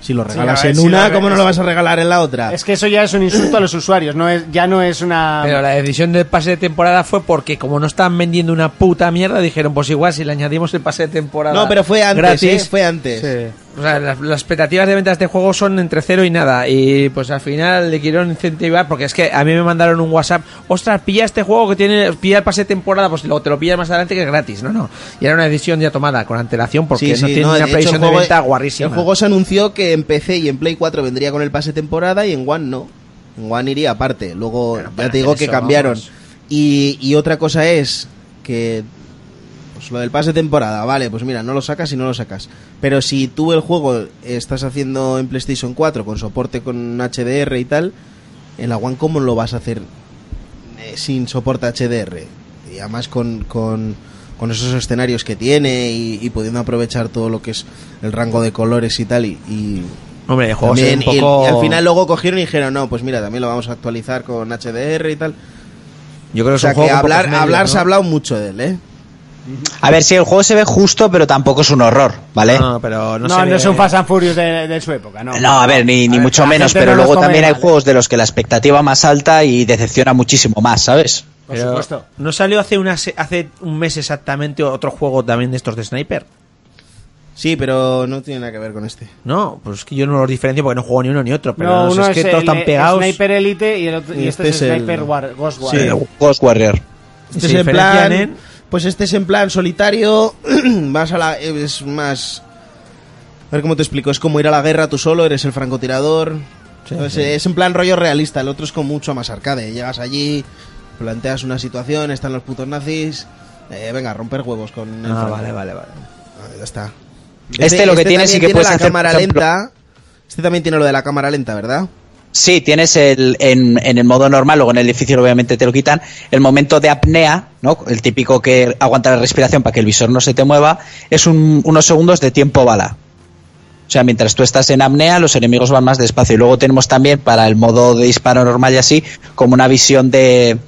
[SPEAKER 5] Si lo regalas
[SPEAKER 2] Sí, a ver,
[SPEAKER 5] en
[SPEAKER 2] si lo
[SPEAKER 5] una,
[SPEAKER 2] re-
[SPEAKER 5] ¿cómo no lo vas a regalar en la otra?
[SPEAKER 2] Es que eso ya es un insulto a los usuarios, no es, ya no es una...
[SPEAKER 3] Pero la decisión del pase de temporada fue porque como no estaban vendiendo una puta mierda, dijeron, pues igual si le añadimos el pase de temporada.
[SPEAKER 5] No, pero fue antes,
[SPEAKER 3] gratis,
[SPEAKER 5] ¿eh? Fue antes.
[SPEAKER 3] O sea, las, las expectativas de ventas de juego son entre cero y nada. Y pues al final le quiero incentivar, porque es que a mí me mandaron un WhatsApp, ostras, pilla este juego que tiene, pilla el pase de temporada, pues luego te lo pillas más adelante que es gratis. No, no. Y era una decisión ya tomada con antelación porque
[SPEAKER 5] Sí,
[SPEAKER 3] no
[SPEAKER 5] sí,
[SPEAKER 3] tiene
[SPEAKER 5] de
[SPEAKER 3] una
[SPEAKER 5] hecho,
[SPEAKER 3] previsión
[SPEAKER 5] el
[SPEAKER 3] de
[SPEAKER 5] juego-
[SPEAKER 3] venta guarrísima.
[SPEAKER 5] El juego se anunció que en PC y en Play 4 vendría con el pase de temporada y en One no. En One iría aparte. Luego, ya te digo
[SPEAKER 2] hacer
[SPEAKER 5] que
[SPEAKER 2] eso,
[SPEAKER 5] cambiaron.
[SPEAKER 2] vamos.
[SPEAKER 5] Y, y otra cosa es que. Pues lo del pase de temporada, vale, pues mira, no lo sacas y no lo sacas. Pero si tú el juego estás haciendo en PlayStation 4 con soporte con HDR y tal, en la One, ¿cómo lo vas a hacer eh, sin soporte HDR? Y además con, con, con esos escenarios que tiene y, y pudiendo aprovechar todo lo que es el rango de colores y tal. Y, y
[SPEAKER 3] Hombre, el juego se ve un
[SPEAKER 5] y el-
[SPEAKER 3] poco-
[SPEAKER 5] y al final luego cogieron y dijeron, no, pues mira, también lo vamos a actualizar con HDR y tal.
[SPEAKER 3] Yo creo
[SPEAKER 5] O sea que hablar, hablar se ha hablado mucho de él, ¿eh?
[SPEAKER 6] A ver si el juego se ve justo, pero tampoco es un horror, ¿vale?
[SPEAKER 3] Eh. No, pero
[SPEAKER 2] No, no, es un Fast and Furious de, de su época, no.
[SPEAKER 6] No, a ver, ni, ni mucho
[SPEAKER 2] la
[SPEAKER 6] menos,
[SPEAKER 2] gente no
[SPEAKER 6] pero
[SPEAKER 2] los
[SPEAKER 6] luego
[SPEAKER 2] come ¿eh?
[SPEAKER 6] también hay
[SPEAKER 2] mal,
[SPEAKER 6] juegos de los que la expectativa más alta y decepciona muchísimo más, ¿sabes?
[SPEAKER 3] Por supuesto. ¿No salió hace, una, se- hace un mes exactamente otro juego también de estos de Sniper?
[SPEAKER 5] Sí, pero no tiene nada que ver con este.
[SPEAKER 3] No, pues es que yo no los diferencio porque no juego ni uno ni otro. Pero
[SPEAKER 2] No,
[SPEAKER 3] no sé,
[SPEAKER 2] uno
[SPEAKER 3] es
[SPEAKER 2] es
[SPEAKER 3] que
[SPEAKER 2] el,
[SPEAKER 3] todos están pegados.
[SPEAKER 2] Sniper Elite y, el otro- y
[SPEAKER 5] Y
[SPEAKER 2] este,
[SPEAKER 5] este
[SPEAKER 2] es
[SPEAKER 5] es el-
[SPEAKER 2] Sniper War, Ghost War.
[SPEAKER 5] Sí, el
[SPEAKER 6] Ghost Eh, Warrior.
[SPEAKER 5] Este
[SPEAKER 3] Se
[SPEAKER 5] es en
[SPEAKER 3] diferencian
[SPEAKER 5] plan.
[SPEAKER 3] en-
[SPEAKER 5] Pues este es en plan solitario. vas a la. Es más. A ver cómo te explico. Es como ir a la guerra tú solo, eres el francotirador. ¿sabes?
[SPEAKER 12] sí.
[SPEAKER 5] Es en plan rollo realista. El otro es con mucho más arcade. Llegas allí, planteas una situación, están los putos nazis. eh, venga, romper huevos con. el
[SPEAKER 3] Ah,
[SPEAKER 5] franco.
[SPEAKER 3] vale, vale, vale.
[SPEAKER 5] Ah, ya está.
[SPEAKER 6] Este lo que tiene
[SPEAKER 5] también
[SPEAKER 6] sí que puedes
[SPEAKER 5] la
[SPEAKER 6] hacer, por
[SPEAKER 5] cámara
[SPEAKER 6] ejemplo-
[SPEAKER 5] lenta. Este también tiene lo de la cámara lenta, ¿verdad?
[SPEAKER 6] Sí, tienes el, en, en el modo normal, luego en el difícil obviamente te lo quitan, el momento de apnea, ¿no? el típico que aguanta la respiración para que el visor no se te mueva, es un- unos segundos de tiempo bala. O sea, mientras tú estás en apnea, los enemigos van más despacio. Y luego tenemos también para el modo de disparo normal y así, como una visión de,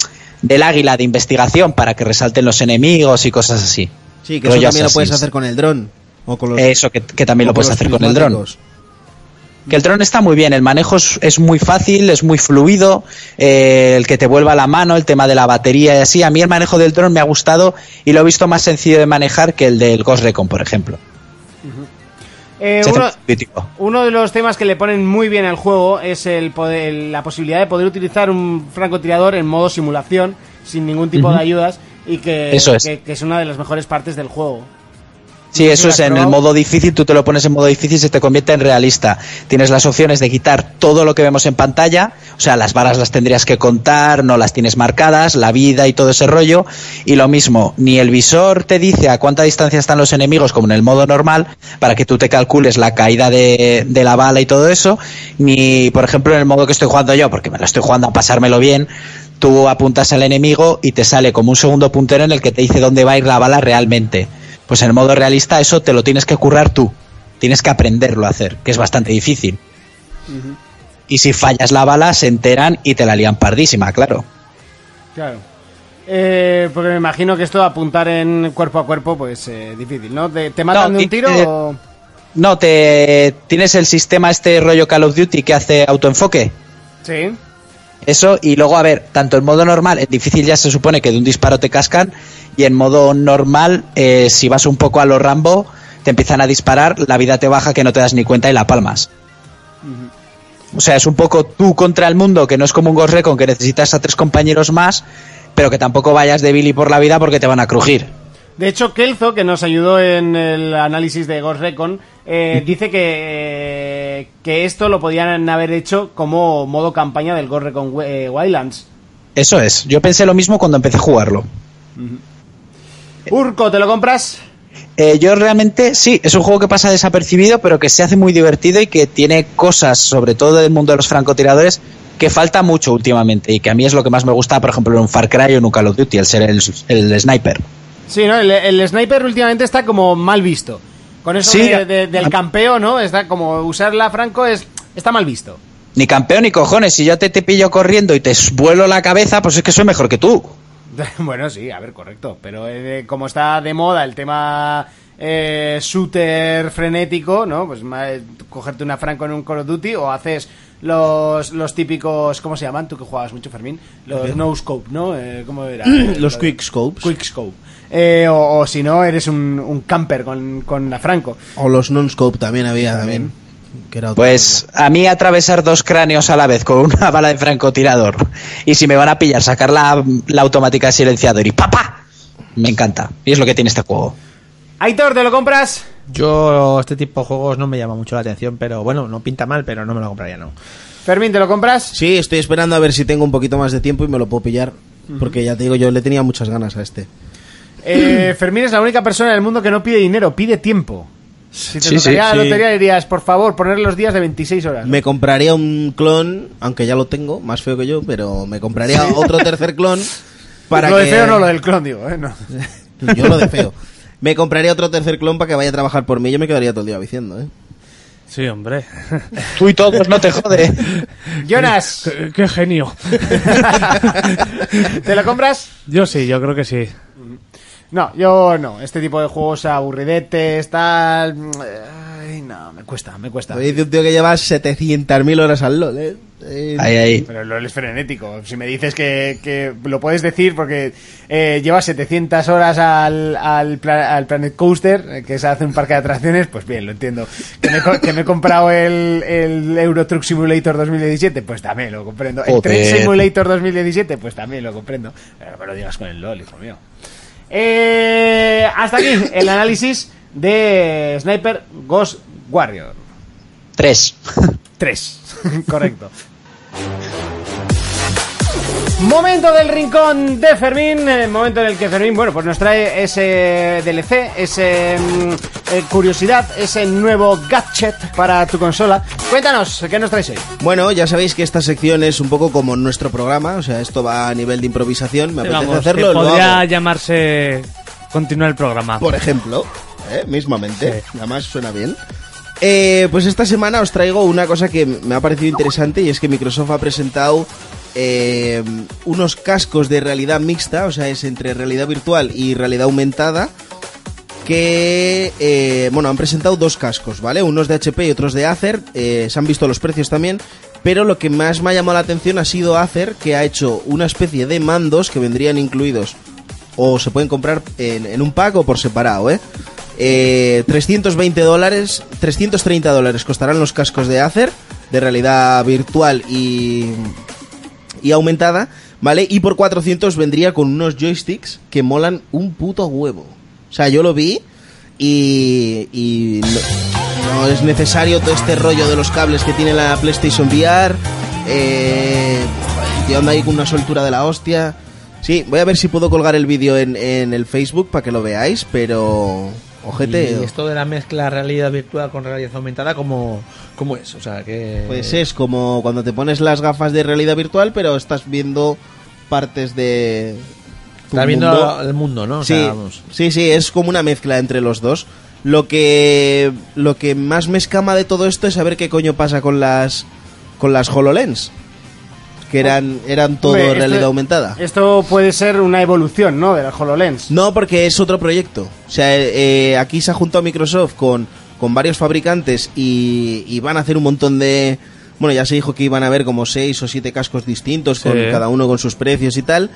[SPEAKER 6] del águila de investigación para que resalten los enemigos y cosas así.
[SPEAKER 5] Sí, que eso
[SPEAKER 6] Rollo
[SPEAKER 5] también lo puedes
[SPEAKER 6] Assassin's.
[SPEAKER 5] hacer con el dron. O con los.
[SPEAKER 6] Eso, que, que también
[SPEAKER 5] o
[SPEAKER 6] lo puedes
[SPEAKER 5] los
[SPEAKER 6] hacer con el dron.
[SPEAKER 5] prismáticos.
[SPEAKER 6] Que el dron está muy bien, el manejo es, es muy fácil, es muy fluido, eh, el que te vuelva la mano, el tema de la batería y así. A mí el manejo del dron me ha gustado y lo he visto más sencillo de manejar que el del Ghost Recon, por ejemplo.
[SPEAKER 2] Eh,
[SPEAKER 6] Se hace
[SPEAKER 2] uno,
[SPEAKER 6] más crítico.
[SPEAKER 2] uno de los temas que le ponen muy bien al juego es el poder- la posibilidad de poder utilizar un francotirador en modo simulación, sin ningún tipo de
[SPEAKER 6] Ujú.
[SPEAKER 2] ayudas, y que,
[SPEAKER 6] Eso es.
[SPEAKER 2] que- que es una de las mejores partes del juego.
[SPEAKER 6] Sí, eso
[SPEAKER 2] la
[SPEAKER 6] es en el
[SPEAKER 2] probado.
[SPEAKER 6] modo difícil, tú te lo pones en modo difícil y se te convierte en realista. Tienes las opciones de quitar todo lo que vemos en pantalla, o sea, las balas las tendrías que contar, no las tienes marcadas, la vida y todo ese rollo. Y lo mismo, ni el visor te dice a cuánta distancia están los enemigos como en el modo normal, para que tú te calcules la caída de, de la bala y todo eso, ni, por ejemplo, en el modo que estoy jugando yo, porque me lo estoy jugando a pasármelo bien, tú apuntas al enemigo y te sale como un segundo puntero en el que te dice dónde va a ir la bala realmente. Pues en el modo realista eso te lo tienes que currar tú. Tienes que aprenderlo a hacer, que es bastante difícil. Y si fallas la bala, se enteran y te la lían pardísima, claro.
[SPEAKER 2] Claro. Eh, porque me imagino que esto de apuntar en cuerpo a cuerpo, pues eh, difícil, ¿no? ¿Te, te matan
[SPEAKER 6] No,
[SPEAKER 2] de
[SPEAKER 6] y-
[SPEAKER 2] un tiro
[SPEAKER 6] eh,
[SPEAKER 2] o...?
[SPEAKER 6] No, te tienes el sistema este rollo Call of Duty que hace autoenfoque.
[SPEAKER 2] Sí.
[SPEAKER 6] Eso, y luego, a ver, tanto en modo normal, en difícil ya se supone que de un disparo te cascan, y en modo normal, eh, si vas un poco a lo Rambo, te empiezan a disparar, la vida te baja que no te das ni cuenta y la palmas. O sea, es un poco tú contra el mundo, que no es como un Ghost Recon, que necesitas a tres compañeros más, pero que tampoco vayas de Billy por la vida porque te van a crujir.
[SPEAKER 2] De hecho, Kelzo, que nos ayudó en el análisis de Ghost Recon, eh, dice que, eh, que esto lo podían haber hecho como modo campaña del Ghost Recon eh, Wildlands.
[SPEAKER 6] Eso es, yo pensé lo mismo cuando empecé a jugarlo.
[SPEAKER 2] Urco, ¿te lo compras?
[SPEAKER 6] Eh, yo realmente sí, es un juego que pasa desapercibido, pero que se hace muy divertido y que tiene cosas, sobre todo del mundo de los francotiradores, que falta mucho últimamente y que a mí es lo que más me gusta, por ejemplo, en un Far Cry o en un Call of Duty, el ser el, el sniper.
[SPEAKER 2] Sí, ¿no? El, el sniper últimamente está como mal visto. Con eso
[SPEAKER 6] Sí,
[SPEAKER 2] de- de- del campeo, ¿no? Está como usar la franco es está mal visto.
[SPEAKER 6] Ni campeón ni cojones, si yo te, te pillo corriendo y te vuelo la cabeza, pues es que soy mejor que tú.
[SPEAKER 2] bueno, sí, a ver, correcto. Pero eh, de- como está de moda el tema eh, shooter frenético, ¿no? Pues ma- cogerte una franco en un Call of Duty o haces los, los típicos, ¿cómo se llaman? Tú que jugabas mucho, Fermín. Los no scope, ¿no? Eh, ¿Cómo era?
[SPEAKER 5] Los quick scopes.
[SPEAKER 2] Quick scope. Eh, o, o si no, eres un, un camper con, con la franco.
[SPEAKER 5] O los non-scope también había también. Que era otro.
[SPEAKER 6] Pues a mí atravesar dos cráneos a la vez con una bala de francotirador y si me van a pillar, sacar la, la automática de silenciador y ¡papá! Me encanta. Y es lo que tiene este juego.
[SPEAKER 2] Aitor, ¿te lo compras?
[SPEAKER 3] Yo, este tipo de juegos no me llama mucho la atención, pero bueno, no pinta mal, pero no me lo compraría, no.
[SPEAKER 2] Fermín, ¿te lo compras?
[SPEAKER 5] Sí, estoy esperando a ver si tengo un poquito más de tiempo y me lo puedo pillar. Porque ya te digo, yo le tenía muchas ganas a este.
[SPEAKER 2] Eh, Fermín es la única persona en el mundo que no pide dinero, pide tiempo. Si te
[SPEAKER 5] Sí, sí,
[SPEAKER 2] tocaría la
[SPEAKER 5] sí.
[SPEAKER 2] lotería dirías, por favor, poner los días de 26 horas.
[SPEAKER 5] Me compraría un clon, aunque ya lo tengo, más feo que yo, pero me compraría otro tercer clon para
[SPEAKER 2] lo
[SPEAKER 5] que...
[SPEAKER 2] de feo no, lo del clon, digo, ¿eh? No.
[SPEAKER 5] Yo lo de feo. Me compraría otro tercer clon para que vaya a trabajar por mí. Yo me quedaría todo el día diciendo, ¿eh?
[SPEAKER 4] Sí, hombre.
[SPEAKER 6] Tú y todos, no te jode.
[SPEAKER 2] Jonas.
[SPEAKER 4] Qué, qué genio.
[SPEAKER 2] ¿Te lo compras?
[SPEAKER 4] Yo sí, yo creo que sí.
[SPEAKER 5] Pues
[SPEAKER 2] No, yo no. Este tipo de juegos aburridetes, tal... mm, Ay, no, me cuesta, me cuesta.
[SPEAKER 5] Lo dice un tío que lleva 700.000 horas al LOL, ¿eh? Eh,
[SPEAKER 2] Pero el LOL es frenético. Si me dices que, que lo puedes decir porque eh, llevas 700 horas al, al, pla- al Planet Coaster, eh, que se hace un parque de atracciones, pues bien, lo entiendo. Que me, he co- que me he comprado el, el Euro Truck Simulator 2017, pues también lo comprendo. El Train
[SPEAKER 6] Joder.
[SPEAKER 2] Simulator 2017, pues también lo comprendo. Pero no me lo digas con el LOL, hijo mío. Eh, hasta aquí el análisis de Sniper Ghost Warrior
[SPEAKER 6] Tres.
[SPEAKER 2] 3. Correcto. Momento del rincón de Fermín, el momento en el que Fermín, bueno, pues nos trae ese DLC, ese mm, eh, curiosidad, ese nuevo gadget para tu consola. Cuéntanos, ¿qué nos traes hoy?
[SPEAKER 5] Bueno, ya sabéis que esta sección es un poco como nuestro programa, o sea, esto va a nivel de improvisación, me
[SPEAKER 4] Sí,
[SPEAKER 5] apetece
[SPEAKER 4] vamos, que
[SPEAKER 5] hacerlo, lo
[SPEAKER 4] podría
[SPEAKER 5] hago.
[SPEAKER 4] llamarse continuar el programa.
[SPEAKER 5] Por ejemplo, ¿eh? mismamente, además suena bien. Eh, pues esta semana os traigo una cosa que me ha parecido interesante y es que Microsoft ha presentado eh, unos cascos de realidad mixta, o sea, es entre realidad virtual y realidad aumentada, que, eh, bueno, han presentado dos cascos, ¿vale? Unos de HP y otros de Acer, eh, se han visto los precios también, pero lo que más me ha llamado la atención ha sido Acer, que ha hecho una especie de mandos que vendrían incluidos, o se pueden comprar en, en un pack o por separado, ¿eh? Eh, 320 dólares, 330 dólares costarán los cascos de Acer, de realidad virtual y, y aumentada, ¿vale? Y por 400 vendría con unos joysticks que molan un puto huevo. O sea, yo lo vi y, y no, no es necesario todo este rollo de los cables que tiene la PlayStation VR. Eh, joder, yo ando ahí con una soltura de la hostia. Sí, voy a ver si puedo colgar el vídeo en, en el Facebook para que lo veáis, pero... Ojete,
[SPEAKER 3] Y esto de la mezcla realidad virtual con realidad aumentada, ¿cómo, cómo es? O sea, que...
[SPEAKER 5] Pues es como cuando te pones las gafas de realidad virtual, pero estás viendo partes de. tu
[SPEAKER 3] Estás viendo el mundo, ¿no? O
[SPEAKER 5] sí,
[SPEAKER 3] sea, vamos.
[SPEAKER 5] sí, sí, es como una mezcla entre los dos. Lo que, lo que más me escama de todo esto es saber qué coño pasa con las con las HoloLens, que eran, eran todo
[SPEAKER 2] Hombre, esto-
[SPEAKER 5] realidad aumentada.
[SPEAKER 2] Esto puede ser una evolución, ¿no? De la HoloLens.
[SPEAKER 5] No, porque es otro proyecto. O sea, eh, eh, aquí se ha juntado Microsoft con, con varios fabricantes y, y van a hacer un montón de... Bueno, ya se dijo que iban a haber como seis o siete cascos distintos, con
[SPEAKER 2] Sí.
[SPEAKER 5] cada uno con sus precios y tal.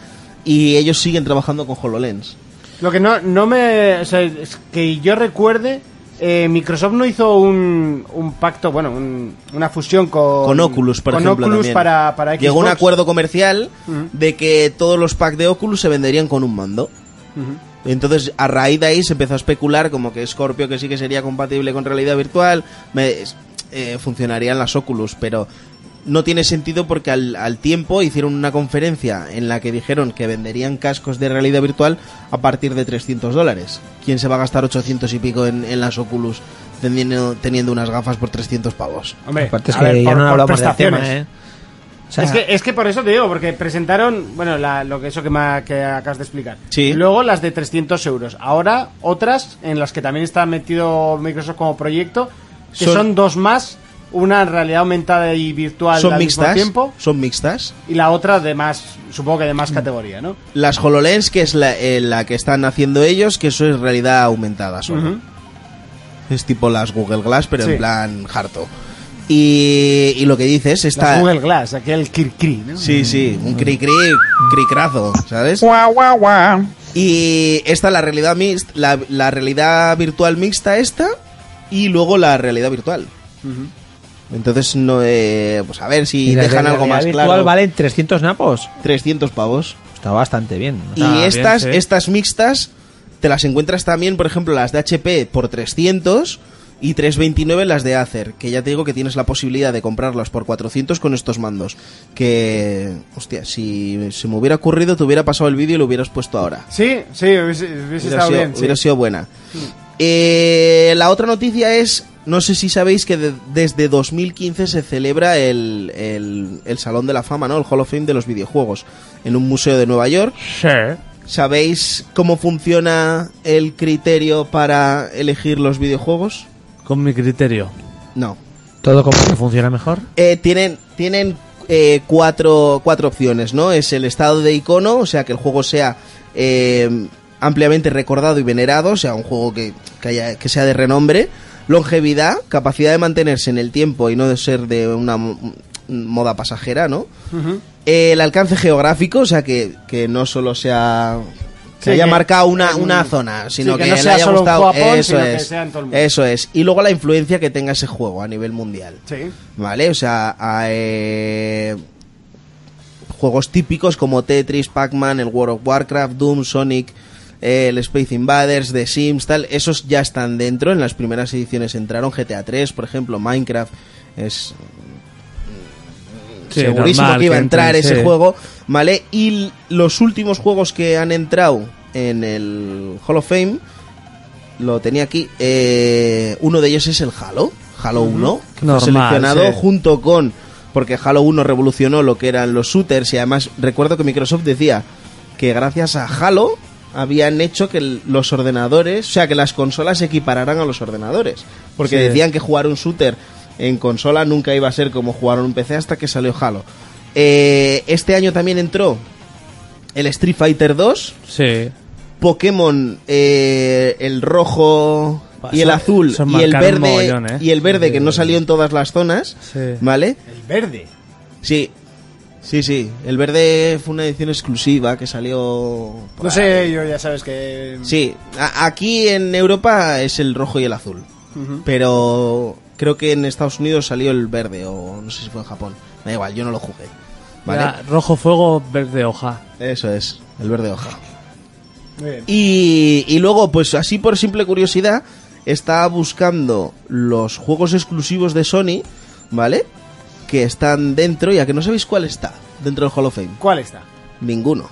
[SPEAKER 5] Y ellos siguen trabajando con HoloLens.
[SPEAKER 2] Lo que no, no me. O sea, es que yo recuerde, eh, Microsoft no hizo un, un pacto, bueno, un- una fusión con.
[SPEAKER 5] Con Oculus, por
[SPEAKER 2] con
[SPEAKER 5] ejemplo.
[SPEAKER 2] Oculus
[SPEAKER 5] también.
[SPEAKER 2] para, para
[SPEAKER 5] Llegó un
[SPEAKER 2] Xbox.
[SPEAKER 5] acuerdo comercial
[SPEAKER 2] Ujú.
[SPEAKER 5] de que todos los packs de Oculus se venderían con un mando.
[SPEAKER 2] Ujú.
[SPEAKER 5] Entonces, a raíz de ahí se empezó a especular como que Scorpio, que sí que sería compatible con realidad virtual, me- eh, funcionarían las Oculus, pero no tiene sentido porque al, al tiempo hicieron una conferencia en la que dijeron que venderían cascos de realidad virtual a partir de 300 dólares. ¿Quién se va a gastar 800 y pico en, en las Oculus teniendo, teniendo unas gafas por 300 pavos?
[SPEAKER 2] Hombre,
[SPEAKER 1] Aparte es a que ver, ya por- no por hablamos del tema, prestaciones. ¿eh? sea-
[SPEAKER 2] es, que, es que por eso te digo, porque presentaron, bueno, la- lo que eso que, ma- que acabas de explicar.
[SPEAKER 5] Sí.
[SPEAKER 2] Luego las de 300 euros. Ahora otras en las que también está metido Microsoft como proyecto, que son,
[SPEAKER 5] Son-
[SPEAKER 2] dos más, una en realidad aumentada y virtual
[SPEAKER 5] Son
[SPEAKER 2] al mismo
[SPEAKER 5] mixtas,
[SPEAKER 2] tiempo,
[SPEAKER 5] son mixtas.
[SPEAKER 2] y la otra de más, supongo que de
[SPEAKER 5] Mm.
[SPEAKER 2] más categoría, ¿no?
[SPEAKER 5] Las HoloLens, que es la, eh, la que están haciendo ellos, que eso es realidad aumentada solo.
[SPEAKER 2] Ujú.
[SPEAKER 5] Es tipo las Google Glass, pero
[SPEAKER 2] Sí.
[SPEAKER 5] en plan harto. Y, y lo que dices, está...
[SPEAKER 2] Las Google Glass, aquel cri-cri, ¿no?
[SPEAKER 5] Sí, sí, un cri cri, cricrazo, ¿sabes? Y esta, la realidad mixta, la, la realidad virtual mixta esta, y luego la realidad virtual. Entonces, no, eh, pues a ver si
[SPEAKER 1] Y la
[SPEAKER 5] dejan
[SPEAKER 1] realidad
[SPEAKER 5] algo más
[SPEAKER 1] virtual
[SPEAKER 5] claro.
[SPEAKER 1] valen 300 napos.
[SPEAKER 5] 300 pavos.
[SPEAKER 1] Está bastante bien.
[SPEAKER 5] y estas, estas mixtas te las encuentras también, por ejemplo, las de HP por 300 y 329 las de Acer, que ya te digo que tienes la posibilidad de comprarlas por 400 con estos mandos. Que, hostia, si se me hubiera ocurrido, te hubiera pasado el vídeo y lo hubieras puesto ahora.
[SPEAKER 2] Sí, sí, hubiese, hubiese
[SPEAKER 5] Hubiera
[SPEAKER 2] estado
[SPEAKER 5] sido,
[SPEAKER 2] bien. sí.
[SPEAKER 5] hubiera sido buena. Eh, la otra noticia es, no sé si sabéis que de- desde 2015 se celebra el, el- el Salón de la Fama, ¿no? El Hall of Fame de los videojuegos, en un museo de Nueva York. ¿Sabéis cómo funciona el criterio para elegir los videojuegos?
[SPEAKER 4] Con mi criterio.
[SPEAKER 5] No.
[SPEAKER 1] Todo como que funciona mejor.
[SPEAKER 5] Eh, tienen tienen eh, cuatro, cuatro opciones, ¿no? Es el estado de icono, o sea, que el juego sea eh, ampliamente recordado y venerado, o sea, un juego que, que, haya- que sea de renombre. Longevidad, capacidad de mantenerse en el tiempo y no de ser de una mo- moda pasajera, ¿no? El alcance geográfico, o sea, que, que no solo sea... Que
[SPEAKER 2] Sí,
[SPEAKER 5] haya
[SPEAKER 2] que-
[SPEAKER 5] marcado una,
[SPEAKER 2] que-
[SPEAKER 5] una zona,
[SPEAKER 2] sí,
[SPEAKER 5] sino
[SPEAKER 2] que
[SPEAKER 5] que,
[SPEAKER 2] no
[SPEAKER 5] le
[SPEAKER 2] sea
[SPEAKER 5] haya
[SPEAKER 2] solo en
[SPEAKER 5] gustado.
[SPEAKER 2] Japón,
[SPEAKER 5] eso
[SPEAKER 2] sino que
[SPEAKER 5] es.
[SPEAKER 2] sea en todo el mundo.
[SPEAKER 5] Eso es. Y luego la influencia que tenga ese juego a nivel mundial. ¿Vale? O sea, a, eh, juegos típicos como Tetris, Pac-Man, el World of Warcraft, Doom, Sonic, eh, el Space Invaders, The Sims, tal, esos ya están dentro. En las primeras ediciones entraron GTA 3, por ejemplo, Minecraft. Es
[SPEAKER 4] Sí,
[SPEAKER 5] segurísimo
[SPEAKER 4] normal
[SPEAKER 5] que iba a
[SPEAKER 4] que
[SPEAKER 5] entrar
[SPEAKER 4] entren,
[SPEAKER 5] ese
[SPEAKER 4] sí.
[SPEAKER 5] juego, ¿vale? Y l- los últimos juegos que han entrado en el Hall of Fame, lo tenía aquí, eh, uno de ellos es el Halo, Halo 1, que fue
[SPEAKER 4] Normal,
[SPEAKER 5] seleccionado
[SPEAKER 4] sí.
[SPEAKER 5] junto con, porque Halo 1 revolucionó lo que eran los shooters y además recuerdo que Microsoft decía que gracias a Halo habían hecho que el- los ordenadores, o sea, que las consolas se equipararan a los ordenadores, porque
[SPEAKER 4] Sí.
[SPEAKER 5] decían que jugar un shooter en consola nunca iba a ser como jugar un PC hasta que salió Halo. Eh, este año también entró el Street Fighter 2,
[SPEAKER 4] Sí.
[SPEAKER 5] Pokémon, eh, el rojo y el azul
[SPEAKER 4] se
[SPEAKER 5] y el
[SPEAKER 4] marcaron
[SPEAKER 5] verde
[SPEAKER 4] mogollón, ¿eh?
[SPEAKER 5] y el verde que no salió en todas las zonas,
[SPEAKER 4] Sí.
[SPEAKER 5] ¿vale?
[SPEAKER 2] El verde.
[SPEAKER 5] Sí. Sí, sí, el verde fue una edición exclusiva que salió por
[SPEAKER 2] No
[SPEAKER 5] ahí.
[SPEAKER 2] sé, yo ya sabes que. mm,
[SPEAKER 5] Sí, a- aquí en Europa es el rojo y el azul,
[SPEAKER 2] Ujú.
[SPEAKER 5] pero creo que en Estados Unidos salió el verde o no sé si fue en Japón. Da igual, yo no lo jugué. ¿Vale?
[SPEAKER 4] Era rojo fuego, verde hoja.
[SPEAKER 5] Eso es, el verde hoja.
[SPEAKER 2] Muy bien.
[SPEAKER 5] Y, y luego, pues así por simple curiosidad, estaba buscando los juegos exclusivos de Sony, ¿vale? Que están dentro, ya que no sabéis cuál está dentro del Hall of Fame.
[SPEAKER 2] ¿Cuál está?
[SPEAKER 5] Ninguno.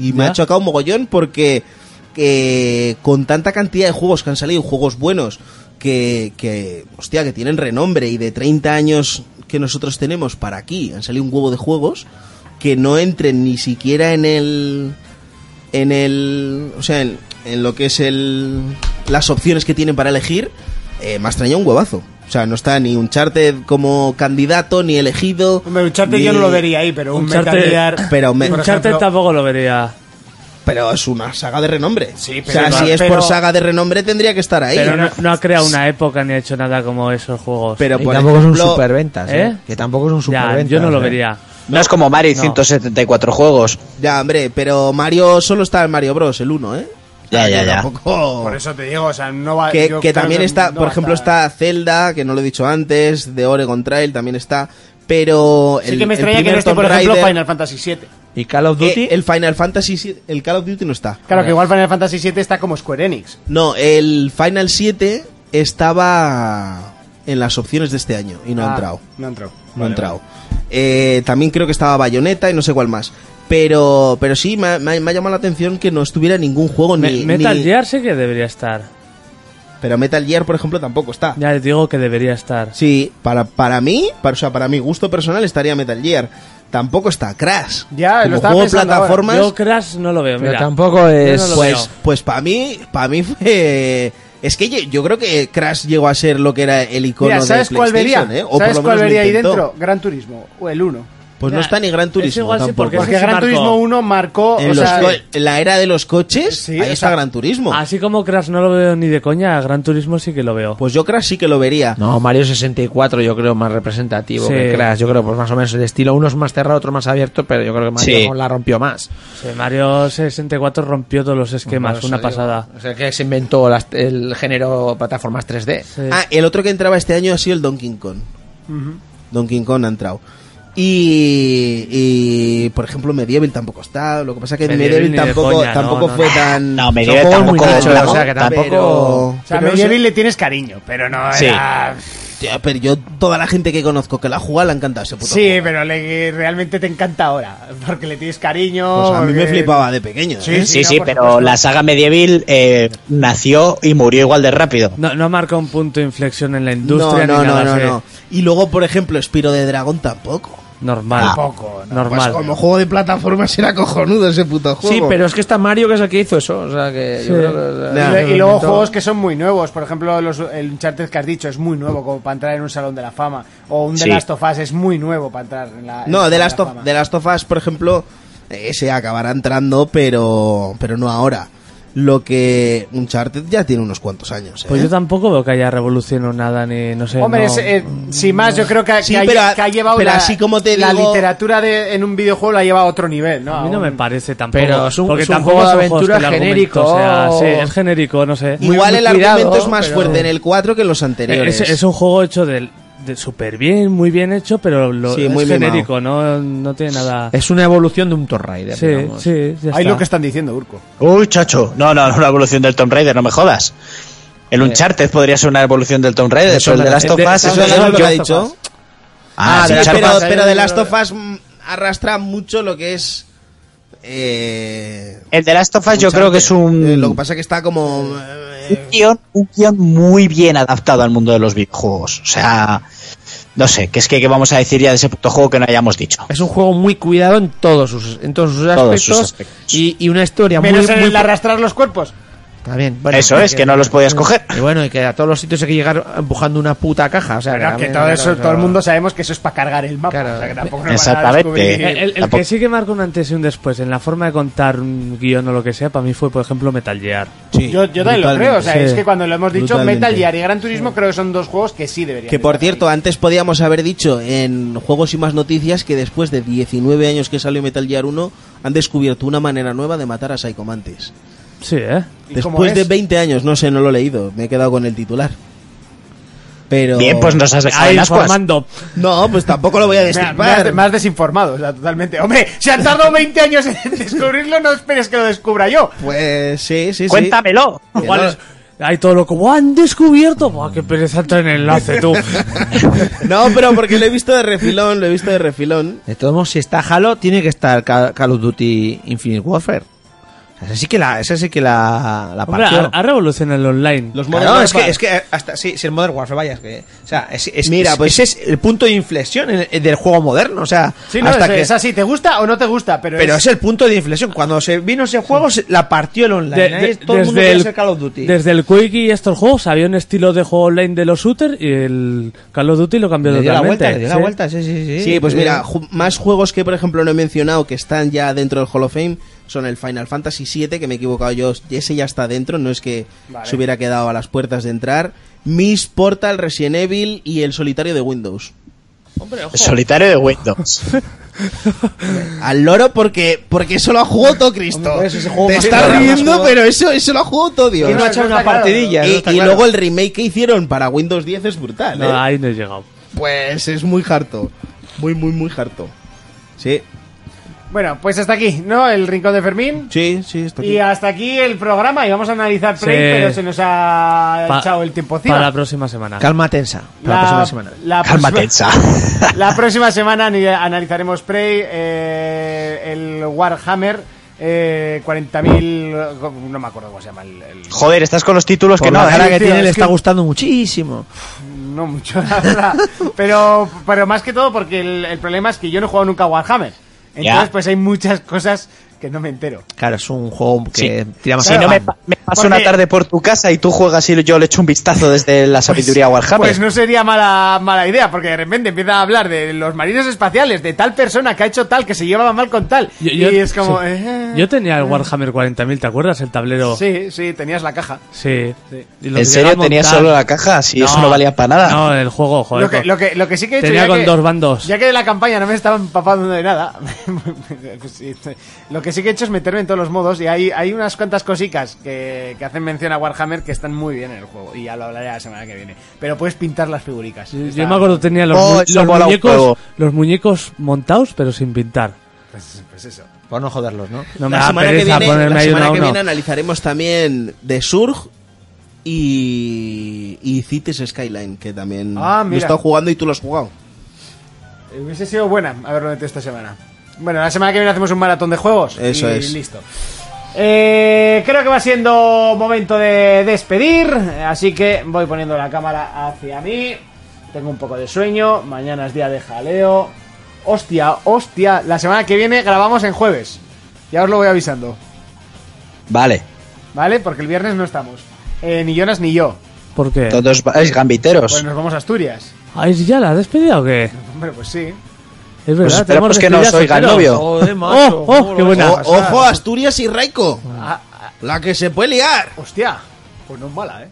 [SPEAKER 5] Y me ha chocado un mogollón porque que con tanta cantidad de juegos que han salido, juegos buenos, que, que, hostia, que tienen renombre y de 30 años que nosotros tenemos para aquí, han salido un huevo de juegos que no entren ni siquiera en el... En el... O sea, en, en lo que es el... Las opciones que tienen para elegir, eh, me ha extrañado un huevazo. O sea, no está ni Uncharted como candidato, ni elegido.
[SPEAKER 2] Hombre, Uncharted yo no lo vería ahí, pero un Metal Gear,
[SPEAKER 5] Pero me-
[SPEAKER 2] por ejemplo-
[SPEAKER 4] tampoco lo vería.
[SPEAKER 5] Pero es una saga de renombre.
[SPEAKER 4] pero-
[SPEAKER 5] o sea, si es
[SPEAKER 4] pero-
[SPEAKER 5] por saga de renombre, tendría que estar ahí.
[SPEAKER 4] Pero no, no ha creado una época ni ha hecho nada como esos juegos.
[SPEAKER 5] Pero
[SPEAKER 1] Y tampoco es un superventas, ¿eh?
[SPEAKER 4] ¿Eh?
[SPEAKER 1] Que tampoco es un
[SPEAKER 4] Ya,
[SPEAKER 1] superventas.
[SPEAKER 4] yo no lo
[SPEAKER 1] ¿eh?
[SPEAKER 4] vería.
[SPEAKER 6] No, es como Mario y
[SPEAKER 5] No.
[SPEAKER 6] 174 juegos.
[SPEAKER 5] Ya, hombre, pero Mario solo está en Mario Bros, el 1, ¿eh?
[SPEAKER 6] Ya, ya, ya.
[SPEAKER 5] Tampoco-
[SPEAKER 2] Por eso te digo, o sea, no va.
[SPEAKER 5] que,
[SPEAKER 2] yo
[SPEAKER 5] que
[SPEAKER 2] creo
[SPEAKER 5] también
[SPEAKER 2] que
[SPEAKER 5] está,
[SPEAKER 2] no
[SPEAKER 5] por
[SPEAKER 2] va a
[SPEAKER 5] ejemplo,
[SPEAKER 2] estar-
[SPEAKER 5] está Zelda, que no lo he dicho antes, de Oregon Trail también está, pero...
[SPEAKER 2] Sí que me extraña que
[SPEAKER 5] primer
[SPEAKER 2] no esté,
[SPEAKER 5] Tomb
[SPEAKER 2] por ejemplo,
[SPEAKER 5] Raider-
[SPEAKER 2] Final Fantasy VII.
[SPEAKER 1] ¿Y Call of
[SPEAKER 5] Eh, el Final Fantasy VII- el Call of Duty no está.
[SPEAKER 2] Claro, que igual Final Fantasy VII está como Square Enix.
[SPEAKER 5] No, el Final 7 estaba en las opciones de este año y no ha
[SPEAKER 2] Ah,
[SPEAKER 5] entrado.
[SPEAKER 2] No ha entrado.
[SPEAKER 5] No ha entrado. Eh, también creo que estaba Bayonetta y no sé cuál más. Pero, pero sí, me, ha- me ha- me ha llamado la atención que no estuviera ningún juego
[SPEAKER 4] Me-
[SPEAKER 5] ni...
[SPEAKER 4] Metal
[SPEAKER 5] ni-
[SPEAKER 4] Gear sé que debería estar.
[SPEAKER 5] Pero Metal Gear, por ejemplo, tampoco está.
[SPEAKER 4] Ya les digo que debería estar.
[SPEAKER 5] Sí, para, para mí, para, o sea, para mi gusto personal estaría Metal Gear. Tampoco está Crash.
[SPEAKER 2] Ya,
[SPEAKER 5] Como
[SPEAKER 2] lo estaba
[SPEAKER 5] juego de
[SPEAKER 2] pensando ahora.
[SPEAKER 5] plataformas,
[SPEAKER 4] Yo Crash no lo veo,
[SPEAKER 1] Pero
[SPEAKER 4] mira.
[SPEAKER 1] tampoco es-
[SPEAKER 4] Yo no lo veo.
[SPEAKER 5] pues, pues para mí, para mí fue... Es que yo, yo creo que Crash llegó a ser lo que era el icono
[SPEAKER 2] Mira, ¿sabes
[SPEAKER 5] de
[SPEAKER 2] cuál vería?
[SPEAKER 5] PlayStation, ¿eh? O
[SPEAKER 2] ¿Sabes
[SPEAKER 5] por lo
[SPEAKER 2] cuál
[SPEAKER 5] menos lo
[SPEAKER 2] vería ahí
[SPEAKER 5] intentó.
[SPEAKER 2] dentro? Gran Turismo, o el 1.
[SPEAKER 5] Pues no
[SPEAKER 4] Ya,
[SPEAKER 5] está ni Gran
[SPEAKER 4] es
[SPEAKER 5] Turismo
[SPEAKER 4] igual sí,
[SPEAKER 5] tampoco.
[SPEAKER 4] porque
[SPEAKER 2] Porque
[SPEAKER 4] sí
[SPEAKER 2] Gran
[SPEAKER 4] marcó.
[SPEAKER 2] Turismo 1 marcó.
[SPEAKER 5] En
[SPEAKER 2] o
[SPEAKER 5] los
[SPEAKER 2] sea, eh,
[SPEAKER 5] co- en la era de los coches, ahí
[SPEAKER 2] o
[SPEAKER 5] está
[SPEAKER 2] sea,
[SPEAKER 5] Gran Turismo.
[SPEAKER 4] Así como Crash no lo veo ni de coña, a Gran Turismo sí que lo veo.
[SPEAKER 5] Pues yo Crash sí que lo vería.
[SPEAKER 1] No, Mario 64 yo creo más representativo
[SPEAKER 4] Sí.
[SPEAKER 1] que Crash. Yo creo pues más o menos el estilo. Uno es más cerrado, otro más abierto, pero yo creo que Mario
[SPEAKER 6] Sí.
[SPEAKER 1] la rompió más.
[SPEAKER 4] Sí, Mario 64 rompió todos los esquemas,
[SPEAKER 1] Por eso
[SPEAKER 4] una
[SPEAKER 1] digo.
[SPEAKER 4] pasada.
[SPEAKER 1] O sea, que se inventó las- el género plataformas 3D.
[SPEAKER 5] Ah, el otro que entraba este año ha sido el Donkey Kong. Donkey Kong ha entrado. Y, y, por ejemplo Medieval tampoco está, lo que pasa que
[SPEAKER 4] Medieval ni
[SPEAKER 5] Medieval,
[SPEAKER 4] de
[SPEAKER 5] tampoco,
[SPEAKER 4] coña, no,
[SPEAKER 5] tampoco
[SPEAKER 4] no,
[SPEAKER 5] fue
[SPEAKER 4] no.
[SPEAKER 5] tan...
[SPEAKER 6] No, Medieval
[SPEAKER 5] Son juegos muy
[SPEAKER 6] tampoco-
[SPEAKER 5] nichos,
[SPEAKER 1] o sea, que tampoco-
[SPEAKER 5] pero-
[SPEAKER 2] o sea, a
[SPEAKER 5] pero no sé.
[SPEAKER 2] Medieval le tienes cariño, pero no
[SPEAKER 6] Sí.
[SPEAKER 2] era.
[SPEAKER 5] Tío, pero yo, toda la gente que conozco que la ha jugado le ha encantado ese puto
[SPEAKER 2] Sí,
[SPEAKER 5] juego.
[SPEAKER 2] pero le, realmente te encanta ahora. Porque le tienes cariño.
[SPEAKER 5] Pues a mí me
[SPEAKER 2] porque-
[SPEAKER 5] flipaba de pequeño.
[SPEAKER 2] Sí,
[SPEAKER 5] ¿eh?
[SPEAKER 6] Sí,
[SPEAKER 2] no,
[SPEAKER 6] sí,
[SPEAKER 2] por
[SPEAKER 6] pero
[SPEAKER 2] supuesto.
[SPEAKER 6] la saga medieval eh, nació y murió igual de rápido.
[SPEAKER 4] No, no marca un punto de inflexión en la industria
[SPEAKER 5] no,
[SPEAKER 4] ni
[SPEAKER 5] no,
[SPEAKER 4] nada,
[SPEAKER 5] no,
[SPEAKER 4] sí.
[SPEAKER 5] no, no. Y luego, por ejemplo, Spiro de Dragón tampoco.
[SPEAKER 4] Normal.
[SPEAKER 2] Tampoco, no.
[SPEAKER 5] Pues
[SPEAKER 4] normal.
[SPEAKER 5] como juego de plataformas era cojonudo ese puto juego.
[SPEAKER 1] Sí, pero es que está Mario que es el que hizo eso. O sea, que yo
[SPEAKER 4] Sí.
[SPEAKER 1] creo que- o sea,
[SPEAKER 5] Nah.
[SPEAKER 2] Y,
[SPEAKER 1] que lo
[SPEAKER 2] lo- y luego
[SPEAKER 1] inventó.
[SPEAKER 2] juegos que son muy nuevos, por ejemplo, los- el Uncharted que has dicho es muy nuevo como para entrar en un salón de la fama. O un The
[SPEAKER 6] Sí.
[SPEAKER 2] Last of Us es muy nuevo para entrar en la. en
[SPEAKER 5] No,
[SPEAKER 2] el
[SPEAKER 5] de
[SPEAKER 2] Salón
[SPEAKER 5] las,
[SPEAKER 2] la Fama.
[SPEAKER 5] de las tofas, por ejemplo, eh, se acabará entrando, pero, pero no ahora. Lo que Uncharted ya tiene unos cuantos años. ¿eh?
[SPEAKER 4] Pues yo tampoco veo que haya revolucionado nada ni no sé.
[SPEAKER 2] Hombre, es,
[SPEAKER 4] no-
[SPEAKER 2] eh, sin más, yo creo que, que
[SPEAKER 5] Sí,
[SPEAKER 2] ha,
[SPEAKER 5] pero a-
[SPEAKER 2] que ha llevado
[SPEAKER 5] pero
[SPEAKER 2] la,
[SPEAKER 5] así como te
[SPEAKER 2] la
[SPEAKER 5] digo-
[SPEAKER 2] literatura de, en un videojuego la lleva a otro nivel, ¿no?
[SPEAKER 4] a mí no
[SPEAKER 2] Un-
[SPEAKER 4] me parece tampoco.
[SPEAKER 1] Pero es un-
[SPEAKER 4] porque
[SPEAKER 1] es un
[SPEAKER 4] tampoco
[SPEAKER 1] juego de
[SPEAKER 4] son juegos que
[SPEAKER 1] aventura
[SPEAKER 4] el argumento
[SPEAKER 1] genérico.
[SPEAKER 4] sea- sí, es genérico, no sé. Eh,
[SPEAKER 1] muy-
[SPEAKER 5] Igual
[SPEAKER 1] muy
[SPEAKER 5] el
[SPEAKER 1] cuidado,
[SPEAKER 5] argumento es más
[SPEAKER 1] pero-
[SPEAKER 5] fuerte en el 4 que en los anteriores.
[SPEAKER 4] Es, es un juego hecho del- de, súper bien, muy bien hecho, pero lo,
[SPEAKER 5] Sí,
[SPEAKER 4] es
[SPEAKER 5] muy mimado.
[SPEAKER 4] genérico, no, no tiene nada.
[SPEAKER 1] Es una evolución de un Tomb Raider,
[SPEAKER 4] sí,
[SPEAKER 1] digamos.
[SPEAKER 4] sí, ya
[SPEAKER 2] Ahí
[SPEAKER 4] está.
[SPEAKER 2] lo que están diciendo, Urco.
[SPEAKER 6] Uy, chacho. No, no, no, una evolución del Tomb Raider, no me jodas. El Uncharted podría ser una evolución del Tomb Raider, pero el de Last of Us...
[SPEAKER 5] ¿Eso es
[SPEAKER 6] yo-
[SPEAKER 5] lo que
[SPEAKER 6] yo-
[SPEAKER 5] ha dicho?
[SPEAKER 6] Ah,
[SPEAKER 5] Ah,
[SPEAKER 6] sí,
[SPEAKER 5] sí,
[SPEAKER 6] Uncharted.
[SPEAKER 5] pero, pero de Last of Us mm, arrastra mucho lo que es. eh,
[SPEAKER 6] El de Last of Us yo
[SPEAKER 5] Uncharted.
[SPEAKER 6] creo que es un...
[SPEAKER 5] Eh, Lo que pasa que está como. eh,
[SPEAKER 6] un guión, un guión muy bien adaptado al mundo de los videojuegos. O sea, no sé, que es que ¿qué vamos a decir ya de ese puto juego que no hayamos dicho.
[SPEAKER 1] Es un juego muy cuidado en todos sus, en todos sus aspectos,
[SPEAKER 6] Todos sus aspectos.
[SPEAKER 1] Y, y una historia muy,
[SPEAKER 2] Menos en
[SPEAKER 1] muy
[SPEAKER 2] el arrastrar los cuerpos.
[SPEAKER 1] Está bien.
[SPEAKER 6] Eso es, que no los podías coger.
[SPEAKER 1] Y bueno, y que a todos los sitios hay que llegar empujando una puta caja. O sea,
[SPEAKER 2] Pero que
[SPEAKER 1] también,
[SPEAKER 2] todo,
[SPEAKER 1] claro,
[SPEAKER 2] eso, todo el mundo sabemos que eso es para cargar el mapa.
[SPEAKER 1] Claro.
[SPEAKER 2] o sea, que tampoco nos van a
[SPEAKER 6] Exactamente.
[SPEAKER 2] descubrir-
[SPEAKER 4] Eh, El, el- el que sí que marca un antes y un después en la forma de contar un guión o lo que sea, para mí fue, por ejemplo, Metal Gear.
[SPEAKER 5] sí,
[SPEAKER 2] Yo, yo también lo
[SPEAKER 5] brutalmente.
[SPEAKER 2] creo, o sea,
[SPEAKER 4] Sí.
[SPEAKER 2] es que cuando lo hemos dicho,
[SPEAKER 5] Brutalmente.
[SPEAKER 2] Metal Gear y Gran Turismo creo que son dos juegos que sí deberían.
[SPEAKER 5] Que por
[SPEAKER 2] estar ahí.
[SPEAKER 5] cierto, antes podíamos haber dicho en Juegos y más Noticias que después de 19 años que salió Metal Gear 1, han descubierto una manera nueva de matar a Psycho Mantis.
[SPEAKER 4] Sí, ¿eh?
[SPEAKER 2] ¿Y cómo
[SPEAKER 5] Después de
[SPEAKER 2] es?
[SPEAKER 5] 20 años, no sé, no lo he leído, me he quedado con el titular. Pero.
[SPEAKER 6] Bien, pues nos has dejado
[SPEAKER 4] Ahí
[SPEAKER 6] en ascuas.
[SPEAKER 4] formando.
[SPEAKER 5] No, pues tampoco lo voy a
[SPEAKER 2] Mira, me has-
[SPEAKER 5] destripar.
[SPEAKER 2] me has desinformado, o sea, totalmente. Hombre, si han tardado 20 años en descubrirlo, no esperes que lo descubra yo.
[SPEAKER 5] Pues sí, sí, sí.
[SPEAKER 6] Cuéntamelo.
[SPEAKER 1] Pues
[SPEAKER 5] Que
[SPEAKER 4] Igual
[SPEAKER 5] no-
[SPEAKER 4] es- Hay todo lo como han descubierto. Buah, qué pereza entrar en el enlace, tú.
[SPEAKER 5] No, pero porque lo he visto de refilón, lo he visto de refilón.
[SPEAKER 1] De todos modos, si está Halo, tiene que estar Ca- Call of Duty Infinite Warfare. O Esa sí que la, esa sí que la, la
[SPEAKER 4] Hombre,
[SPEAKER 1] partió.
[SPEAKER 4] ha, ha revolucionado el online. Los
[SPEAKER 1] Claro, es que, es que hasta sí, si el Modern Warfare, vaya, es que, o sea, es, es-
[SPEAKER 5] Mira,
[SPEAKER 1] es-
[SPEAKER 5] pues-
[SPEAKER 1] ese es el punto de inflexión en- en- del juego moderno, o sea,
[SPEAKER 2] Sí, no,
[SPEAKER 1] hasta
[SPEAKER 2] es,
[SPEAKER 1] que
[SPEAKER 2] es así, ¿te gusta o no te gusta? Pero,
[SPEAKER 1] pero es el punto de inflexión. Cuando se vino ese juego, se- la partió el online.
[SPEAKER 4] De-
[SPEAKER 1] Ahí
[SPEAKER 4] de-
[SPEAKER 1] todo el mundo
[SPEAKER 4] desde
[SPEAKER 1] quería
[SPEAKER 4] el-
[SPEAKER 1] ser Call of Duty.
[SPEAKER 4] Desde el Quake y estos juegos había un estilo de juego online de los shooters y el Call of Duty lo cambió
[SPEAKER 1] Le dio la
[SPEAKER 4] totalmente.
[SPEAKER 1] vuelta, le dio la
[SPEAKER 4] Sí.
[SPEAKER 1] vuelta, sí, sí, sí.
[SPEAKER 5] Sí, pues
[SPEAKER 1] Eh,
[SPEAKER 5] mira, ju- más juegos que por ejemplo no he mencionado que están ya dentro del Hall of Fame son el Final Fantasy VII, que me he equivocado yo, ese ya está dentro, no es que
[SPEAKER 2] Vale.
[SPEAKER 5] se hubiera quedado a las puertas de entrar. Miss Portal, Resident Evil y el solitario de Windows.
[SPEAKER 6] Solitario de Windows.
[SPEAKER 5] Al loro porque porque eso lo ha jugado todo Cristo. Te
[SPEAKER 1] pues más
[SPEAKER 5] estás
[SPEAKER 1] claro.
[SPEAKER 5] riendo,
[SPEAKER 1] Más juego.
[SPEAKER 5] pero eso, eso lo ha jugado todo Dios.
[SPEAKER 1] ¿Quién no ha echado una partidilla? Eso
[SPEAKER 5] Y,
[SPEAKER 1] está
[SPEAKER 5] y
[SPEAKER 1] claro.
[SPEAKER 5] luego el remake que hicieron para Windows 10 es brutal.
[SPEAKER 4] No,
[SPEAKER 5] ¿eh?
[SPEAKER 4] ahí no he llegado.
[SPEAKER 5] Pues es muy harto. Muy, muy, muy harto. Sí.
[SPEAKER 2] Bueno, pues hasta aquí, ¿no? El rincón de Fermín.
[SPEAKER 5] Sí, sí, está aquí.
[SPEAKER 2] Y hasta aquí el programa y vamos a analizar Prey,
[SPEAKER 4] Sí.
[SPEAKER 2] pero se nos ha
[SPEAKER 4] Pa-
[SPEAKER 2] echado el tiempo encima.
[SPEAKER 4] Para la próxima semana.
[SPEAKER 1] Calma tensa. Para la, próxima semana.
[SPEAKER 2] la
[SPEAKER 6] Calma
[SPEAKER 2] próxima-
[SPEAKER 6] tensa.
[SPEAKER 2] La próxima semana ni- analizaremos Prey, eh, el Warhammer, eh, 40.000... No me acuerdo cómo se llama el... el-
[SPEAKER 6] Joder, estás con los títulos
[SPEAKER 1] Por
[SPEAKER 6] que no.
[SPEAKER 1] la
[SPEAKER 6] ¿eh?
[SPEAKER 1] cara que
[SPEAKER 2] tío,
[SPEAKER 1] tiene
[SPEAKER 2] es
[SPEAKER 1] le
[SPEAKER 2] que-
[SPEAKER 1] está gustando muchísimo.
[SPEAKER 2] no mucho, la verdad. Pero, pero más que todo porque el, el problema es que yo no he jugado nunca a Warhammer. Entonces
[SPEAKER 6] Ya.
[SPEAKER 2] pues hay muchas cosas que no me entero.
[SPEAKER 1] Claro, es un juego que
[SPEAKER 6] Sí.
[SPEAKER 1] tira más
[SPEAKER 6] Si
[SPEAKER 1] al
[SPEAKER 6] no me,
[SPEAKER 1] fan.
[SPEAKER 6] pa- me paso
[SPEAKER 2] Porque-
[SPEAKER 6] una tarde por tu casa y tú juegas y yo le echo un vistazo desde la sabiduría Warhammer.
[SPEAKER 2] Pues no sería mala, mala idea, porque de repente empieza a hablar de los marines espaciales, de tal persona que ha hecho tal, que se llevaba mal con tal.
[SPEAKER 4] Yo-
[SPEAKER 2] y
[SPEAKER 4] yo-
[SPEAKER 2] es como...
[SPEAKER 4] sí.
[SPEAKER 2] eh,
[SPEAKER 4] Yo tenía el Warhammer 40.000, ¿te acuerdas? El tablero.
[SPEAKER 2] Sí, sí, tenías la caja.
[SPEAKER 4] Sí. Y lo
[SPEAKER 6] ¿En
[SPEAKER 4] que llegaba
[SPEAKER 6] serio
[SPEAKER 4] a montar-
[SPEAKER 6] tenía solo la caja? Si eso no valía para nada.
[SPEAKER 4] No, el juego, Oh, joder.
[SPEAKER 2] Lo que, lo, que, lo que sí que he hecho
[SPEAKER 4] Tenía
[SPEAKER 2] ya
[SPEAKER 4] con
[SPEAKER 2] que-
[SPEAKER 4] dos bandos.
[SPEAKER 2] Ya que de la campaña no me estaba empapando de nada. pues sí, lo que sí que he hecho es meterme en todos los modos. Y hay, hay unas cuantas cositas que, que hacen mención a Warhammer que están muy bien en el juego. Y ya lo hablaré la semana que viene. Pero puedes pintar las figuricas.
[SPEAKER 4] Yo-
[SPEAKER 2] Está-
[SPEAKER 4] Yo me acuerdo tenía los,
[SPEAKER 6] Oh,
[SPEAKER 4] mu-
[SPEAKER 6] eso
[SPEAKER 4] los
[SPEAKER 6] mola un
[SPEAKER 4] muñecos,
[SPEAKER 6] huevo.
[SPEAKER 4] los muñecos montados pero sin pintar.
[SPEAKER 2] Pues, pues eso.
[SPEAKER 1] Por no joderlos, ¿no?
[SPEAKER 4] No me
[SPEAKER 5] la
[SPEAKER 4] da
[SPEAKER 5] semana, que
[SPEAKER 4] pereza
[SPEAKER 5] viene,
[SPEAKER 4] ponerme
[SPEAKER 5] la
[SPEAKER 4] ahí uno
[SPEAKER 5] semana
[SPEAKER 4] a
[SPEAKER 5] que
[SPEAKER 4] uno.
[SPEAKER 5] viene analizaremos también The Surge y, y Cities Skyline, que también
[SPEAKER 2] Ah,
[SPEAKER 5] lo he
[SPEAKER 2] mira.
[SPEAKER 5] estado jugando y tú lo has jugado.
[SPEAKER 2] Eh, Hubiese sido buena haberlo metido esta semana. Bueno, la semana que viene hacemos un maratón de juegos.
[SPEAKER 5] Eso
[SPEAKER 2] y
[SPEAKER 5] es.
[SPEAKER 2] listo. Eh, creo que va siendo momento de despedir, eh, así que voy poniendo la cámara hacia mí. Tengo un poco de sueño, mañana es día de jaleo. Hostia, hostia, la semana que viene grabamos en jueves. Ya os lo voy avisando,
[SPEAKER 6] Vale.
[SPEAKER 2] ¿vale? Porque el viernes no estamos. Eh, ni Jonas ni yo.
[SPEAKER 4] ¿Por qué?
[SPEAKER 6] Todos vais gambiteros.
[SPEAKER 2] Pues nos vamos a Asturias.
[SPEAKER 4] Ah, ¿es ya la has despedido o qué?
[SPEAKER 2] Hombre, pues sí.
[SPEAKER 4] Es verdad, tenemos
[SPEAKER 6] esperamos que no
[SPEAKER 4] despedidas
[SPEAKER 6] os oiga el
[SPEAKER 4] solteros.
[SPEAKER 6] novio.
[SPEAKER 1] Joder, macho,
[SPEAKER 4] Oh,
[SPEAKER 1] ¿cómo
[SPEAKER 4] oh,
[SPEAKER 1] lo
[SPEAKER 4] qué
[SPEAKER 1] ves?
[SPEAKER 4] buena.
[SPEAKER 5] O- ojo, Asturias y Raico.
[SPEAKER 2] Ah, ah,
[SPEAKER 5] La que se puede liar.
[SPEAKER 2] Hostia, pues no es mala, ¿eh?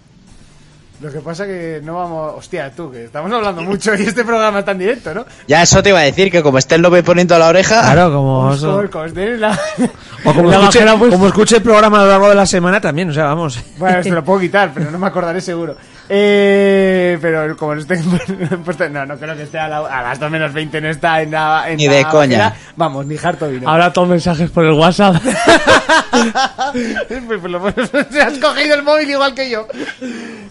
[SPEAKER 2] Lo que pasa que no vamos... Hostia, tú, que estamos hablando mucho y este programa está en directo, ¿no?
[SPEAKER 6] Ya eso te iba a decir, que como esté el novio poniendo a la oreja...
[SPEAKER 1] Claro, como.
[SPEAKER 2] Vamos con- con este, la-
[SPEAKER 1] O como
[SPEAKER 4] La
[SPEAKER 1] escuche,
[SPEAKER 4] bajera, pues.
[SPEAKER 1] como escuche el programa a lo largo de la semana también, o sea, vamos.
[SPEAKER 2] Bueno, esto lo puedo quitar, pero no me acordaré seguro. Eh, pero como no esté puesto- No, no creo que esté a, la- a las 2 menos 20, no está en la... en
[SPEAKER 6] Ni
[SPEAKER 2] la
[SPEAKER 6] de coña.
[SPEAKER 2] bajera. Vamos, ni harto vino.
[SPEAKER 4] Ahora todos mensajes por el WhatsApp.
[SPEAKER 2] Pues por lo menos se has cogido el móvil igual que yo.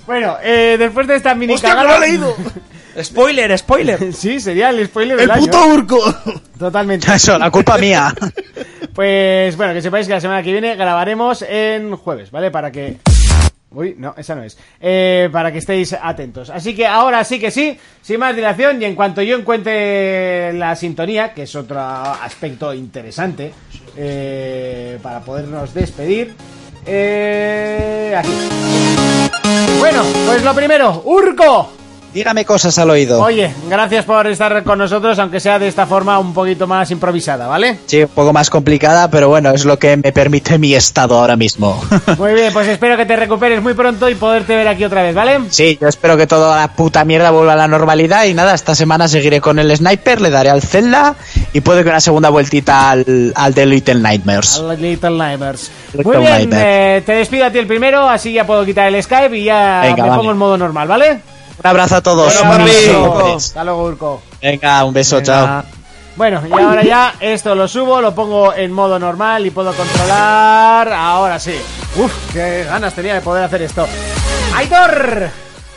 [SPEAKER 2] Bueno, eh, después de esta mini cagada-
[SPEAKER 1] Spoiler, spoiler.
[SPEAKER 2] Sí, sería el spoiler
[SPEAKER 5] El
[SPEAKER 2] del año.
[SPEAKER 5] puto urco.
[SPEAKER 2] Totalmente.
[SPEAKER 6] Eso, la culpa mía.
[SPEAKER 2] Pues bueno, que sepáis que la semana que viene grabaremos en jueves, ¿vale? Para que... Uy, no, esa no es. Eh, para que estéis atentos. Así que ahora sí que sí, sin más dilación, y en cuanto yo encuentre la sintonía, que es otro aspecto interesante, eh, para podernos despedir, eh, aquí. Bueno, pues lo primero, Urco.
[SPEAKER 6] Dígame cosas al oído.
[SPEAKER 2] Oye, gracias por estar con nosotros, aunque sea de esta forma un poquito más improvisada, ¿vale?
[SPEAKER 6] Sí, un poco más complicada, pero bueno, es lo que me permite mi estado ahora mismo.
[SPEAKER 2] Muy bien, pues espero que te recuperes muy pronto y poderte ver aquí otra vez, ¿vale?
[SPEAKER 6] Sí, yo espero que toda la puta mierda vuelva a la normalidad y nada, esta semana seguiré con el sniper, le daré al Zelda y puede que una segunda vueltita al, al The Little Nightmares.
[SPEAKER 2] A Little Nightmares.
[SPEAKER 6] Little
[SPEAKER 2] Muy bien,
[SPEAKER 6] Nightmares.
[SPEAKER 2] eh, te despido a ti el primero, así ya puedo quitar el Skype y ya
[SPEAKER 6] Venga,
[SPEAKER 2] me
[SPEAKER 6] vale. Pues
[SPEAKER 2] pongo en modo normal, ¿vale?
[SPEAKER 6] Un abrazo a todos.
[SPEAKER 2] Venga, un abrazo.
[SPEAKER 6] Felices.
[SPEAKER 2] Hasta luego, Urco.
[SPEAKER 6] Venga, un beso, chao.
[SPEAKER 2] Bueno, y ahora ya esto lo subo, lo pongo en modo normal y puedo controlar. Ahora sí. Uf, qué ganas tenía de poder hacer esto. ¡Aitor!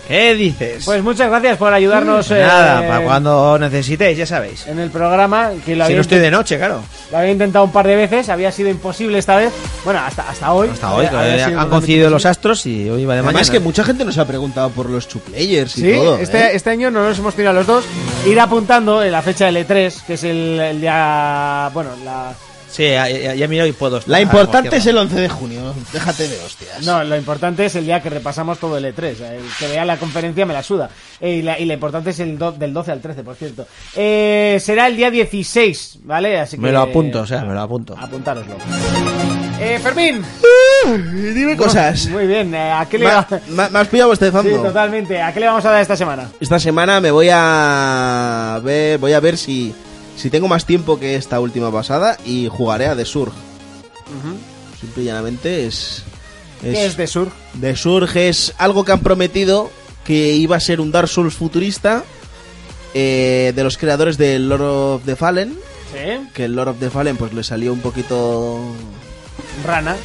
[SPEAKER 1] ¿Qué dices?
[SPEAKER 2] Pues muchas gracias por ayudarnos. eh,
[SPEAKER 1] Pues Nada, para cuando necesitéis, ya sabéis.
[SPEAKER 2] En el programa, que
[SPEAKER 1] Si
[SPEAKER 2] lo había
[SPEAKER 1] no estoy
[SPEAKER 5] pues.
[SPEAKER 2] intent-
[SPEAKER 1] de noche, claro.
[SPEAKER 2] Lo había intentado un par de veces, había sido imposible esta vez. Bueno, hasta, hasta hoy.
[SPEAKER 1] Hasta hoy,
[SPEAKER 2] Había-
[SPEAKER 1] que
[SPEAKER 2] había sido
[SPEAKER 1] han
[SPEAKER 2] totalmente
[SPEAKER 1] coincidido los astros y hoy va de mañana.
[SPEAKER 5] Además que mucha gente nos ha preguntado por los two players y
[SPEAKER 2] Sí,
[SPEAKER 5] todo.
[SPEAKER 2] este,
[SPEAKER 5] ¿eh?
[SPEAKER 2] este año no nos hemos tirado los dos. Ir apuntando en la fecha del E3, que es el, el día. Bueno, la.
[SPEAKER 1] Sí, ya, ya- ya miro y puedo.
[SPEAKER 5] La
[SPEAKER 1] Ah,
[SPEAKER 5] importante
[SPEAKER 1] por
[SPEAKER 5] es
[SPEAKER 1] cierto.
[SPEAKER 5] el 11 de junio. Déjate de hostias.
[SPEAKER 2] No, lo importante es el día que repasamos todo el E3. El que vea la conferencia me la suda. Eh, y, la, y lo importante es el do- del 12 al 13, por cierto. Eh, será el día 16, ¿vale? Así que,
[SPEAKER 1] Me lo apunto, o sea, me lo apunto.
[SPEAKER 2] Apuntároslo. Eh, Fermín.
[SPEAKER 5] Dime cosas.
[SPEAKER 2] Muy bien, eh, ¿a qué le
[SPEAKER 5] Ma-
[SPEAKER 2] va-
[SPEAKER 5] ma- me has pillado este
[SPEAKER 2] Sí, totalmente. ¿A qué le vamos a dar esta semana?
[SPEAKER 5] Esta semana me voy a ver, voy a ver si, si tengo más tiempo que esta última pasada y jugaré a The Surge. Simple y llanamente es.
[SPEAKER 2] ¿Qué es The Surge?
[SPEAKER 5] The Surge es algo que han prometido que iba a ser un Dark Souls futurista eh, de los creadores de Lord of the Fallen.
[SPEAKER 2] Sí.
[SPEAKER 5] Que el Lord of the Fallen pues le salió un poquito
[SPEAKER 2] Rana.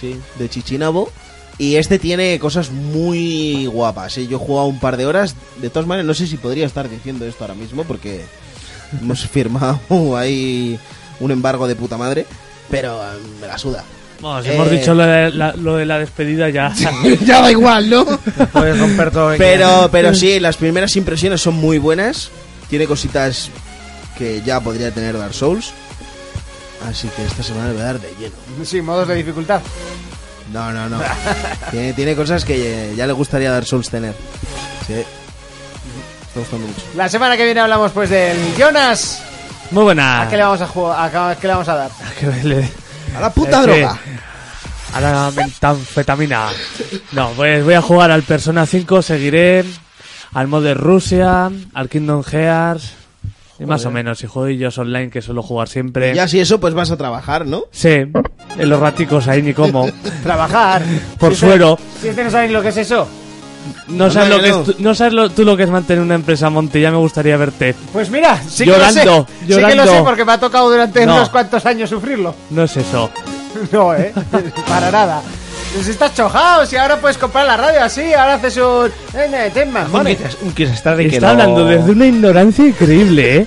[SPEAKER 5] Sí. de Chichinabo. Y este tiene cosas muy guapas. ¿eh? Yo he jugado un par de horas. De todas maneras, no sé si podría estar diciendo esto ahora mismo porque hemos firmado ahí un embargo de puta madre. Pero eh, me la suda.
[SPEAKER 4] Bueno, si hemos
[SPEAKER 5] Eh,
[SPEAKER 4] dicho lo de la, lo de la despedida ya.
[SPEAKER 5] ya da igual, ¿no?
[SPEAKER 1] Puedes romper todo lo que
[SPEAKER 5] Pero,
[SPEAKER 1] quieras.
[SPEAKER 5] pero sí, las primeras impresiones son muy buenas. Tiene cositas que ya podría tener Dark Souls. Así que esta semana le voy a dar de lleno.
[SPEAKER 2] Sí, modos de dificultad.
[SPEAKER 5] No, no, no. tiene, tiene cosas que eh, ya le gustaría Dark Souls tener. Sí. Me Está gustando mucho.
[SPEAKER 2] La semana que viene hablamos pues del Jonas.
[SPEAKER 4] Muy buena. Ah,
[SPEAKER 2] ¿A qué Ah, le vamos a jugar? ¿A qué le vamos a dar?
[SPEAKER 4] Que le-
[SPEAKER 5] A la puta
[SPEAKER 4] Es que-
[SPEAKER 5] droga.
[SPEAKER 4] A la metanfetamina. No, pues voy a jugar al Persona 5, seguiré al Modern Russia, al Kingdom Hearts. Y más o menos, y jueguillos online que suelo jugar siempre.
[SPEAKER 5] Ya si eso, pues vas a trabajar, ¿no?
[SPEAKER 4] Sí, en los raticos ahí ni como.
[SPEAKER 2] Trabajar.
[SPEAKER 4] Por
[SPEAKER 2] Si este-
[SPEAKER 4] suero.
[SPEAKER 2] Si este no sabe ni lo que es eso.
[SPEAKER 4] No sabes, lo que es tu- no sabes lo- tú lo que es mantener una empresa, Monte. Ya me gustaría verte.
[SPEAKER 2] Pues mira, sí que lo
[SPEAKER 4] Llorando,
[SPEAKER 2] sé. Sí que lo
[SPEAKER 4] llorando.
[SPEAKER 2] sé porque me ha tocado durante
[SPEAKER 4] No.
[SPEAKER 2] unos cuantos años sufrirlo.
[SPEAKER 4] No es eso.
[SPEAKER 2] No, eh. Para nada. Si estás chojado, si ahora puedes comprar la radio así, ahora haces un. eh, ten más
[SPEAKER 1] Un
[SPEAKER 2] money.
[SPEAKER 1] quizás- Un quizás tarde que
[SPEAKER 4] Está
[SPEAKER 1] no-
[SPEAKER 4] hablando desde una ignorancia increíble, ¿eh?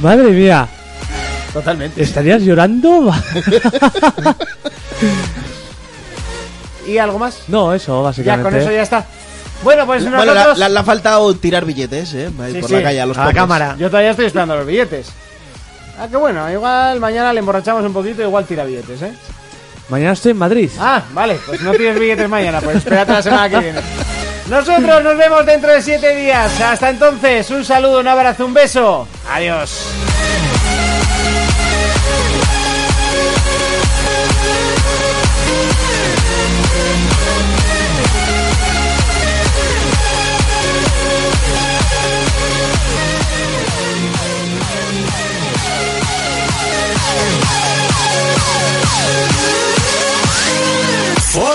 [SPEAKER 4] Madre mía.
[SPEAKER 2] Totalmente.
[SPEAKER 4] ¿Estarías llorando?
[SPEAKER 2] ¿Y algo más?
[SPEAKER 4] no, eso,
[SPEAKER 2] Ya,
[SPEAKER 4] básicamente.
[SPEAKER 2] con eso ya está. Bueno, pues nosotros.
[SPEAKER 5] Bueno, la- la- le ha faltado tirar billetes, ¿eh? Ahí
[SPEAKER 2] Sí,
[SPEAKER 5] por
[SPEAKER 2] sí,
[SPEAKER 5] la calle a los
[SPEAKER 1] a la
[SPEAKER 5] pobres.
[SPEAKER 1] cámara.
[SPEAKER 2] Yo todavía estoy esperando los billetes. Ah, que bueno, igual mañana le emborrachamos un poquito, igual tira billetes, ¿eh?
[SPEAKER 4] Mañana estoy en Madrid.
[SPEAKER 2] Ah, vale, pues no tienes billetes mañana, pues espérate la semana que viene. Nosotros nos vemos dentro de siete días. Hasta entonces, un saludo, un abrazo, un beso. Adiós.
[SPEAKER 14] For